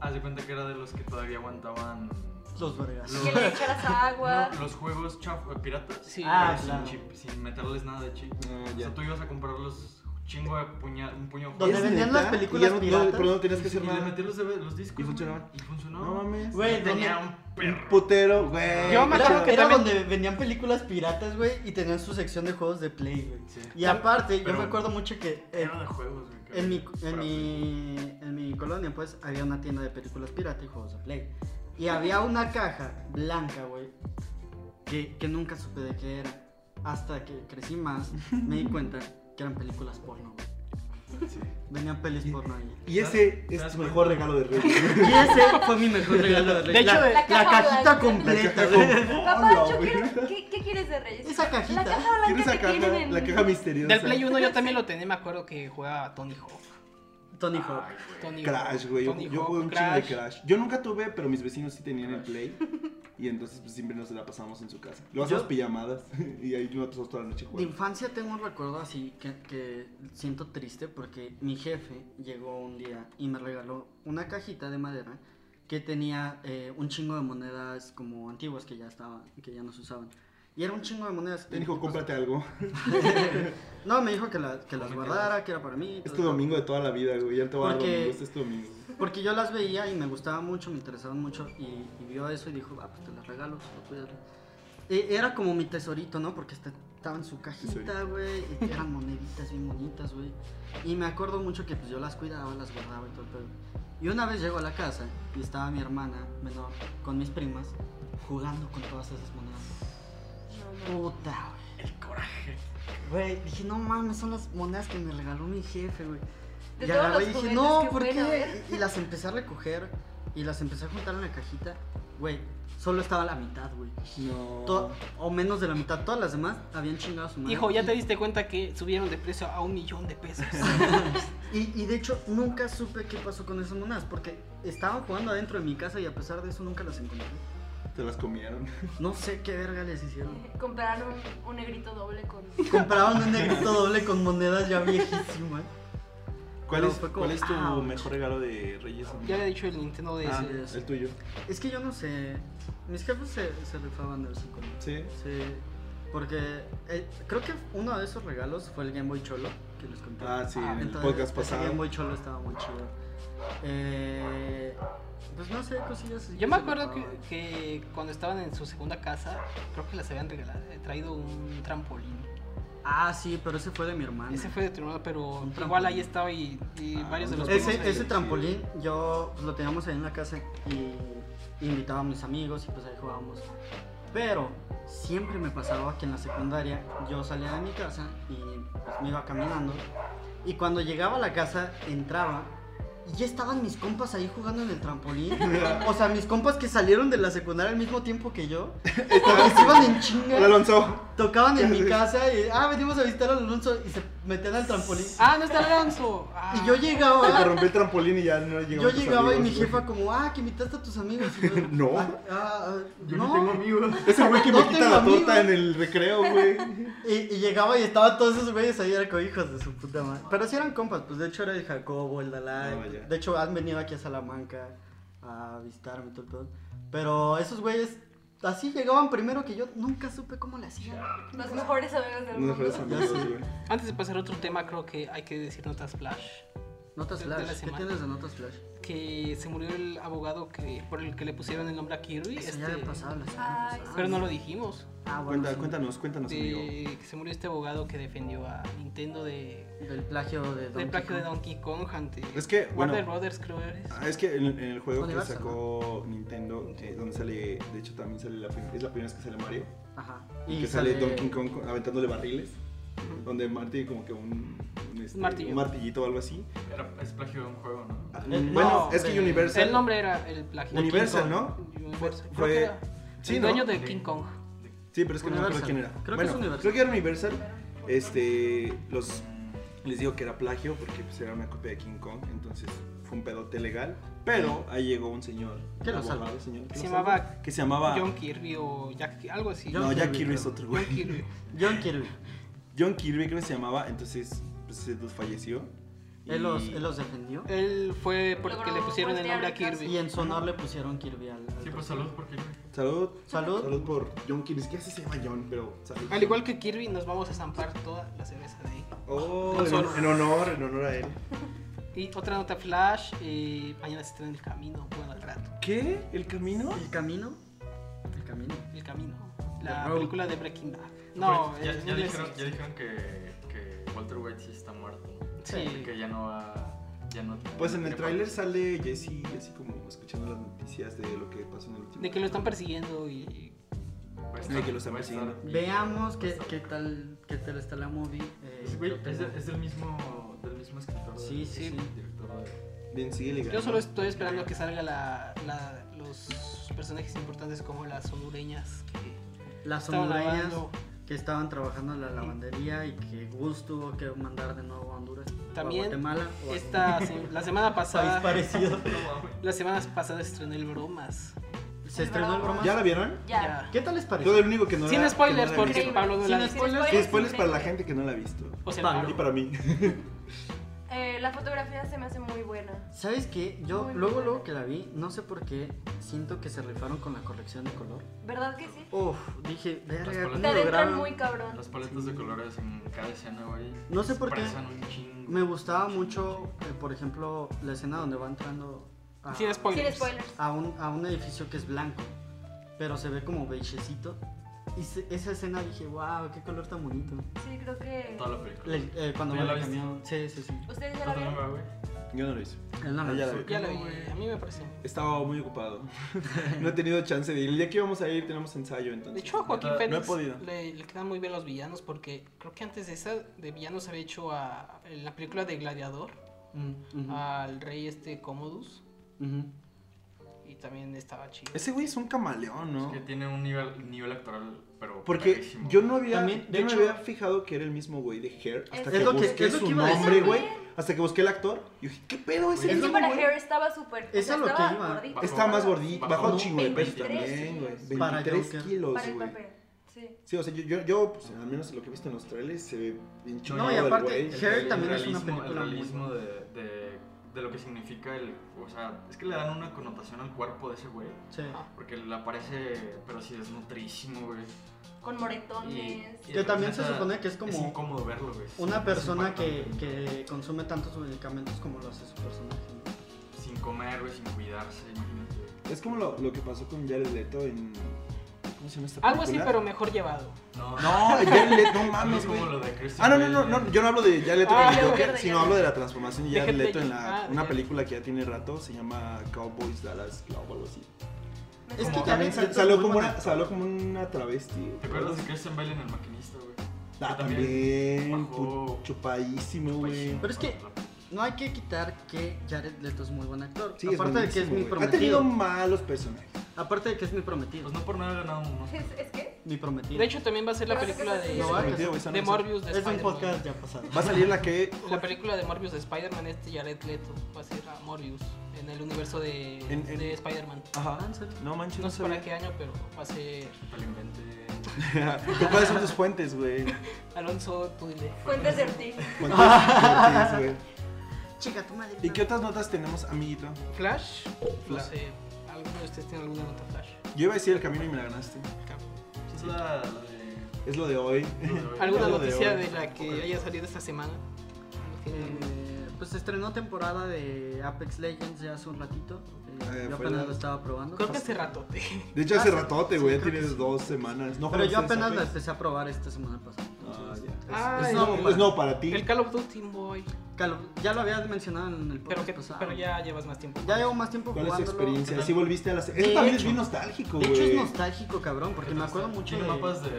haz de cuenta que era de los que todavía aguantaban
los vergas.
Que le echaras agua.
no, los juegos chaf- eh, piratas.
Sí.
pero
Ah,
sin
claro.
chip, sin meterles nada de chip.
Ah,
o
ya.
sea, tú ibas a comprar los chingo de puñal, un puño de
¿Dónde
juegos.
¿Es
vendían
neta?
las películas
Y ya no- no,
piratas?
pero no tenías que
Y
hacer
le
nada.
metí los, de- los discos.
Y
güey,
funcionaban.
Y funcionaba.
No mames.
Güey,
Y tenía
¿dónde-
un
Un
perro.
putero, güey.
Yo me
Era,
acuerdo que
era
también-
donde vendían películas piratas, güey, y tenían su sección de juegos de play, güey.
Sí.
Y aparte, yo
Pero-
me acuerdo mucho que eh,
Era de juegos, güey. que-
en, mi, en,
para-
mi, en mi colonia, pues, había una tienda de películas pirata y juegos de play. Y había una caja blanca, güey, que, que nunca supe de qué era. Hasta que crecí más, me di cuenta que eran películas porno, güey.
Sí.
Venían pelis porno ahí.
Y ese
¿Te
es
das
tu mejor
cuenta?
regalo de Reyes.
Y ese fue mi mejor regalo de Reyes.
hecho,
la,
de-
la
La caja
cajita
blanca.
completa.
La caja
güey.
completa.
Papá,
Hola,
yo
güey.
quiero. ¿Qué, qué quieres de Reyes?
Esa cajita.
La caja blanca
¿Quieres la
que
caja,
tienen en-
la caja misteriosa?
Del Play 1 yo también lo tenía, me acuerdo que jugaba a Tony Hawk.
Tony Hawk.
Tony
Crash,
Hawk,
güey. Yo,
Tony
yo
Hawk,
jugué un chingo de
Crash.
Crash. Yo nunca tuve, pero mis vecinos sí tenían el Play. Y entonces pues, siempre nos la pasamos en su casa. Luego hacíamos
Yo-
pijamadas. Y ahí nosotros toda la noche
De
jugando.
infancia tengo un recuerdo así que, que siento triste porque mi jefe llegó un día y me regaló una cajita de madera que tenía eh, un chingo de monedas como antiguas que ya estaban, que ya no se usaban. Y era un chingo de monedas.
Te dijo, cómprate algo.
No, me dijo que, la- que las guardara, que era para mí. y
Es
todo
tu
eso.
domingo de toda la vida, güey. Ya te voy a dar
Porque-
domingo. Este es tu domingo.
Porque yo las veía y me gustaba mucho, me interesaban mucho y, y vio eso y dijo, ah, pues te las regalo, se lo cuidas". E- Era como mi tesorito, ¿no? Porque este- estaba en su cajita, güey, y eran moneditas bien bonitas, güey. Y me acuerdo mucho que pues yo las cuidaba, las guardaba y todo el pedo. Y una vez llego a la casa y estaba mi hermana menor con mis primas jugando con todas esas monedas.
No, no.
Puta, güey. El coraje. Güey, dije, no mames, son las monedas que me regaló mi jefe, güey.
De
Y
todos
agarré y
los
dije,
juguetes ¿eh?
no,
que
¿por
pueden
qué?
haber.
Y las empecé a recoger y las empecé a juntar en la cajita. Güey, solo estaba la mitad, güey. To-
No.
O menos de la mitad. Todas las demás habían chingado a su madre.
Hijo, ya te diste cuenta que subieron de precio a un millón de pesos.
Y, y de hecho, nunca supe qué pasó con esas monedas porque estaban jugando adentro de mi casa y a pesar de eso nunca las encontré.
Te las comieron.
No sé qué verga les hicieron.
Compraron un, un negrito doble con.
Compraban un negrito doble con monedas ya viejísimas.
¿Cuál,
Pero
es,
fue como,
¿cuál es tu
ouch.
mejor regalo de Reyes? amigo?
ya había dicho el Nintendo DS.
Ah,
ese.
el tuyo.
Es que yo no sé. Mis jefes se, se rifaban de eso conmigo.
Sí.
Sí. Porque eh, creo que uno de esos regalos fue el Game Boy Cholo que les conté.
Ah, sí,
Ah,
en el
Entonces,
podcast
ese
pasado.
Game Boy Cholo estaba muy chido. Eh, pues no sé, cosillas. así
Yo me
se
acuerdo que,
rifaban.
que cuando estaban en su segunda casa, creo que les habían regalado, eh, traído un trampolín.
Ah, sí, pero ese fue de mi hermana.
Ese fue de tu hermano, pero
Ah, Un
igual
trampolín.
ahí estaba y, y
Ah,
varios de los
Ese-
primos
Ese,
ahí.
ese trampolín yo pues, lo teníamos ahí en la casa y invitaba a mis amigos y pues ahí jugábamos. Pero siempre me pasaba que en la secundaria yo salía de mi casa y pues me iba caminando y cuando llegaba a la casa entraba y ya estaban mis compas ahí jugando en el trampolín. O sea, mis compas que salieron de la secundaria al mismo tiempo que yo. Y se iban en chinga.
Hola, Alonso.
Tocaban en mi
haces?
casa y, ah, venimos a visitar a Alonso y se metían al trampolín.
Ah, no está Alonso. Ah.
Y yo llegaba...
Se te rompió el trampolín y ya no
Yo
llegamos tus
llegaba y mi
amigos, güey.
jefa como, ah, que invitaste a tus amigos. Y yo,
No.
"Ah, ah, ah,
Yo
no.
no tengo amigos.
Ese güey que me
No
quita
tengo
la
amigos.
torta en el recreo, güey.
Y, y llegaba y estaban todos esos güeyes ahí, era como hijos de su puta madre. Pero sí eran compas, pues de hecho era el Jacobo, el Dalai.
No, ya.
de hecho han venido aquí a Salamanca a visitarme y todo el pedo. Pero esos güeyes así llegaban primero que yo, nunca supe cómo le hacían.
Los mejores amigos del
No
mundo.
mejores amigos,
Ya sé.
güey.
Antes de pasar a otro tema, creo que hay que decir notas flash.
Notas
De- de la
Flash, ¿qué
semana.
tienes de Notas Flash?
Que se murió el abogado que por el que le pusieron el nombre a Kirby.
Eso
este,
ya había pasado la semana
Ay,
pasada.
Pero no lo dijimos.
Ah, bueno,
Cuenta-
sí.
Cuéntanos, cuéntanos, amigo.
De- que se murió este abogado que defendió a Nintendo de,
Del plagio de Donkey
del plagio de
Kong.
Donkey Kong ante
Es que, bueno,
Warner Brothers, creo eres.
Ah, es que en, en el juego que
Universo,
sacó Nintendo, eh, donde sale, de hecho también sale la, prim- es la primera vez que sale Mario,
Ajá.
y que sale, Donkey Kong con- aventándole barriles, donde Marty como que un, un, este,
Un martillo.
un martillito o algo así.
Era, es plagio de un juego, ¿no?
Ah,
Eh,
bueno,
no,
es que
de-
Universal,
El nombre era el plagio.
Universal,
King
¿no?
Kong. Universal.
Fue-
Creo que era
sí,
el
¿no?
dueño de King Kong.
Sí, pero es que no me
Universal.
acuerdo quién era.
Creo que
Bueno,
es Universal.
Creo que era Universal. Este, los, les digo que era plagio porque pues, era una copia de King Kong, entonces fue un pedote legal. Pero ahí llegó un señor,
Que lo
un abogado,
salvó.
señor, que
Se
lo
llamaba
salvó, que se llamaba
John Kirby o Jack, algo así.
John
Ah. no, Jack
Kirby,
Kirby es
creo.
otro
John
güey.
Kirby.
John Kirby.
John Kirby creo que se llamaba, entonces pues, se desfalleció. Y-
Él los, él los defendió.
Él fue por el que
Logró
le pusieron el nombre a
voltear el
Kirby.
Y en su honor le pusieron Kirby al. al
Sí, pues salud porque
Salud.
Salud.
Salud por John Kirby. Es que así se llama John, pero salud.
Al igual que Kirby, nos vamos a zampar toda la cerveza de ahí.
Oh,
Con
en,
sol.
en honor, en honor a él.
Y otra nota flash, eh, mañana se estrena El Camino, bueno, el rato.
¿Qué? ¿El camino?
El camino. El camino.
El Camino,
The
la
Road.
película de Breaking Bad.
Ah,
No,
eh,
ya,
en
ya
inglés
dijeron,
sí.
ya dijeron que, que Walter White sí está muerto.
Sí.
Que ya no va. Ya no,
Pues en el
tiene
tráiler
papeles.
sale Jesse así como escuchando las noticias de lo que pasó en el último.
De que lo están persiguiendo y...
Va a
Sí,
estar-
que lo están
va a estar
persiguiendo.
bien.
Veamos qué,
Va a estar
qué
bien.
tal qué tal está la movie. Eh,
Pues, güey,
yo
es,
tengo-
de- es del mismo del mismo escritor Sí, sí,
Sí.
sí. Director de...
Bien, sigue ligando.
Yo solo estoy esperando que salga la, la- los personajes importantes como las hondureñas que
Las
estaban
hondureñas
lavando.
que estaban trabajando en la lavandería y que Gus tuvo que mandar de nuevo a Honduras.
También
O a Guatemala. o a-
Esta, se- la semana
País
pasada,
parecido.
la semana pasada estrené el Bromas.
Se estrenó el broma.
¿Ya la vieron?
Ya.
¿Qué tal les pareció?
Yo el único que no
Sin
la-
spoilers,
que no la he
porque
visto.
Pablo no la
Sin
ha
spoilers.
visto.
Sí, spoilers para la gente que no la ha visto.
O sea,
Pablo.
Y para mí.
Eh, la fotografía se me hace muy buena.
¿Sabes qué? Yo
Muy
luego,
buena.
luego que la vi, no sé por qué, siento que se rifaron con la corrección de color.
¿Verdad que sí?
Uf, dije, verga,
Las
¿cómo
paletas.
Te
lo
adentran
graban?
muy cabrón.
Las paletas de colores en cada escena, güey.
No sé por qué
expresan un chingo.
me gustaba
Un chingo,
mucho,
chingo.
eh, por ejemplo, la escena donde va entrando a,
Sin
Sin
spoilers.
spoilers.
a un, a un edificio que es blanco, pero se ve como beigecito. Y se- esa escena dije, wow, qué color tan bonito.
Sí, creo que.
Toda la película.
Le- eh, cuando va
¿Tú ya
en
la
el
viste?
camión. Sí, sí, sí.
¿Ustedes ya la
¿Cuánto
vieron?
número, güey?
Yo no lo hice.
Él no la
Ah, ya la
hizo.
Ya la vi, eh, a mí me pareció.
Estaba muy ocupado. No he tenido chance de ir. El día que íbamos a ir tenemos ensayo, entonces.
De hecho, a Joaquín
Ah,
No he
Phoenix
podido.
le, le quedan muy bien los villanos porque creo que antes de esa de villanos había hecho a, en la película de Gladiador
Mm, ujú,
al rey este Commodus
ujú.
y también estaba chido.
Ese güey es un camaleón, ¿no?
Es que tiene un nivel, nivel actoral, pero.
Porque
perrísimo,
yo
güey.
no había,
También, de
yo no
hecho-
había fijado que era el mismo güey de Hair hasta
Es
que,
lo que-
busqué
es lo que
su
iba a decir.
nombre, güey.
También.
Hasta que busqué el actor. Yo dije, ¿qué pedo es
Es
el
que
Es lo
mismo
para
güey?
Hair estaba súper.
Eso es lo que
estaba
iba.
gordito.
Está más gordito,
Bajó
bajó un chingo de peso
23
también, güey.
kilos.
23
Para Joker.
kilos,
Para el
güey.
papel. Sí.
Sí, o sea, yo, yo, yo, pues, al menos lo que he visto en los trailers, se ve bien chingado
y
el
aparte,
güey.
El
Hair
real-
también
el
es una
realismo-
película
El
muy
realismo de, de, de lo que significa el. O sea, es que le dan una connotación al cuerpo de ese güey.
Sí.
Porque le aparece, pero así desnutrísimo, güey.
Con moretones.
Y- y
Que también
neta,
se supone que es como
incómodo verlo, güey.
Una
Es
persona que,
impactante.
que consume tantos medicamentos como lo hace su personaje. ¿no?
Sin comer, güey, sin cuidarse, imagínate.
Es como lo, lo que pasó con Jared Leto en. ¿Cómo se llama esta película?
Algo así pero mejor llevado.
No,
No, Jared Leto, no
no
mames,
es como
güey.
lo de Christian
Ah, no, no,
Bale,
no, no, yo no hablo de Jared Leto
Ah,
como
ya,
Joker,
ya,
sino
ya.
hablo de la transformación de Jared
Déjenme-
Leto en la,
ah,
una
ya.
película que ya tiene rato, se llama Cowboys Dallas Club o algo así.
Me
Es que
sonó.
también-
También sal-
Leto
salió
es muy
como,
buen
una,
actor.
salió como una travesti.
¿Te acuerdas de Christian Bale en El Maquinista, güey?
Ah,
Que
también,
bajó-
pu- chupadísimo,
Pues,
güey.
Pero es que- No hay que quitar que Jared Leto es muy buen actor.
Sí, es
aparte de que es
buenísimo,
mi
güey. Ha
prometido.
tenido malos personajes.
Aparte de que es mi prometido.
Pues no por nada ha ganado un Oscar.
¿Es, es que?
Mi prometido.
De hecho también va a ser la
Pero eso
película
que
de,
se
No,
Prometido, güey,
de
sálvense.
Morbius de
es un
Spider-Man.
podcast ya pasado.
Va a salir la que.
La película de Morbius de Spider-Man este Jared Leto va a ser a Morbius en el universo de,
En- en-
de Spider-man.
Ajá.
Ah, ¿en serio?
No manches,
No
no
sé para
sabía.
qué año, pero va a ser
Te lo inventé.
¿Tú ¿Cuáles son tus fuentes, güey?
Alonso tú dile.
Fuentes de Ortiz.
Fuentes fuertes, güey.
Chica, tu madre.
¿Y qué otras notas tenemos, amiguito?
Flash, no
Flash.
sé, ¿alguno de ustedes tiene alguna nota Flash?
Yo iba a decir el camino y me la ganaste.
Es la, la de.
Es lo de hoy.
¿Alguna
Algo de
noticia
oro.
de, la que haya salido esta semana?
Eh, pues se estrenó temporada de Apex Legends ya hace un ratito. Eh,
Eh,
yo
fue
apenas
la-
lo estaba probando.
Creo que hace rato.
De hecho, hace
Ah, sí.
ratote, güey.
Sí,
ya
creo
tienes dos semanas. No
Pero yo
conoces
apenas la
Apex?
empecé a probar esta semana pasada.
Ah,
Entonces,
ya.
Ah,
es,
es
no,
nuevo
es nuevo para ti.
El Call of Duty Boy.
Calo- ya lo habías mencionado en el podcast
pues
Pero, que,
pasado.
pero ya llevas más tiempo.
Ya llevo más tiempo
¿Cuál es tu
jugándolo.
experiencia?
¿Qué
Sí,
tal?
volviste a la.
De
Esto también es
hecho-
bien nostálgico,
De
güey.
hecho es nostálgico, cabrón, porque me acuerdo mucho
Tiene
de... Ah.
mapas de.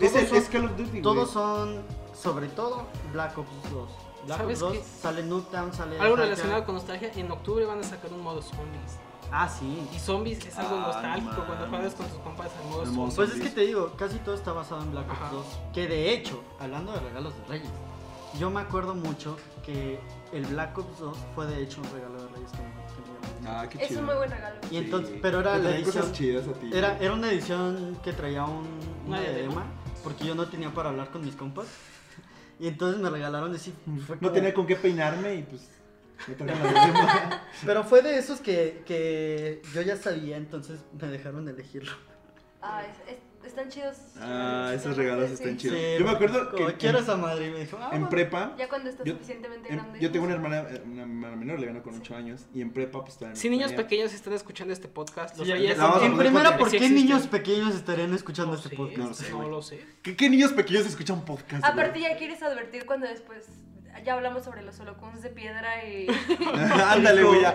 Es,
Todos
es-
son-
es Call of Duty, güey.
Todos son, sobre todo, Black Ops 2. Black Ops
¿Sabes
2
qué?
sale Nuketown, sale...
Algo
Hacker.
relacionado con nostalgia, en octubre van a sacar un modo zombies.
Ah, sí.
Y zombies es algo
Ah, no
nostálgico cuando
mames.
juegas con tus compas al modo
El modo
zombies.
Pues es
zombies.
que te digo, casi todo está basado en Black
Ajá.
Ops 2. Que de hecho, hablando de regalos de Reyes, yo me acuerdo mucho que el Black Ops 2 fue de hecho un regalo de Reyes que me- que me dieron.
Ah, qué
Es
chido.
un muy buen regalo.
Y entonces, pero era
Te
la
traen cosas
edición...
chidas a ti.
Era, era una edición que traía un, una
¿Una diadema?
diadema, porque yo no tenía para hablar con mis compas. Y entonces me regalaron ese. fue
No
como-
tenía con qué peinarme y pues. Me trajeron la misma.
Pero fue de esos que, que yo ya sabía, entonces me dejaron elegirlo.
Ah, es- es- están chidos.
Ah, esos regalos
Sí.
están chidos. Yo me acuerdo
como,
que-
Quiero
que-
esa madre. Y me dijo, ah,
En
bueno.
prepa.
Ya cuando estás
Yo-
suficientemente
en-
grande. pues,
yo tengo una hermana, eh, una hermana menor, le gano con 8 años. Y en prepa, pues también.
Si niños pequeños están escuchando este podcast, los
Sí, ya-
reyes son-
ya
vamos a
En
poner
primera,
contexto.
¿por
Sí Oh,
qué
existen.
niños pequeños estarían escuchando
No
este
sé,
podcast?
No lo sé,
No
güey.
lo sé.
¿Qué, qué niños pequeños escuchan podcast? güey?
Aparte ya quieres advertir cuando después ya hablamos sobre los holocuns de piedra y
Ándale, güey, ya.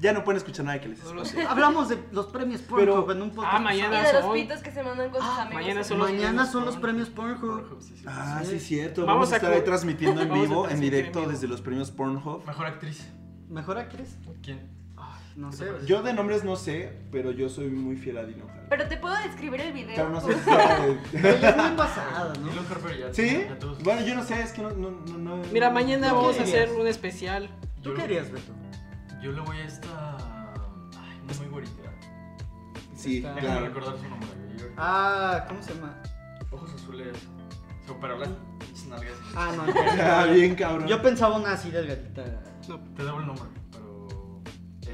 Ya no pueden escuchar nada que les
No lo
espante.
sé.
Hablamos de los premios
Pero-
Pornhub en un podcast.
Ah, mañana.
Y de los
son-
pitos que se mandan con sus
Ah,
amigos.
mañana
en-
son los-
Mañana son los
premios
premios Pornhub.
Pornhub, sí, sí.
Ah,
Así
sí,
es.
es cierto.
Vamos
Vamos,
a
a estar ahí
cu-
transmitiendo en
Vamos a
vivo, en
transmitir en
directo,
vivo.
desde los premios Pornhub.
Mejor actriz.
¿Mejor actriz?
¿Quién?
Ay, no sé.
Yo de nombres no sé, pero yo soy muy fiel a Dino Harper.
Pero te puedo describir el video.
O sea, no sé
por-
si sabe.
Ella es muy pasada, ¿no?
Dylan Harper ya.
¿Sí?
ya todos-
Bueno, yo no sé, es que no... no, no, no-
Mira, mañana
no-
vamos a
querías?
hacer un especial.
¿Tú
Yo-
qué harías, Beto?
Yo le voy a esta. Ay, no muy bonita.
Sí,
Está-
Déjame
claro.
recordar su nombre. güey.
Ah, ¿cómo se llama?
Ojos azules. Se operó las pinches nalgas.
Ah, no.
Ah,
entiendo.
bien cabrón.
Yo pensaba una así delgadita.
Te debo el nombre, pero.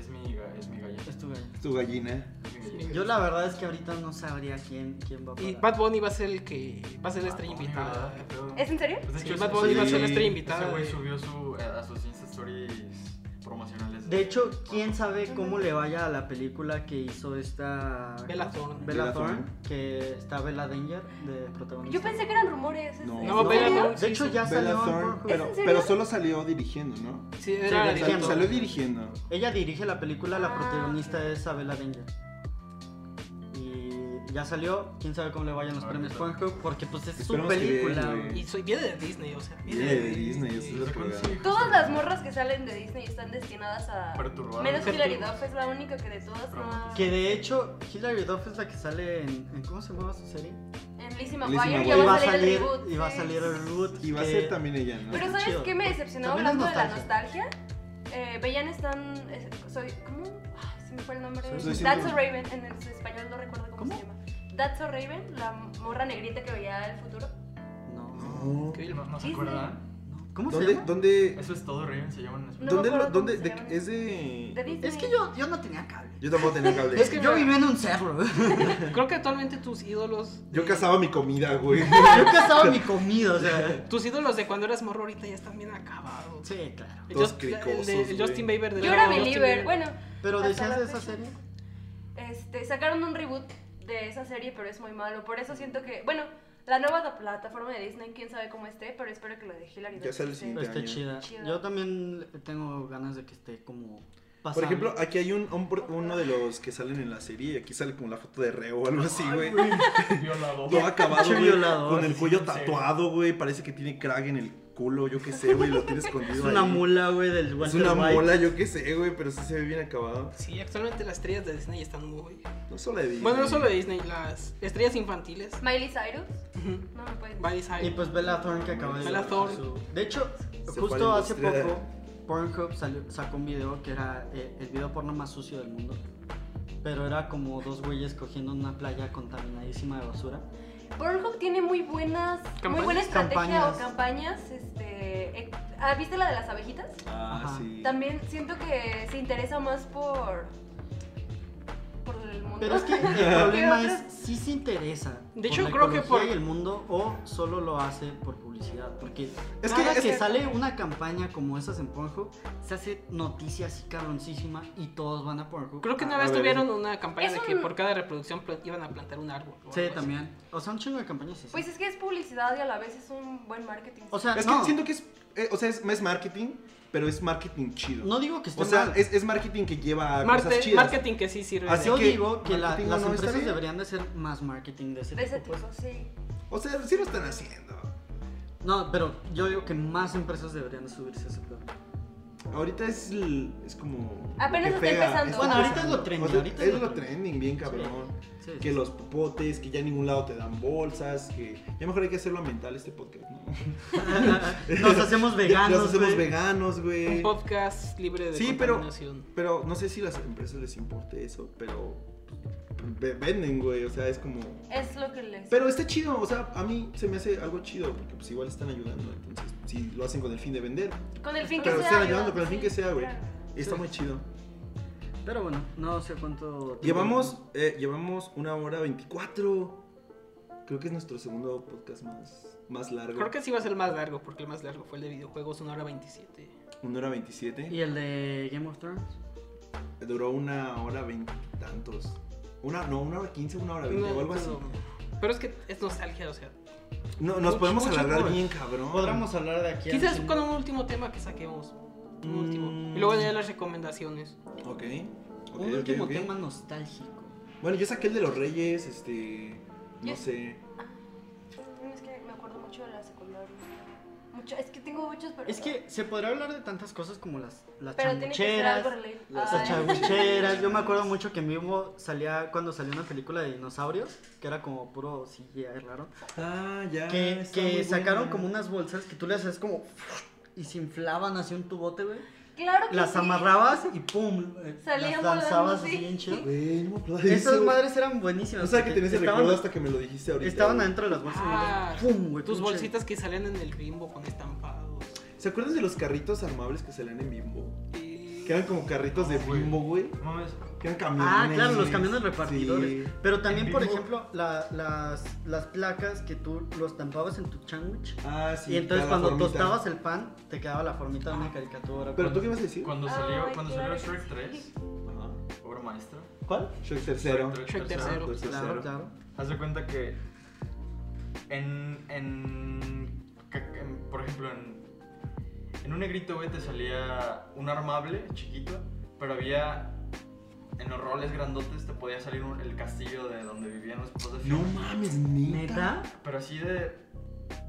Es mi, ga- es mi galleta.
Estuve ahí.
Tu gallina.
Es mi galleta.
Yo la verdad es que ahorita no sabría quién, quién va a
Y
parar.
Bad Bunny va a ser el que va a ser la estrella
Ah, ¿verdad?
invitada.
¿Qué pedo?
¿Es en serio?
Pues de
Sí,
hecho,
Bad
ese-
Bunny va a ser la
sí,
estrella
Ese
invitada.
güey
de-
subió su, eh, a a sus Insta Stories promocionales.
De hecho, quién sabe cómo le vaya a la película que hizo esta.
Bella Thorne.
Bella
Bella
Thorne,
Thorne.
que está Bella Danger de protagonista.
Yo pensé que eran rumores. ¿es-
No.
es
No,
en
Bella
serio?
Thorne.
De hecho, ya
Bella
salió. en
Thorne,
Pornhub.
pero,
¿Es en serio?
pero solo salió dirigiendo, ¿no?
Sí,
Sí,
era la
de-
Sal-
directora.
Salió dirigiendo.
Ella dirige la película, la
Ah,
protagonista
ok.
es Abela Danger. Y ya salió, quién sabe cómo le vayan los
Ah,
premios
claro.
Pornhub, porque pues es
Esperemos
su
que
película.
bien, güey.
Y soy, viene de Disney, o sea.
Viene de Disney, eso es
¿Desde
lo
cuándo
que-
se dijo
Todas
eso?
las morras que salen de Disney están destinadas a.
Perturbar.
Menos
Perturbar.
Hilary Duff es la única que de todas no. ha-
que de hecho, Hilary Duff es la que sale en, en- ¿cómo se llamaba su serie?
En Lizzie
Lizzie
McGuire
McGuire.
ya
Y
va a salir el reboot.
y va a
sí.
salir el reboot.
Y va a
que-
ser también ella, ¿no?
Pero
Qué
¿sabes
chido.
qué me decepcionó
También es
hablando de la nostalgia? Eh, veían están... es- soy, ¿Cómo? Ay, se me fue el nombre.
Soy
That's
siempre-
so Raven, en el español no recuerdo cómo,
¿Cómo?
se llama. That's so Raven, la morra negrita que veía el futuro.
No.
No.
No, no se
Disney.
acuerdan.
no. ¿Cómo se
¿Dónde,
llama?
dónde,
Eso es todo, Raven se llaman en español.
No
dónde,
me acuerdo
dónde-
cómo se
de-
llama.
es
De
de...
Disney.
Es que yo, yo no tenía cable.
Yo tampoco tenía cable.
Es que yo vivía en un cerro.
Creo que actualmente tus ídolos.
Yo
de-
cazaba mi comida, güey.
Yo cazaba mi comida, o sea.
Tus ídolos de cuando eras morro ahorita ya están bien acabados.
Sí, claro.
El
Todos
Just-
cricosos,
el de- el
güey.
Justin Bieber de
Yo era
Justin
believer.
Bieber.
Bueno,
Pero
Hasta
decías
la
de esa
fecha.
serie.
este, sacaron un reboot de esa serie, pero es muy malo. Por eso siento que... Bueno, la nueva plataforma de Disney, quién sabe cómo esté, pero espero que lo de Hilary
Ya
Duff
sale el
esté.
siguiente.
Está
año.
chida.
Chida.
Yo también tengo ganas de que esté como
Por
pasando.
ejemplo, aquí hay un, un por- uno de los que salen en la serie y aquí sale como la foto de reo o algo así, güey.
Violador.
Todo acabado,
Pinche
güey,
violador.
con el cuello
Sí, en serio.
tatuado, güey. Parece que tiene crag en el culo, yo qué sé, güey. Lo tiene escondido
es una
ahí.
mula, güey, del
Es
Walter
una
White.
mola, yo qué sé, güey, pero sí se ve bien acabado.
Sí, actualmente las estrellas de Disney están muy.
No solo de Disney.
Bueno, no solo de Disney, las estrellas infantiles.
Miley Cyrus.
Ujú.
No me puedes...
Miley Cyrus.
Y pues Bella Thorne que acaba de
Bella Thorne.
su- De hecho,
Se fue a
justo
la
hace
industria.
poco Pornhub salió- sacó un video que era eh, el video porno más sucio del mundo. Pero era como dos güeyes cogiendo una playa contaminadísima de basura.
Pornhub tiene muy buenas, muy
Campañas.
buena estrategia
Campañas.
o campañas. Este, ex- ah, ¿Viste la de las abejitas?
Ah,
Ajá.
sí.
También siento que se interesa más por por el mundo.
Pero es que el
¿Qué
problema
otras?
es si se interesa.
De hecho,
la
creo que
ecología
por-
y el mundo o solo lo hace por publicidad, porque
Es
cada
que-
que,
es que-
sale una campaña como esas en Pornhub se hace noticia así cabroncísima y todos van a Pornhub.
Creo que una
A
vez
ver. eh.
tuvieron una campaña
Es
de que
un-
por cada reproducción pla- iban a plantar un árbol. o
Sí,
algo así.
también. O sea, un chingo de campañas así.
Pues es que es publicidad y a la vez es un buen marketing.
o sea,
Es
ah, no,
que siento que es, eh, o sea, es, es marketing, pero es marketing chido.
no digo que esté
o sea,
mal.
es, es marketing que lleva a
Marte-
cosas chidas.
marketing que sí sirve.
Así-
de-
Yo
que
digo que la-
marketing
las
no está
empresas
bien.
deberían de hacer más marketing de ese
de ese
tipo.
tipo,
pues.
sí.
O sea, sí lo están haciendo.
No, pero yo digo que más empresas deberían de subirse a ese pedo.
Ahorita es, l- es como...
Apenas
lo
está
que pega,
empezando.
está
Bueno,
ahorita
empezando.
es lo trending,
O sea,
ahorita
es
es lo
lo
trending.
trending, bien cabrón.
Sí, sí,
Que
sí.
los popotes, que ya en ningún lado te dan bolsas, que ya mejor hay que hacerlo mental este podcast, ¿no?
Nos hacemos veganos.
Nos hacemos
güey.
veganos, güey.
Un podcast libre de
Sí, pero-
contaminación.
Pero no sé si las empresas les importe eso, pero ve- venden, güey, o sea, es como...
Es lo que les.
Pero está chido, o sea, a mí se me hace algo chido, porque pues igual están ayudando, entonces, si lo hacen con el fin de vender,
con el fin que
pero
sea.
están ayudando
ayudan,
con el fin
sí,
que sea, güey.
claro.
Está
Sí.
muy chido.
Pero bueno, no sé cuánto. tiempo-
Llevamos, eh, llevamos una hora 24. Creo que es nuestro segundo podcast más, más largo.
Creo que sí va a ser el más largo, porque el más largo fue el de videojuegos, una hora 27.
Una hora 27.
¿Y el de Game of Thrones?
Duró una hora veintitantos. Una, no, una hora 15, una hora 20
No,
o Ah, algo así.
pero- Pero es que es nostalgia, o sea.
No, nos
Mucho,
podemos
mucho
alargar
por-
bien, cabrón.
Podríamos hablar de aquí. al
Quizás
cine.
con un último tema que saquemos. Un
Mm.
último. Y luego ya las recomendaciones.
Ok. okay,
Un
ok,
último
ok.
tema nostálgico.
Bueno, yo saqué el de los reyes, este. No
Yo-
sé.
No, Es que me acuerdo mucho de la secundaria. Mucho, es que tengo muchos, pero.
Es que se podría hablar de tantas cosas como las, las
Pero tiene que ser algo
chamucheras.
related.
las
Ay,
Las chabucheras, yo me acuerdo mucho que en vivo salía cuando salió una película de dinosaurios, que era como puro CGI raro,
Ah, ya.
que,
está
que
muy
sacaron
buena.
como unas bolsas que tú le hacías como y se inflaban así un tubote, güey.
Claro que
Las
sí.
amarrabas y pum, eh, las
Salían
danzabas
volando,
así
sí.
bien chido.
Güey, no me acuerdo de
Esas
eso.
madres eran buenísimas.
No sabía que
porque
tenías el
estaban-
recuerdo hasta que me lo dijiste ahorita.
Estaban
güey.
adentro de las bolsas. y
Ah,
luego, ¡pum! güey,
Tus
pinche-
bolsitas que salían en el bimbo con estampados.
¿Se acuerdan de los carritos armables que salían en Bimbo?
Y-
Que eran como carritos de
No, güey.
Bimbo, güey.
No mames.
Que eran camiones.
Ah, claro, los camiones repartidores.
Sí.
Pero también,
En
por
vivo.
ejemplo, la- las, las placas que tú los estampabas en tu sándwich.
Ah, sí.
y entonces
la
cuando
formita.
tostabas el pan, te quedaba la formita de una caricatura.
¿Pero tú qué ibas a decir?
Cuando salió,
Ay,
cuando
claro
salió
que
Shrek 3,
Ajá.
obra maestra.
¿Cuál? Shrek tercero.
Shrek tercero.
Shrek
pues, Claro,
tercero.
claro.
Haz de cuenta que en, en, que- que en- por ejemplo, en, en un negrito, güey, te salía un armable chiquito, pero había, en los roles grandotes te podía salir un- el castillo de donde vivían los papás de
No
Fiona.
mames, neta.
¿Neta?
Pero así de,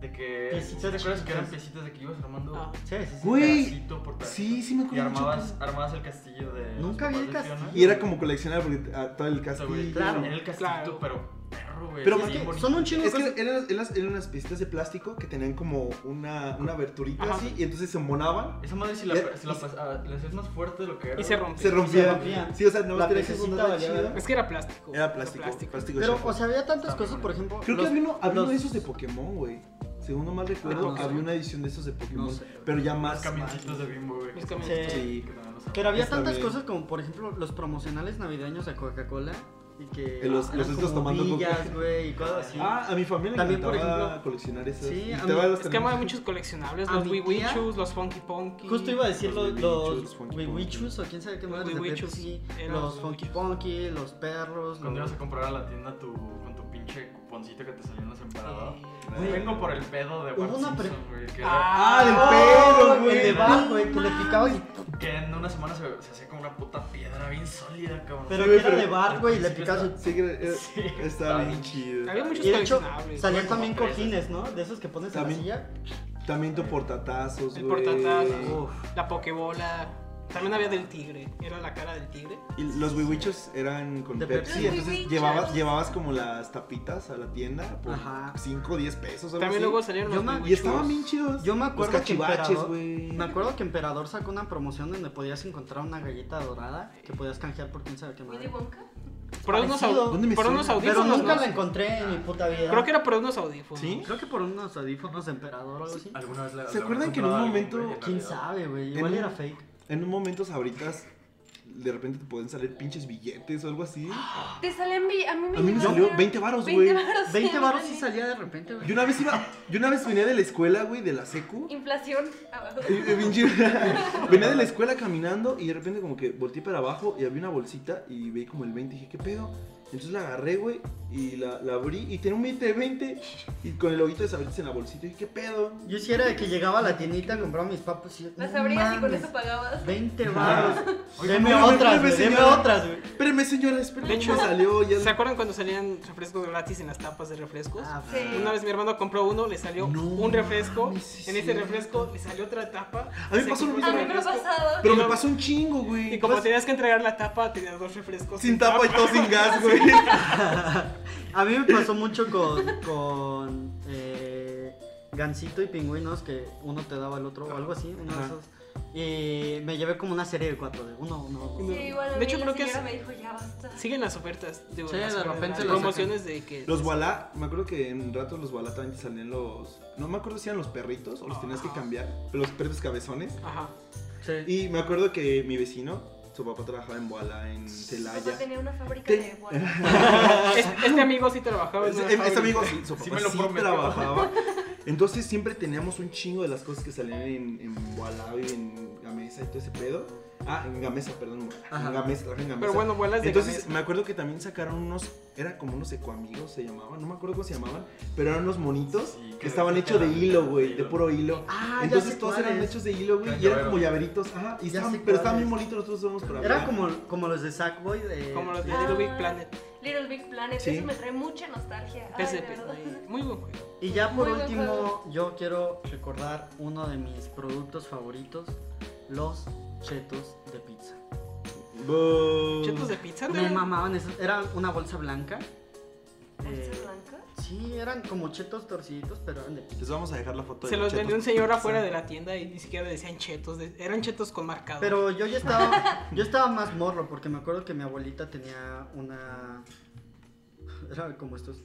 de que,
Piecitas
¿sí ¿te acuerdas que eran
chiquitas.
piecitas de que ibas armando
Ah,
Sí, sí, sí.
Güey.
pedacito por pedacito?
Sí, sí me
Y
acuerdo. mucho
armabas,
que-
armabas el castillo de los
Nunca vi
papás
el
de Fiona.
castillo.
Y era como coleccionar porque, ah, todo el
Eso, güey,
castillo.
Claro.
Era el castillo,
Claro.
pero perro, güey.
Pero
Es
así
más
bien
que
bonito.
son un chingo de
Es que
cosas.
eran, eran- eran unas piecitas de plástico que tenían como una, una aberturita
Ajá.
así y entonces se monaban.
Esa madre si la,
Ya,
si la
Eh, y-
pas- ah, la hacías más fuerte de lo que era.
Y se
güey.
rompió.
Se rompían.
rompían.
Sí, o sea, no
La
tenías que
piececita
ponerla
valía
chida.
verga.
Es que era plástico.
Era plástico. Plástico,
Pero,
chafa.
o sea, había tantas
Está muy
cosas, por
bueno.
ejemplo.
Creo
los-
que había uno, había uno
los-
de esos de Pokémon, güey. Según no mal recuerdo,
Ah, no sé.
había una edición de esos de Pokémon.
No sé.
Pero ya
Los
más.
camioncitos de bimbo, güey.
Mis camionetas.
Sí.
Sí.
Que también los
Pero había
Está
tantas
bien.
cosas como, por ejemplo, los promocionales navideños de Coca-Cola. Y que. ah,
Eh, los-
eran
los estos
como
tomando Coca.
villas, güey, y cosas así.
Ah, a mi familia le
También, por
encantaba
ejemplo-
coleccionar esas.
Sí,
Y
a
te
mí-
vas a
Es que
tener-
hay muchos coleccionables,
A
los
mi
Wii
tía-
Wichus, los Funky Punky.
Justo iba a decir
Los
los,
Wiwichus,
los
Funky
Wiwichus, o quién sabe qué
Los
más de
Wiwichus.
Pepsi,
Eran
los
los
Funky
Wiwichus.
Punky, los perros,
Cuando
los-
ibas a comprar a la tienda tu, con tu pinche cuponcito que te salió en la separada.
Güey.
Vengo por el pedo de
Hubo
Bart
una
Simpson,
pre-
güey. Que,
Ah, del
¡Oh,
pelo,
el
güey.
de Bart, güey, que le picaba y...
que en una semana se, se hacía como una puta piedra bien sólida, cabrón.
Pero
Sí,
que era
pero-
de Bart, güey, y le
Sí,
picaba así.
Sí, que era- era-
Sí.
estaba bien
Ay.
chido.
Había muchos
Y de hecho,
coleccionables.
salían
güey, como
también
tres.
cojines, ¿no? De esos que pones en la
También.
silla.
También tu portatazos,
El
güey.
portatazos.
Uf.
La Pokebola. También había del tigre. Era la cara del tigre.
Pues
Y los wiwichos eran con
De
Pepsi,
Pepsi.
entonces
Wiwichos.
llevabas, llevabas como las tapitas a la tienda por
Ajá.
5 o 10 pesos. algo
También
así.
luego salieron
Yo
los
me-
Wii
Y estaban
Wichus.
bien chidos.
Yo me
Los
acuerdo que
cachivaches,
Emperador-
güey.
Me aacuerdo que Emperador sacó una promoción donde podías encontrar una galleta dorada que podías canjear por quién sabe qué madre.
Willy Wonka.
Por unos,
Parecido.
au-
¿Dónde me
por
suena?
unos
Pero
audífonos.
nunca
¿no?
la encontré en mi puta vida.
Creo que era por unos audífonos.
¿Sí?
Creo que por unos audífonos de Emperador o algo así.
Alguna vez la-
¿Se
la
acuerdan
habrán
que en un
comprado a
momento-
alguien, güey, en
Quién
realidad?
sabe, güey. Igual
En-
era fake.
En un momento sabritas, de repente te pueden salir pinches billetes o algo así.
Te salen vi- A mí me,
A mí me
llegaron-
salió 20 varos, güey.
20 varos.
20
sí,
baros
me
sí
salió.
salía de repente, güey.
Yo una vez iba, yo una vez venía de la escuela, güey, de la secu.
Inflación. Ah,
Y- y pinche- venía de la escuela caminando y de repente como que volteé para abajo y había una bolsita y veí como el 20 y dije, ¿qué pedo? Entonces la agarré, güey, y la, la abrí y tenía un billete de 20 y con el ojito de sabritas en la bolsita y dije, ¿qué pedo?
Yo sí era de que llegaba a la tiendita, compraba mis papas y...
Las
no
abrías y con
mames,
eso pagabas.
20 baros.
Oye,
Deme
no,
otras,
no,
güey,
no,
deme
señora.
otras, güey.
Espérame, señora, espérame.
De hecho,
me salió ya.
¿Se acuerdan cuando salían refrescos gratis en las tapas de refrescos?
Ah,
Sí.
Una vez mi hermano compró uno, le salió
No
un refresco,
mames, sí,
en ese
sí.
refresco le salió otra tapa.
A mí
se
pasó lo mismo.
compró
A
otro
mí me ha
refresco,
pasado.
Pero me pasó un chingo, güey.
Y como
Pues,
tenías que entregar la tapa, tenías dos refrescos.
Sin tapa y todo sin gas, güey.
A mí me pasó mucho con, con eh, Gansito y Pingüinos, que uno te daba el otro o algo así, uno de
Ajá.
esos. Y me llevé como una serie de cuatro, de uno, uno,
Sí,
uno.
igual. a
De
mí
hecho,
la
creo que
señora
es-
me dijo, ya basta.
Siguen las ofertas. digo,
Sí,
las
de
ofertas,
repente
las
las
promociones de que.
Los Walá, me acuerdo que en ratos los Walá también te salían los. No me acuerdo si eran los perritos o los tenías que
Ajá.
cambiar, pero los perros cabezones.
Ajá.
Sí.
Y me acuerdo que mi vecino, su papá trabajaba en Walá, en
O sea,
Celaya.
tenía una fábrica
Te-
de bolas.
Es- Este amigo sí trabajaba en
Ese
una
ese
fábrica.
amigo, sí, su papá
Sí me lo
sí
prometió.
trabajaba. Entonces siempre teníamos un chingo de las cosas que salían en, en Gualave, en Gamesa y todo ese pedo. Ah, en Gamesa, perdón.
Ajá.
En Gamesa, traje en Gamesa.
Pero bueno, vuelas de
Entonces
Gamesa.
me acuerdo que también sacaron unos, era como unos ecoamigos se llamaban, no me acuerdo cómo se llamaban, pero eran unos monitos
Sí,
que
que-
estaban
que
hechos de
eran
hilo,
de
güey, de
hilo.
puro hilo.
Ah, ya sé
Entonces todos
cuáles.
eran hechos de hilo, güey,
Eran
y eran como
llaveros.
llaveritos, ajá, y
Ya
estaban-
sé
pero estaban bien
cuáles.
bonitos, nosotros los usamos para
Era
hablar.
como, como los de Sackboy de...
Como los de
Ah.
Little Big Planet.
Little Big Planet,
Sí.
eso me trae mucha nostalgia. Ay, de
pues,
verdad.
PSP. Muy buen juego.
Y ya por
Muy buen
último,
juego.
yo quiero recordar uno de mis productos favoritos, los chetos de pizza.
Boo.
Chetos de pizza,
Me
¿no?
mamaban esos, era una bolsa blanca. eh,
¿Bolsa blanca?
sí, eran como chetos torciditos, pero eran de pizza.
Les vamos a dejar la foto
Se los
chetos.
vendió un señor afuera de la tienda y ni siquiera decían chetos. de- Eran chetos con marcado.
Pero yo ya estaba, yo estaba más morro porque me acuerdo que mi abuelita tenía una... Era como estos.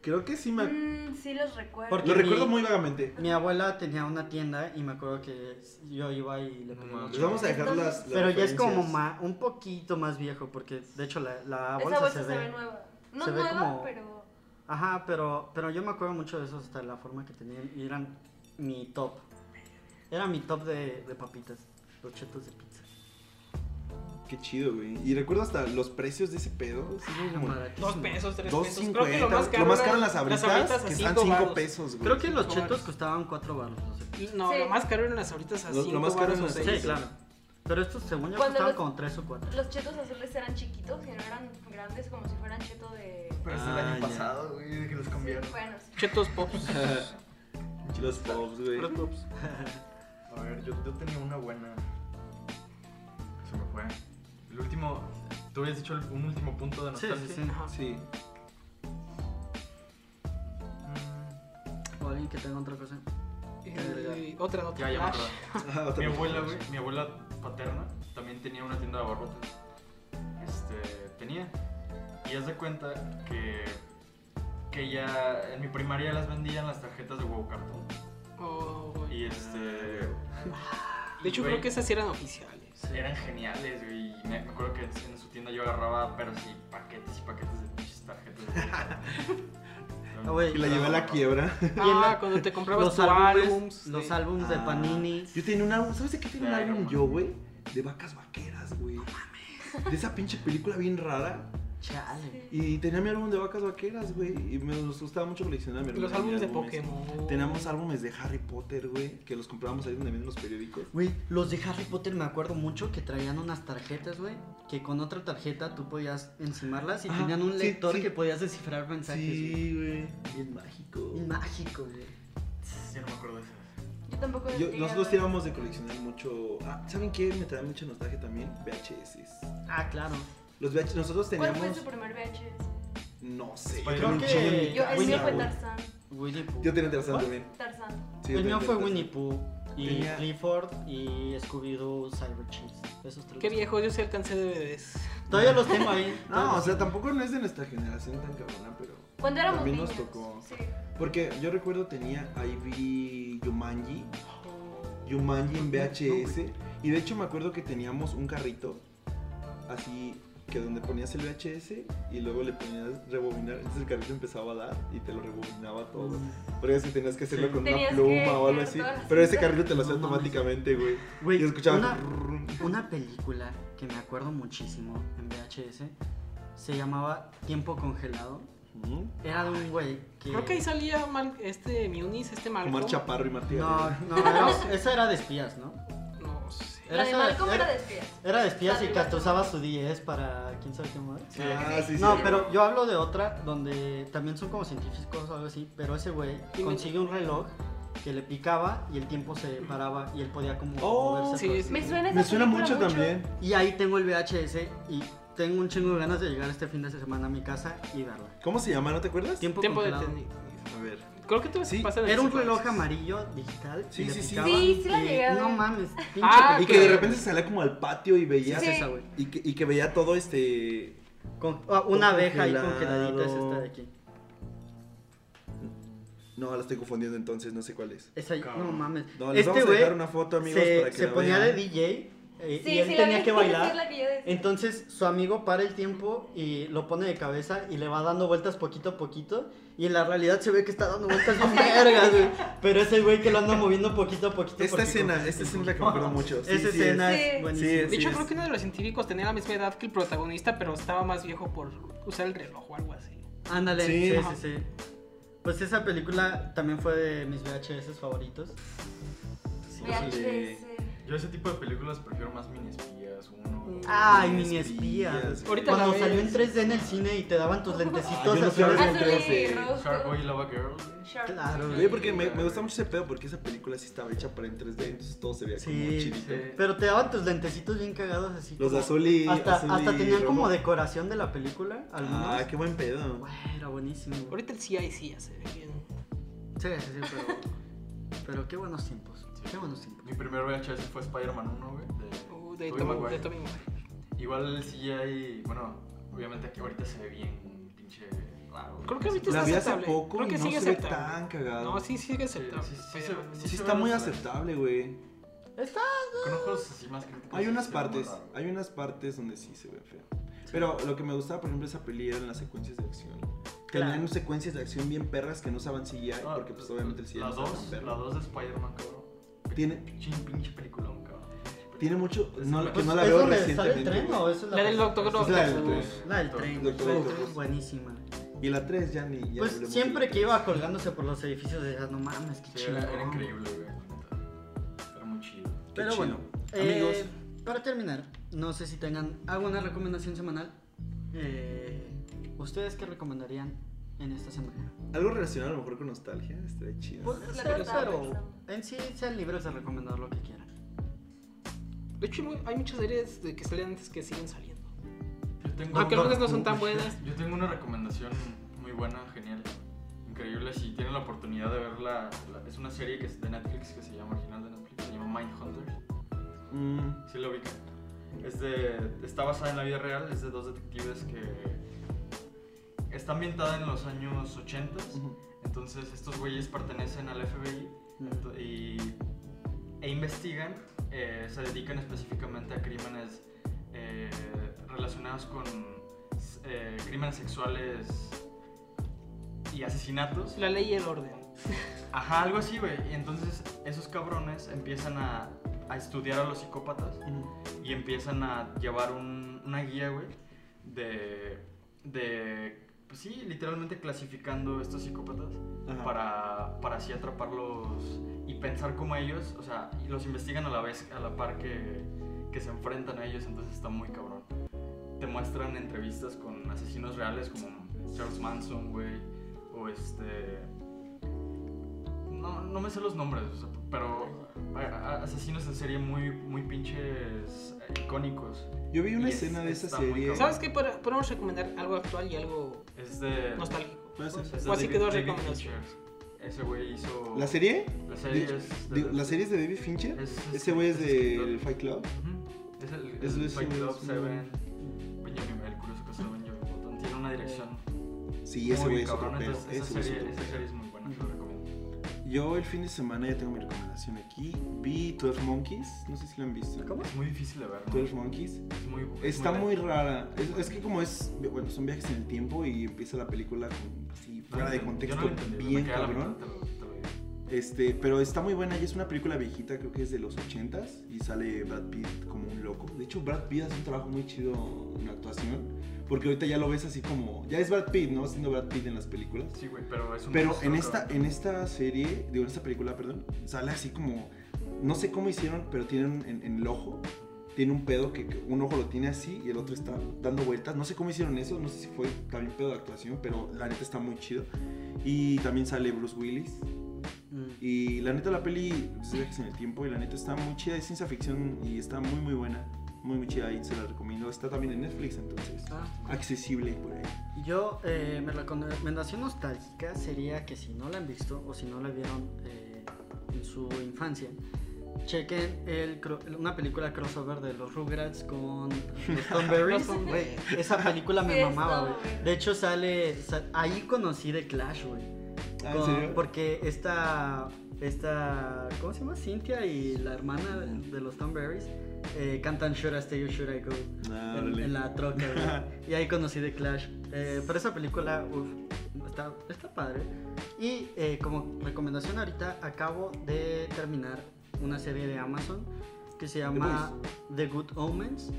Creo que sí me ac-
Mm, sí los recuerdo.
Porque-
Lo
mi-
recuerdo muy vagamente.
Mi abuela tenía una tienda y me acuerdo que yo iba y le pedía
No mames.
unos
Les vamos a dejar las, las
Pero ya es como
referencias.
ma- un poquito más viejo, porque de hecho la, la bolsa,
Esa bolsa
se, ve.
nueva. No
se ve
nueva,
como-
pero
Ajá, pero, pero yo me acuerdo mucho de eso, hasta la forma que tenían. Y eran mi top. Era mi top de, de papitas, los chetos de pizza.
Qué chido, güey. Y recuerdo hasta los precios de ese pedo. Sí, güey,
Eran
como-
baratísimos.
Dos pesos, tres
Dos
pesos. Creo que lo
cincuenta,
más
güey.
caro,
Lo más
eran
caro en las abritas,
abritas a
que
cinco
están cinco
varos.
pesos, güey.
Creo que los
No
chetos
mames.
costaban 4 baros. No sé.
No,
Sí.
lo más caro eran las ahoritas a
Lo- lo
5
más caro
baros
eran
o
las
Sí,
Sí,
6.
sí.
claro. Pero estos, según yo,
Cuando
costaban
los-
como 3 o 4.
los chetos azules eran chiquitos y no eran grandes como si fueran cheto de.
Pero es del
Ah,
año
ya.
pasado, güey, que los cambiaron.
Sí, bueno, sí.
Chetos pops.
Los pops, güey.
Los pops.
A ver, yo, yo tenía una buena. Se me fue. El último. Tú habías dicho el- un último punto de
Sí,
nostalgia.
sí, sí.
Ajá.
Sí.
Mm,
O alguien que tenga otra cosa.
Y Eh, otra, otra.
Ya, ya me
Flash.
acordé.
Ajá, Ah, otra
Mi
vez.
abuela, güey, mi abuela paterna también tenía una tienda de abarrotes. Este, tenía. Y haz de cuenta que que ya en mi primaria las vendían las tarjetas de huevo cartón.
Oh, güey.
Y este,
Ah, de hecho,
güey.
creo que esas sí eran oficiales.
eran geniales, güey. Y me, me acuerdo que en su tienda yo agarraba, pero sí, paquetes y paquetes de pinches tarjetas de huevo cartón.
Ah, güey.
Y la llevé a la quiebra.
Ah,
la-
cuando te comprabas
Los
tu
álbumes,
álbums.
los
sí.
álbums de
Ah,
Panini.
Yo tenía un álbum. ¿Sabes de qué tenía un
Ay, no
álbum
mames.
yo, güey? De vacas vaqueras, güey. De esa pinche película bien rara.
Chale.
Y tenía mi álbum de vacas vaqueras, güey. Y me nos gustaba mucho coleccionar mi
Los
hermana, mi
álbumes de
álbum ese.
Pokémon.
Teníamos álbumes de Harry Potter, güey. Que los comprábamos ahí donde venden los periódicos.
Güey, los de Harry Potter me acuerdo mucho que traían unas tarjetas, güey, que con otra tarjeta tú podías encimarlas y
Ah,
tenían un
sí,
lector
sí.
que podías descifrar mensajes.
Sí, güey. Bien mágico.
güey. Y Mágico, güey.
Yo no me acuerdo de esas.
Yo tampoco.
Yo-
llegué a
nosotros
ver.
tiramos de coleccionar mucho. Ah, ¿saben qué? Me trae mucha nostalgia también. VHS.
Ah, claro.
Los VHS, nosotros
¿Cuál
teníamos.
fue su primer VHS?
No sé.
Spider-Man.
yo tenía un
Creo
chingo en
que-
mi
Yo,
casa,
el mío fue
güey.
Tarzán.
Winnie Pooh.
Yo tenía Tarzán
¿Cuál?
también.
Tarzán.
Sí, yo
El
tenía
mío fue
Tarzán.
Winnie Pooh y
Tenía-
Clifford y Scooby-Doo Cyber Cheese. Esos tres.
Qué viejo, yo sí alcancé DVDs.
Todavía los tengo ahí.
No, o sea, tampoco no es de nuestra generación tan cabrona, pero.
Cuando éramos
También
niños.
nos tocó.
Sí.
Porque yo recuerdo tenía ahí vi Yumanji.
Oh.
Yumanji en VHS. Y de hecho me acuerdo que teníamos un carrito así que donde ponías el VHS y luego le ponías rebobinar. Entonces el carrito empezaba a dar y te lo rebobinaba todo. Porque así tenías que hacerlo
Mm. Sí.
con
Tenías
una
que
pluma o algo
girar
así.
todas las
Pero ese
cintas.
carrito te lo hacía
No mames.
automáticamente, güey.
Güey,
Y escuchabas.
una- Una película que me acuerdo muchísimo en VHS se llamaba Tiempo Congelado.
Ujú.
Era de un güey que.
Creo que ahí salía mal, este Munis, este Malcolm.
Omar Chaparro y Martí
No,
Gareda.
no, era- esa era de espías, ¿no?
No sé.
La de
esa-
Malcolm era
era-
de espías.
Era de espías y
Salía.
que usaba su 10 para quién sabe qué mover.
Ah, sí, sí.
No, pero yo hablo de otra donde también son como científicos o algo así, pero ese güey
Y me-
consigue un reloj que le picaba y el tiempo se paraba y él podía como
Oh,
moverse.
sí,
todo.
sí.
Me suena esa
Me suena
película
mucho también.
Y ahí tengo el VHS y tengo un chingo de ganas de llegar este fin de semana a mi casa y verla.
¿Cómo se llama? ¿No te acuerdas?
Tiempo,
Tiempo de
congelado.
tenis.
A ver.
Creo que tú
Sí,
Era un reloj amarillo digital.
Sí,
y le
sí, sí.
picaban
Sí, sí la
y-
llegué a
No
ver.
mames. pinche
Ah,
Y
película.
que de repente se salía como al patio y veías
Sí.
esa, güey.
y que, y que veía todo este.
Con- ah, una abeja ahí
Congelado.
congeladita es esta de aquí.
No, la estoy confundiendo entonces, no sé cuál es.
Esa, no
Cabrón.
mames.
No, les vamos a dejar una foto, amigos,
Este se,
para que
se
la
ponía
vean.
de DJ eh,
Sí,
y él
sí, la
tenía
vi,
que
es
bailar.
la que yo decía.
Entonces su amigo para el tiempo y lo pone de cabeza y le va dando vueltas poquito a poquito. Y en la realidad se ve que está dando vueltas bien vergas, güey. Pero es el güey que lo anda moviendo poquito a poquito.
Esta
porque
escena,
como-
esta escena es la que me acuerdo mucho. Sí,
Esa
sí,
escena
es.
es,
Sí.
buenísima.
Sí,
De hecho,
es.
creo que uno de los científicos tenía la misma edad que el protagonista, pero estaba más viejo por usar el reloj o algo así.
Ándale,
Sí.
sí, sí,
Ajá.
sí. Pues esa película también fue de mis VHS favoritos.
sí.
VHS.
Yo ese tipo de películas prefiero más mini espías,
Mm.
uno.
Ah,
Ay,
Mini
mini espías.
espías.
Ahorita la
Cuando
ves.
salió en 3D en el cine y te daban tus
Ah, yo
lentecitos
no
azules.
sabía.
Azul y
sí.
rojo.
Sharkboy y Lava Girl.
Shark.
Claro.
eh. Oye, porque me, me gusta mucho ese pedo porque esa película sí estaba hecha para en 3D, entonces todo se veía como
Sí,
chidito.
sí.
Pero te daban tus lentecitos bien cagados así.
Los de
como-
azul y.
Hasta,
azul
hasta
y
tenían como
rojo.
decoración de la película, algunos.
Ah, qué buen pedo.
Güey, era buenísimo. güey.
Ahorita el CIC ya se ve bien.
Sí, sí, sí, pero... pero qué buenos tiempos. Qué buenos tiempos.
Mi primer VHS fue Spider-Man 1, güey. de-
Uh, de
Tobey
Tommy
Maguire.
de Tobey Maguire.
Igual el CGI, bueno, obviamente aquí ahorita se ve bien pinche raro.
Creo que ahorita
La
está
vi hace
aceptable.
poco
Creo
y
que
no
sigue
se ve
aceptable.
tan cagado.
No, sí, sigue
Sí,
aceptable.
sí, sí,
pero-
se-
Sí,
se
está
ve
muy
los-
aceptable, güey.
Está...
Con ojos así más críticos.
Hay
sí
unas
se ve muy
partes,
raro.
hay unas partes donde sí se ve feo. Pero lo que me gustaba, por ejemplo, de esa peli eran las secuencias de acción. Tenían
Claro.
secuencias de acción bien perras que no usaban CGI,
Ah,
porque pues obviamente el CGI
Las
no estaba
dos,
tan perro.
las dos de Spider-Man, cabrón.
Tiene-
Pinche, pinche peliculón, cabrón.
Tiene mucho,
Es-
no, que
pues,
no la
¿Es
veo
donde sale el
recientemente.
tren
güey.
o eso es la...
La del Doctor
Es la del
Octopus.
tren.
La del tren.
Doctor
güey,
Octopus.
Buenísima.
Y la 3 ya ni. ya
Pues
hablemos de
siempre
la
que
tres.
iba colgándose por los edificios decías, no mames, qué
Sí,
chido.
era, era increíble, güey. la neta. Era muy chido.
Qué
Pero
chido.
bueno,
amigos,
eh, para terminar, no sé si tengan alguna recomendación semanal. Eh, ¿Ustedes qué recomendarían en esta semana?
algo relacionado a lo mejor con nostalgia estaría chido.
Puede
Pues, La
ser,
verdad,
pero
pensando.
en sí sean libres de recomendar lo que quieran.
De hecho, mu- hay muchas series de que salían antes que siguen saliendo.
Yo tengo
Aunque
una-
algunas no son tan buenas.
Yo tengo una recomendación muy buena, genial, increíble. Si tienen la oportunidad de verla, la- es una serie que es de Netflix que se llama original de Netflix, se llama Mindhunters.
Mm,
Sí la ubican. Es de, está basada en la vida real, es de dos detectives que está ambientada en los años 80.
ujú.
Entonces estos güeyes pertenecen al FBI
Mm.
ento- y, e investigan, eh, se dedican específicamente a crímenes eh, relacionados con s- eh, crímenes sexuales y asesinatos.
La ley y el orden.
Ajá, algo así, güey. Y entonces esos cabrones empiezan a, a estudiar a los psicópatas
Mm.
y empiezan a llevar un- una guía, güey, de, de, pues sí, literalmente clasificando estos psicópatas
Ajá.
para, para así atraparlos y pensar como ellos, o sea, y los investigan a la vez, a la par que, que se enfrentan a ellos, entonces está muy cabrón. Te muestran entrevistas con asesinos reales como Charles Manson, güey, o este... No, no me sé los nombres, o sea, pero a- a- asesinos en serie muy, muy pinches eh, icónicos.
Yo vi una
Y es-
escena de esa
está muy
serie.
cabrón.
¿Sabes qué? Pod- Podemos recomendar algo actual y algo
Es de...
nostálgico.
Puede ser.
es
O así quedó
David
recomendación.
Fincher. Ese güey hizo...
¿La serie?
La serie
Di-
es...
di- ¿La serie es de David Fincher?
es- es-
Ese güey es del
escritor.
Fight Club.
Ujú. Es el,
Es
el
Luis-
Fight Club,
es un-
Seven, Benjamin, el curioso caso de Benjamin Button. Tiene una dirección
Sí, ese güey
muy
es otro
cabrón.
pedo.
Entonces,
Ese
esa
güey es
serie,
otro
esa
pedo.
serie es muy buena, te lo recomiendo.
Yo el fin de semana ya tengo mi recomendación aquí. Vi 12 Monkeys. No sé si lo han visto.
¿Cómo?
Es muy difícil de ver, ¿no?
12 Monkeys.
Es muy, es
Está muy
lenta.
rara. Es, es que como es, bueno, son viajes en el tiempo y empieza la película con- así
No,
fuera de
yo no
contexto,
lo entendí, me
bien
quedé a la
cabrón.
mitad, te lo- te lo digo.
Este, pero está muy buena y es una película viejita, creo que es de los 80s y sale Brad Pitt como un loco. De hecho, Brad Pitt hace un trabajo muy chido en actuación, porque ahorita ya lo ves así como, ya es Brad Pitt, ¿no? Haciendo Brad Pitt en las películas.
Sí, güey, pero es un
Pero
monstruo,
en esta,
cabrón.
en esta serie, digo, en esta película, perdón, sale así como. No sé cómo hicieron, pero tienen en, en el ojo. Tiene un pedo que, que un ojo lo tiene así y el otro está dando vueltas. No sé cómo hicieron eso, no sé si fue también pedo de actuación, pero la neta está muy chido. Y también sale Bruce Willis.
Mm.
Y la neta la peli pues, es viajes en el tiempo y la neta está muy chida, es ciencia ficción y está muy muy buena. Muy muy chida y se la recomiendo. Está también en Netflix, entonces.
Ah.
Accesible por ahí.
Yo, eh, mi recomendación nostálgica sería que si no la han visto o si no la vieron eh, en su infancia, chequen el cro- una película crossover de los Rugrats con los Tom Berries. Güey, Esa película
Sí,
me
está
mamaba,
buena.
güey. De hecho, sale. sa- ahí conocí The Clash, güey.
Ah, ¿en
Con-
serio?
Porque esta esta, ¿cómo se llama? Cintia y la hermana de, de los Thornberrys eh, cantan Should I Stay or Should I Go
Ah,
en,
órale.
en la troca. güey. y ahí conocí The Clash. Eh, pero esa película, uff, está, está padre. Y eh, como recomendación ahorita, acabo de terminar una serie de Amazon que se llama The Good Omens.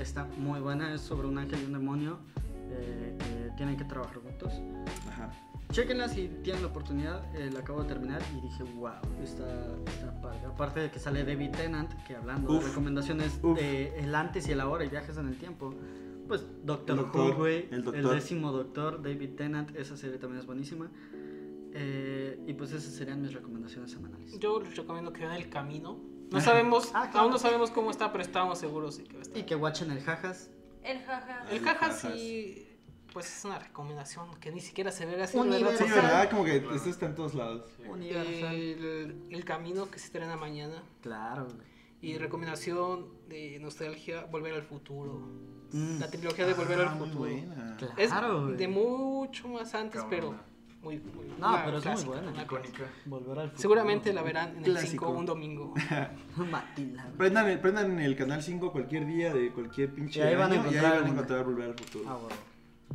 Está muy buena, es sobre un ángel y un demonio eh, que tienen que trabajar juntos.
Ajá.
Chequenla si tienen la oportunidad, eh, la acabo de terminar y dije, wow, está, está padre. Aparte de que sale David Tennant, que hablando de
Uf.
recomendaciones
Uf.
de el antes y el ahora y viajes en el tiempo, pues Doctor,
El Doctor,
Who, güey,
el
el,
Doctor.
décimo Doctor, David Tennant, esa serie también es buenísima. Eh, y pues esas serían mis recomendaciones semanales.
Yo les recomiendo que vean el camino. No sabemos,
Ah, claro.
aún no sabemos cómo está, pero estamos seguros de que va a estar.
Y que watchen el jajas.
El jaja.
El
El
caja
Jajas.
sí, pues es una recomendación que ni siquiera se ve así.
Universal.
Sí,
¿verdad?
¿verdad? Como que esto está en todos lados.
Eh,
Universal.
El, el camino que se estrena mañana.
Claro, güey.
Y recomendación de nostalgia, Volver al Futuro.
Mm.
La trilogía de Volver
Ah,
al
muy
Futuro.
buena.
Es
Claro, güey.
de mucho más antes,
Cabrona.
pero muy, muy
No,
una
pero es muy
clásica,
buena.
una clásica.
Icónica.
Volver al futuro.
Seguramente la verán en el
Clásico.
5 un domingo.
Matilda. güey.
Prendan el, prendan el canal 5 cualquier día de cualquier pinche.
Y ahí van
año
a encontrar
van a
alguna.
encontrar volver al futuro.
Ah, güey.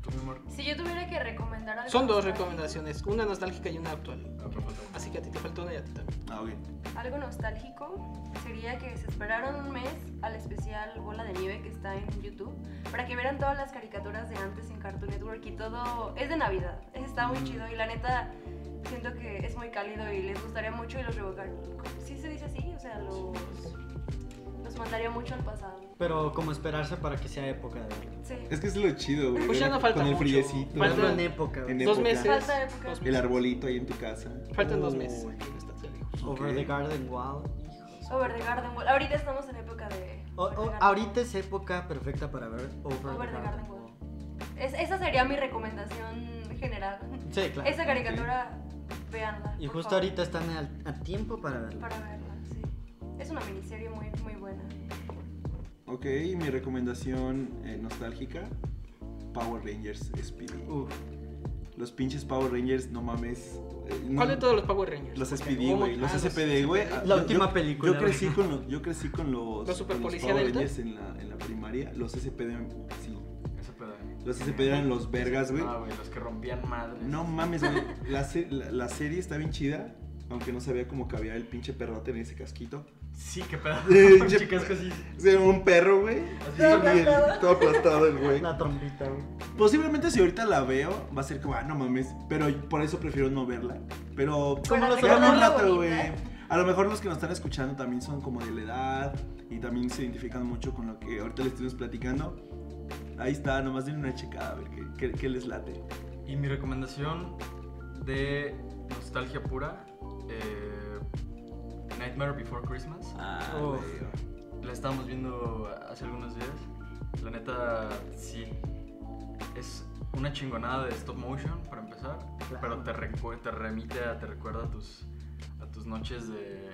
Tú, mi amor.
Si yo tuviera que recomendar algo. pues,
Son dos
nostálgico-
recomendaciones, una nostálgica y una actual.
Ah, pero falta una.
Así que a ti te faltó una y a ti también.
Ah, ok.
Algo nostálgico sería que se esperaron un mes al especial Bola de Nieve que está en YouTube para que vieran todas las caricaturas de antes en Cartoon Network y todo. Es de Navidad, está muy chido y la neta siento que es muy cálido y les gustaría mucho y los revocaría. Sí se dice así, o sea, los, los mandaría mucho al pasado.
Pero como esperarse para que sea época de verlo.
Sí.
Es que es lo chido, güey.
Pues ya
Con-
no falta
Con el
mucho.
friecito.
Falta-
Verlo en época, güey.
En
Dos
época.
meses.
Falta época.
dos
El
meses.
arbolito ahí en tu casa.
Faltan dos
Oh.
meses. que está tan lejos.
Over
Ok.
the Garden Wall. hijos.
Over the Garden Wall. Ahorita estamos en época de.
O-
Over the
o-
Garden
ahorita es época perfecta para ver Over,
Over
the
the
Garden
Garden
Wall.
Wall. Es- esa sería mi recomendación general.
Sí, claro.
Esa caricatura, veanla.
Y
por
justo
favor,
ahorita están al- a tiempo para verla.
Para verla, sí. Es una miniserie muy, muy buena.
Ok, mi recomendación eh, nostálgica: Power Rangers Speedy.
Uf,
Los pinches Power Rangers, no mames. eh, no-
¿Cuál de todos los Power Rangers?
Los
Porque
SPD,
hubo-
güey. Los
ah,
SPD, güey. Ah,
La
yo-
última
yo-
película,
Yo
güey.
crecí con los, yo crecí con los,
¿Los Superpolicía
con los Power
Delta?
Rangers en la, en la primaria. Los SPD, sí.
Ese pedo.
Los SPD eran los vergas, güey.
Ah, güey, los que rompían madres.
No mames, güey. La, se- la- la serie está bien chida. Aunque no sabía cómo cabía el pinche perrote en ese casquito.
Sí, qué pedo.
Eh, che-
Chicas, casi.
O sea, un perro, güey.
Así
Y el- Todo aplastado el güey.
la trompita, güey.
Posiblemente si ahorita la veo, va a ser como, ah, no mames. Pero por eso prefiero no verla. Pero
Como
Ya
los
en un
hermanos
rato, güey.
¿eh?
Bonita.
A lo mejor los que nos están escuchando también son como de la edad y también se identifican mucho con lo que ahorita les estuvimos platicando. Ahí está, nomás den una checada a ver qué, qué- qué les late.
Y mi recomendación de nostalgia pura, eh, Nightmare Before Christmas.
Ah,
Uf.
La estábamos viendo hace algunos días. La neta, sí. Es una chingonada de stop motion para empezar, pero te, recu- te remite, a, te recuerda a tus, a tus noches de,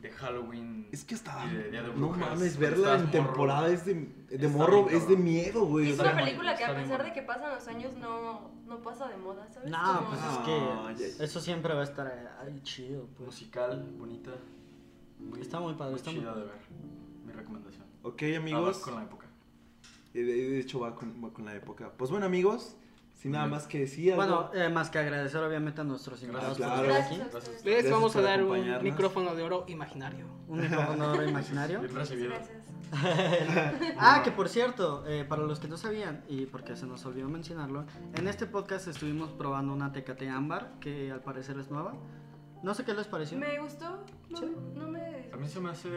de Halloween.
Es que estaba.
y de Día de
No
Brujas,
mames,
cuando
verla en
estabas morro.
temporada es de, de
Está
morro,
bien,
es de
cabrón.
miedo, güey.
Y
o
es
sea,
una
bien
película
bonito,
que a
está bien
pesar de
bonito.
que pasan los años no, no pasa de moda, ¿sabes?
No,
Como-
pues
No,
es que
ya-
eso siempre va a estar eh, ahí chido, pues.
Musical, bonita. Muy,
Está muy padre, está muy-
chida de ver. Mi recomendación.
Ok,
Ah,
amigos.
con la época.
Eh, De, de hecho, va con, va con la época. Pues bueno, amigos, sin nada más que decir.
Bueno,
algo-
eh, más que agradecer obviamente a nuestros invitados
Gracias.
por
claro.
estar
Gracias
aquí.
a ustedes.
Les
Gracias
vamos a
por
dar un
acompañarnos.
micrófono de oro imaginario.
Un micrófono ahora imaginario.
Bien
Muchas
recibido.
gracias.
Ah, que por cierto, eh, para los que no sabían y porque se nos olvidó mencionarlo, en este podcast estuvimos probando una tecate ámbar que al parecer es nueva. No sé qué les pareció.
Me gustó, no,
Sí.
no me...
A mí se me hace.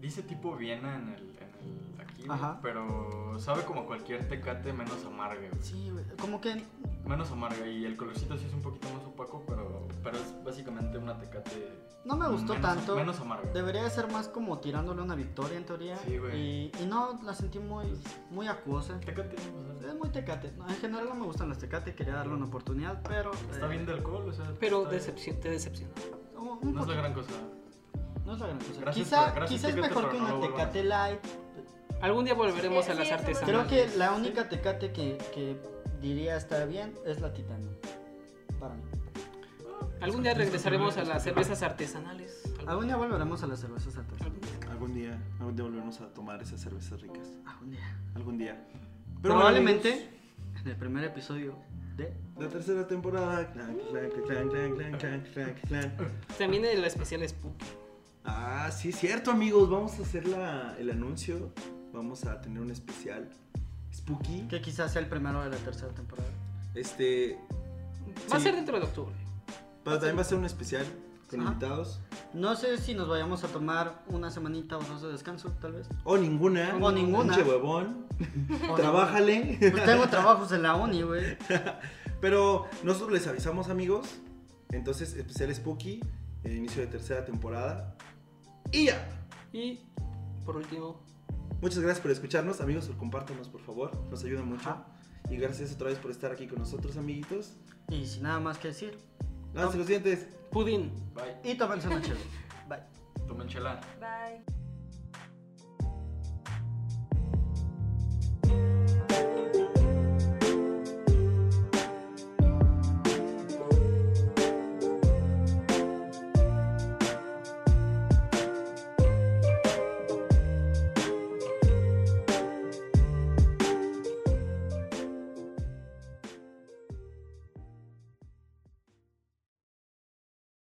Dice tipo Viena en el. En el aquí, güey,
Ajá.
pero sabe como cualquier tecate menos amarga, güey.
Sí, güey, como que
Menos amarga y el colorcito sí es un poquito más opaco, pero, pero es básicamente una tecate.
no me gustó
menos-
tanto.
Menos amarga.
Debería de ser más como tirándole una victoria en teoría.
Sí, güey.
y, y no, la sentí muy, muy acuosa.
Tecate, o sea,
Es muy tecate. No, En general no me gustan las tecate, quería darle una oportunidad, pero...
está
eh,
bien de alcohol, o sea.
Pero
está-
decepción, te decepciona.
un- un
No es la
poquito.
gran cosa.
No es la gran cosa.
Gracias,
quizá
gracias,
quizá es
Tecate,
mejor
pero
que
no
una
lo vuelvan a
tecate light.
Algún día volveremos
Sí,
a las
sí, eso me
artesanales.
Creo que la única tecate que, que diría está bien es la titana. Para mí.
Algún día regresaremos a las cervezas artesanales.
Algún día volveremos a las cervezas artesanales.
algún día.
Algún día, algún día volveremos a tomar esas cervezas ricas.
Algún día.
Algún día. Pero bueno,
Probablemente en el primer episodio de.
amigos, la tercera temporada. clan, clan, clan, clan, clan, clan, clan, clan.
También el especial Spooky.
Ah, sí, es cierto, amigos. Vamos a hacer la- el anuncio. Vamos a tener un especial spooky.
Que quizás sea el primero de la tercera temporada.
Este,
Va a
Sí.
ser dentro de octubre.
pero también va a ser un especial con
Ajá.
invitados.
No sé si nos vayamos a tomar una semanita o dos de descanso, tal vez.
O ninguna.
O ninguna.
Pinche huevón.
O-
Trabájale.
Pues tengo trabajos en la uni, güey.
Pero nosotros les avisamos, amigos. Entonces, especial Spooky, el inicio de tercera temporada. Y ya.
Y por último,
Muchas gracias por escucharnos, amigos. Compártanos, por favor. Nos ayuda mucho.
Ajá.
Y gracias otra vez por estar aquí con nosotros, amiguitos.
Y sin nada más que decir.
Lávense los dientes.
Pudín.
Bye.
Y tómense una chévere. Bye.
Tomen chela.
Bye.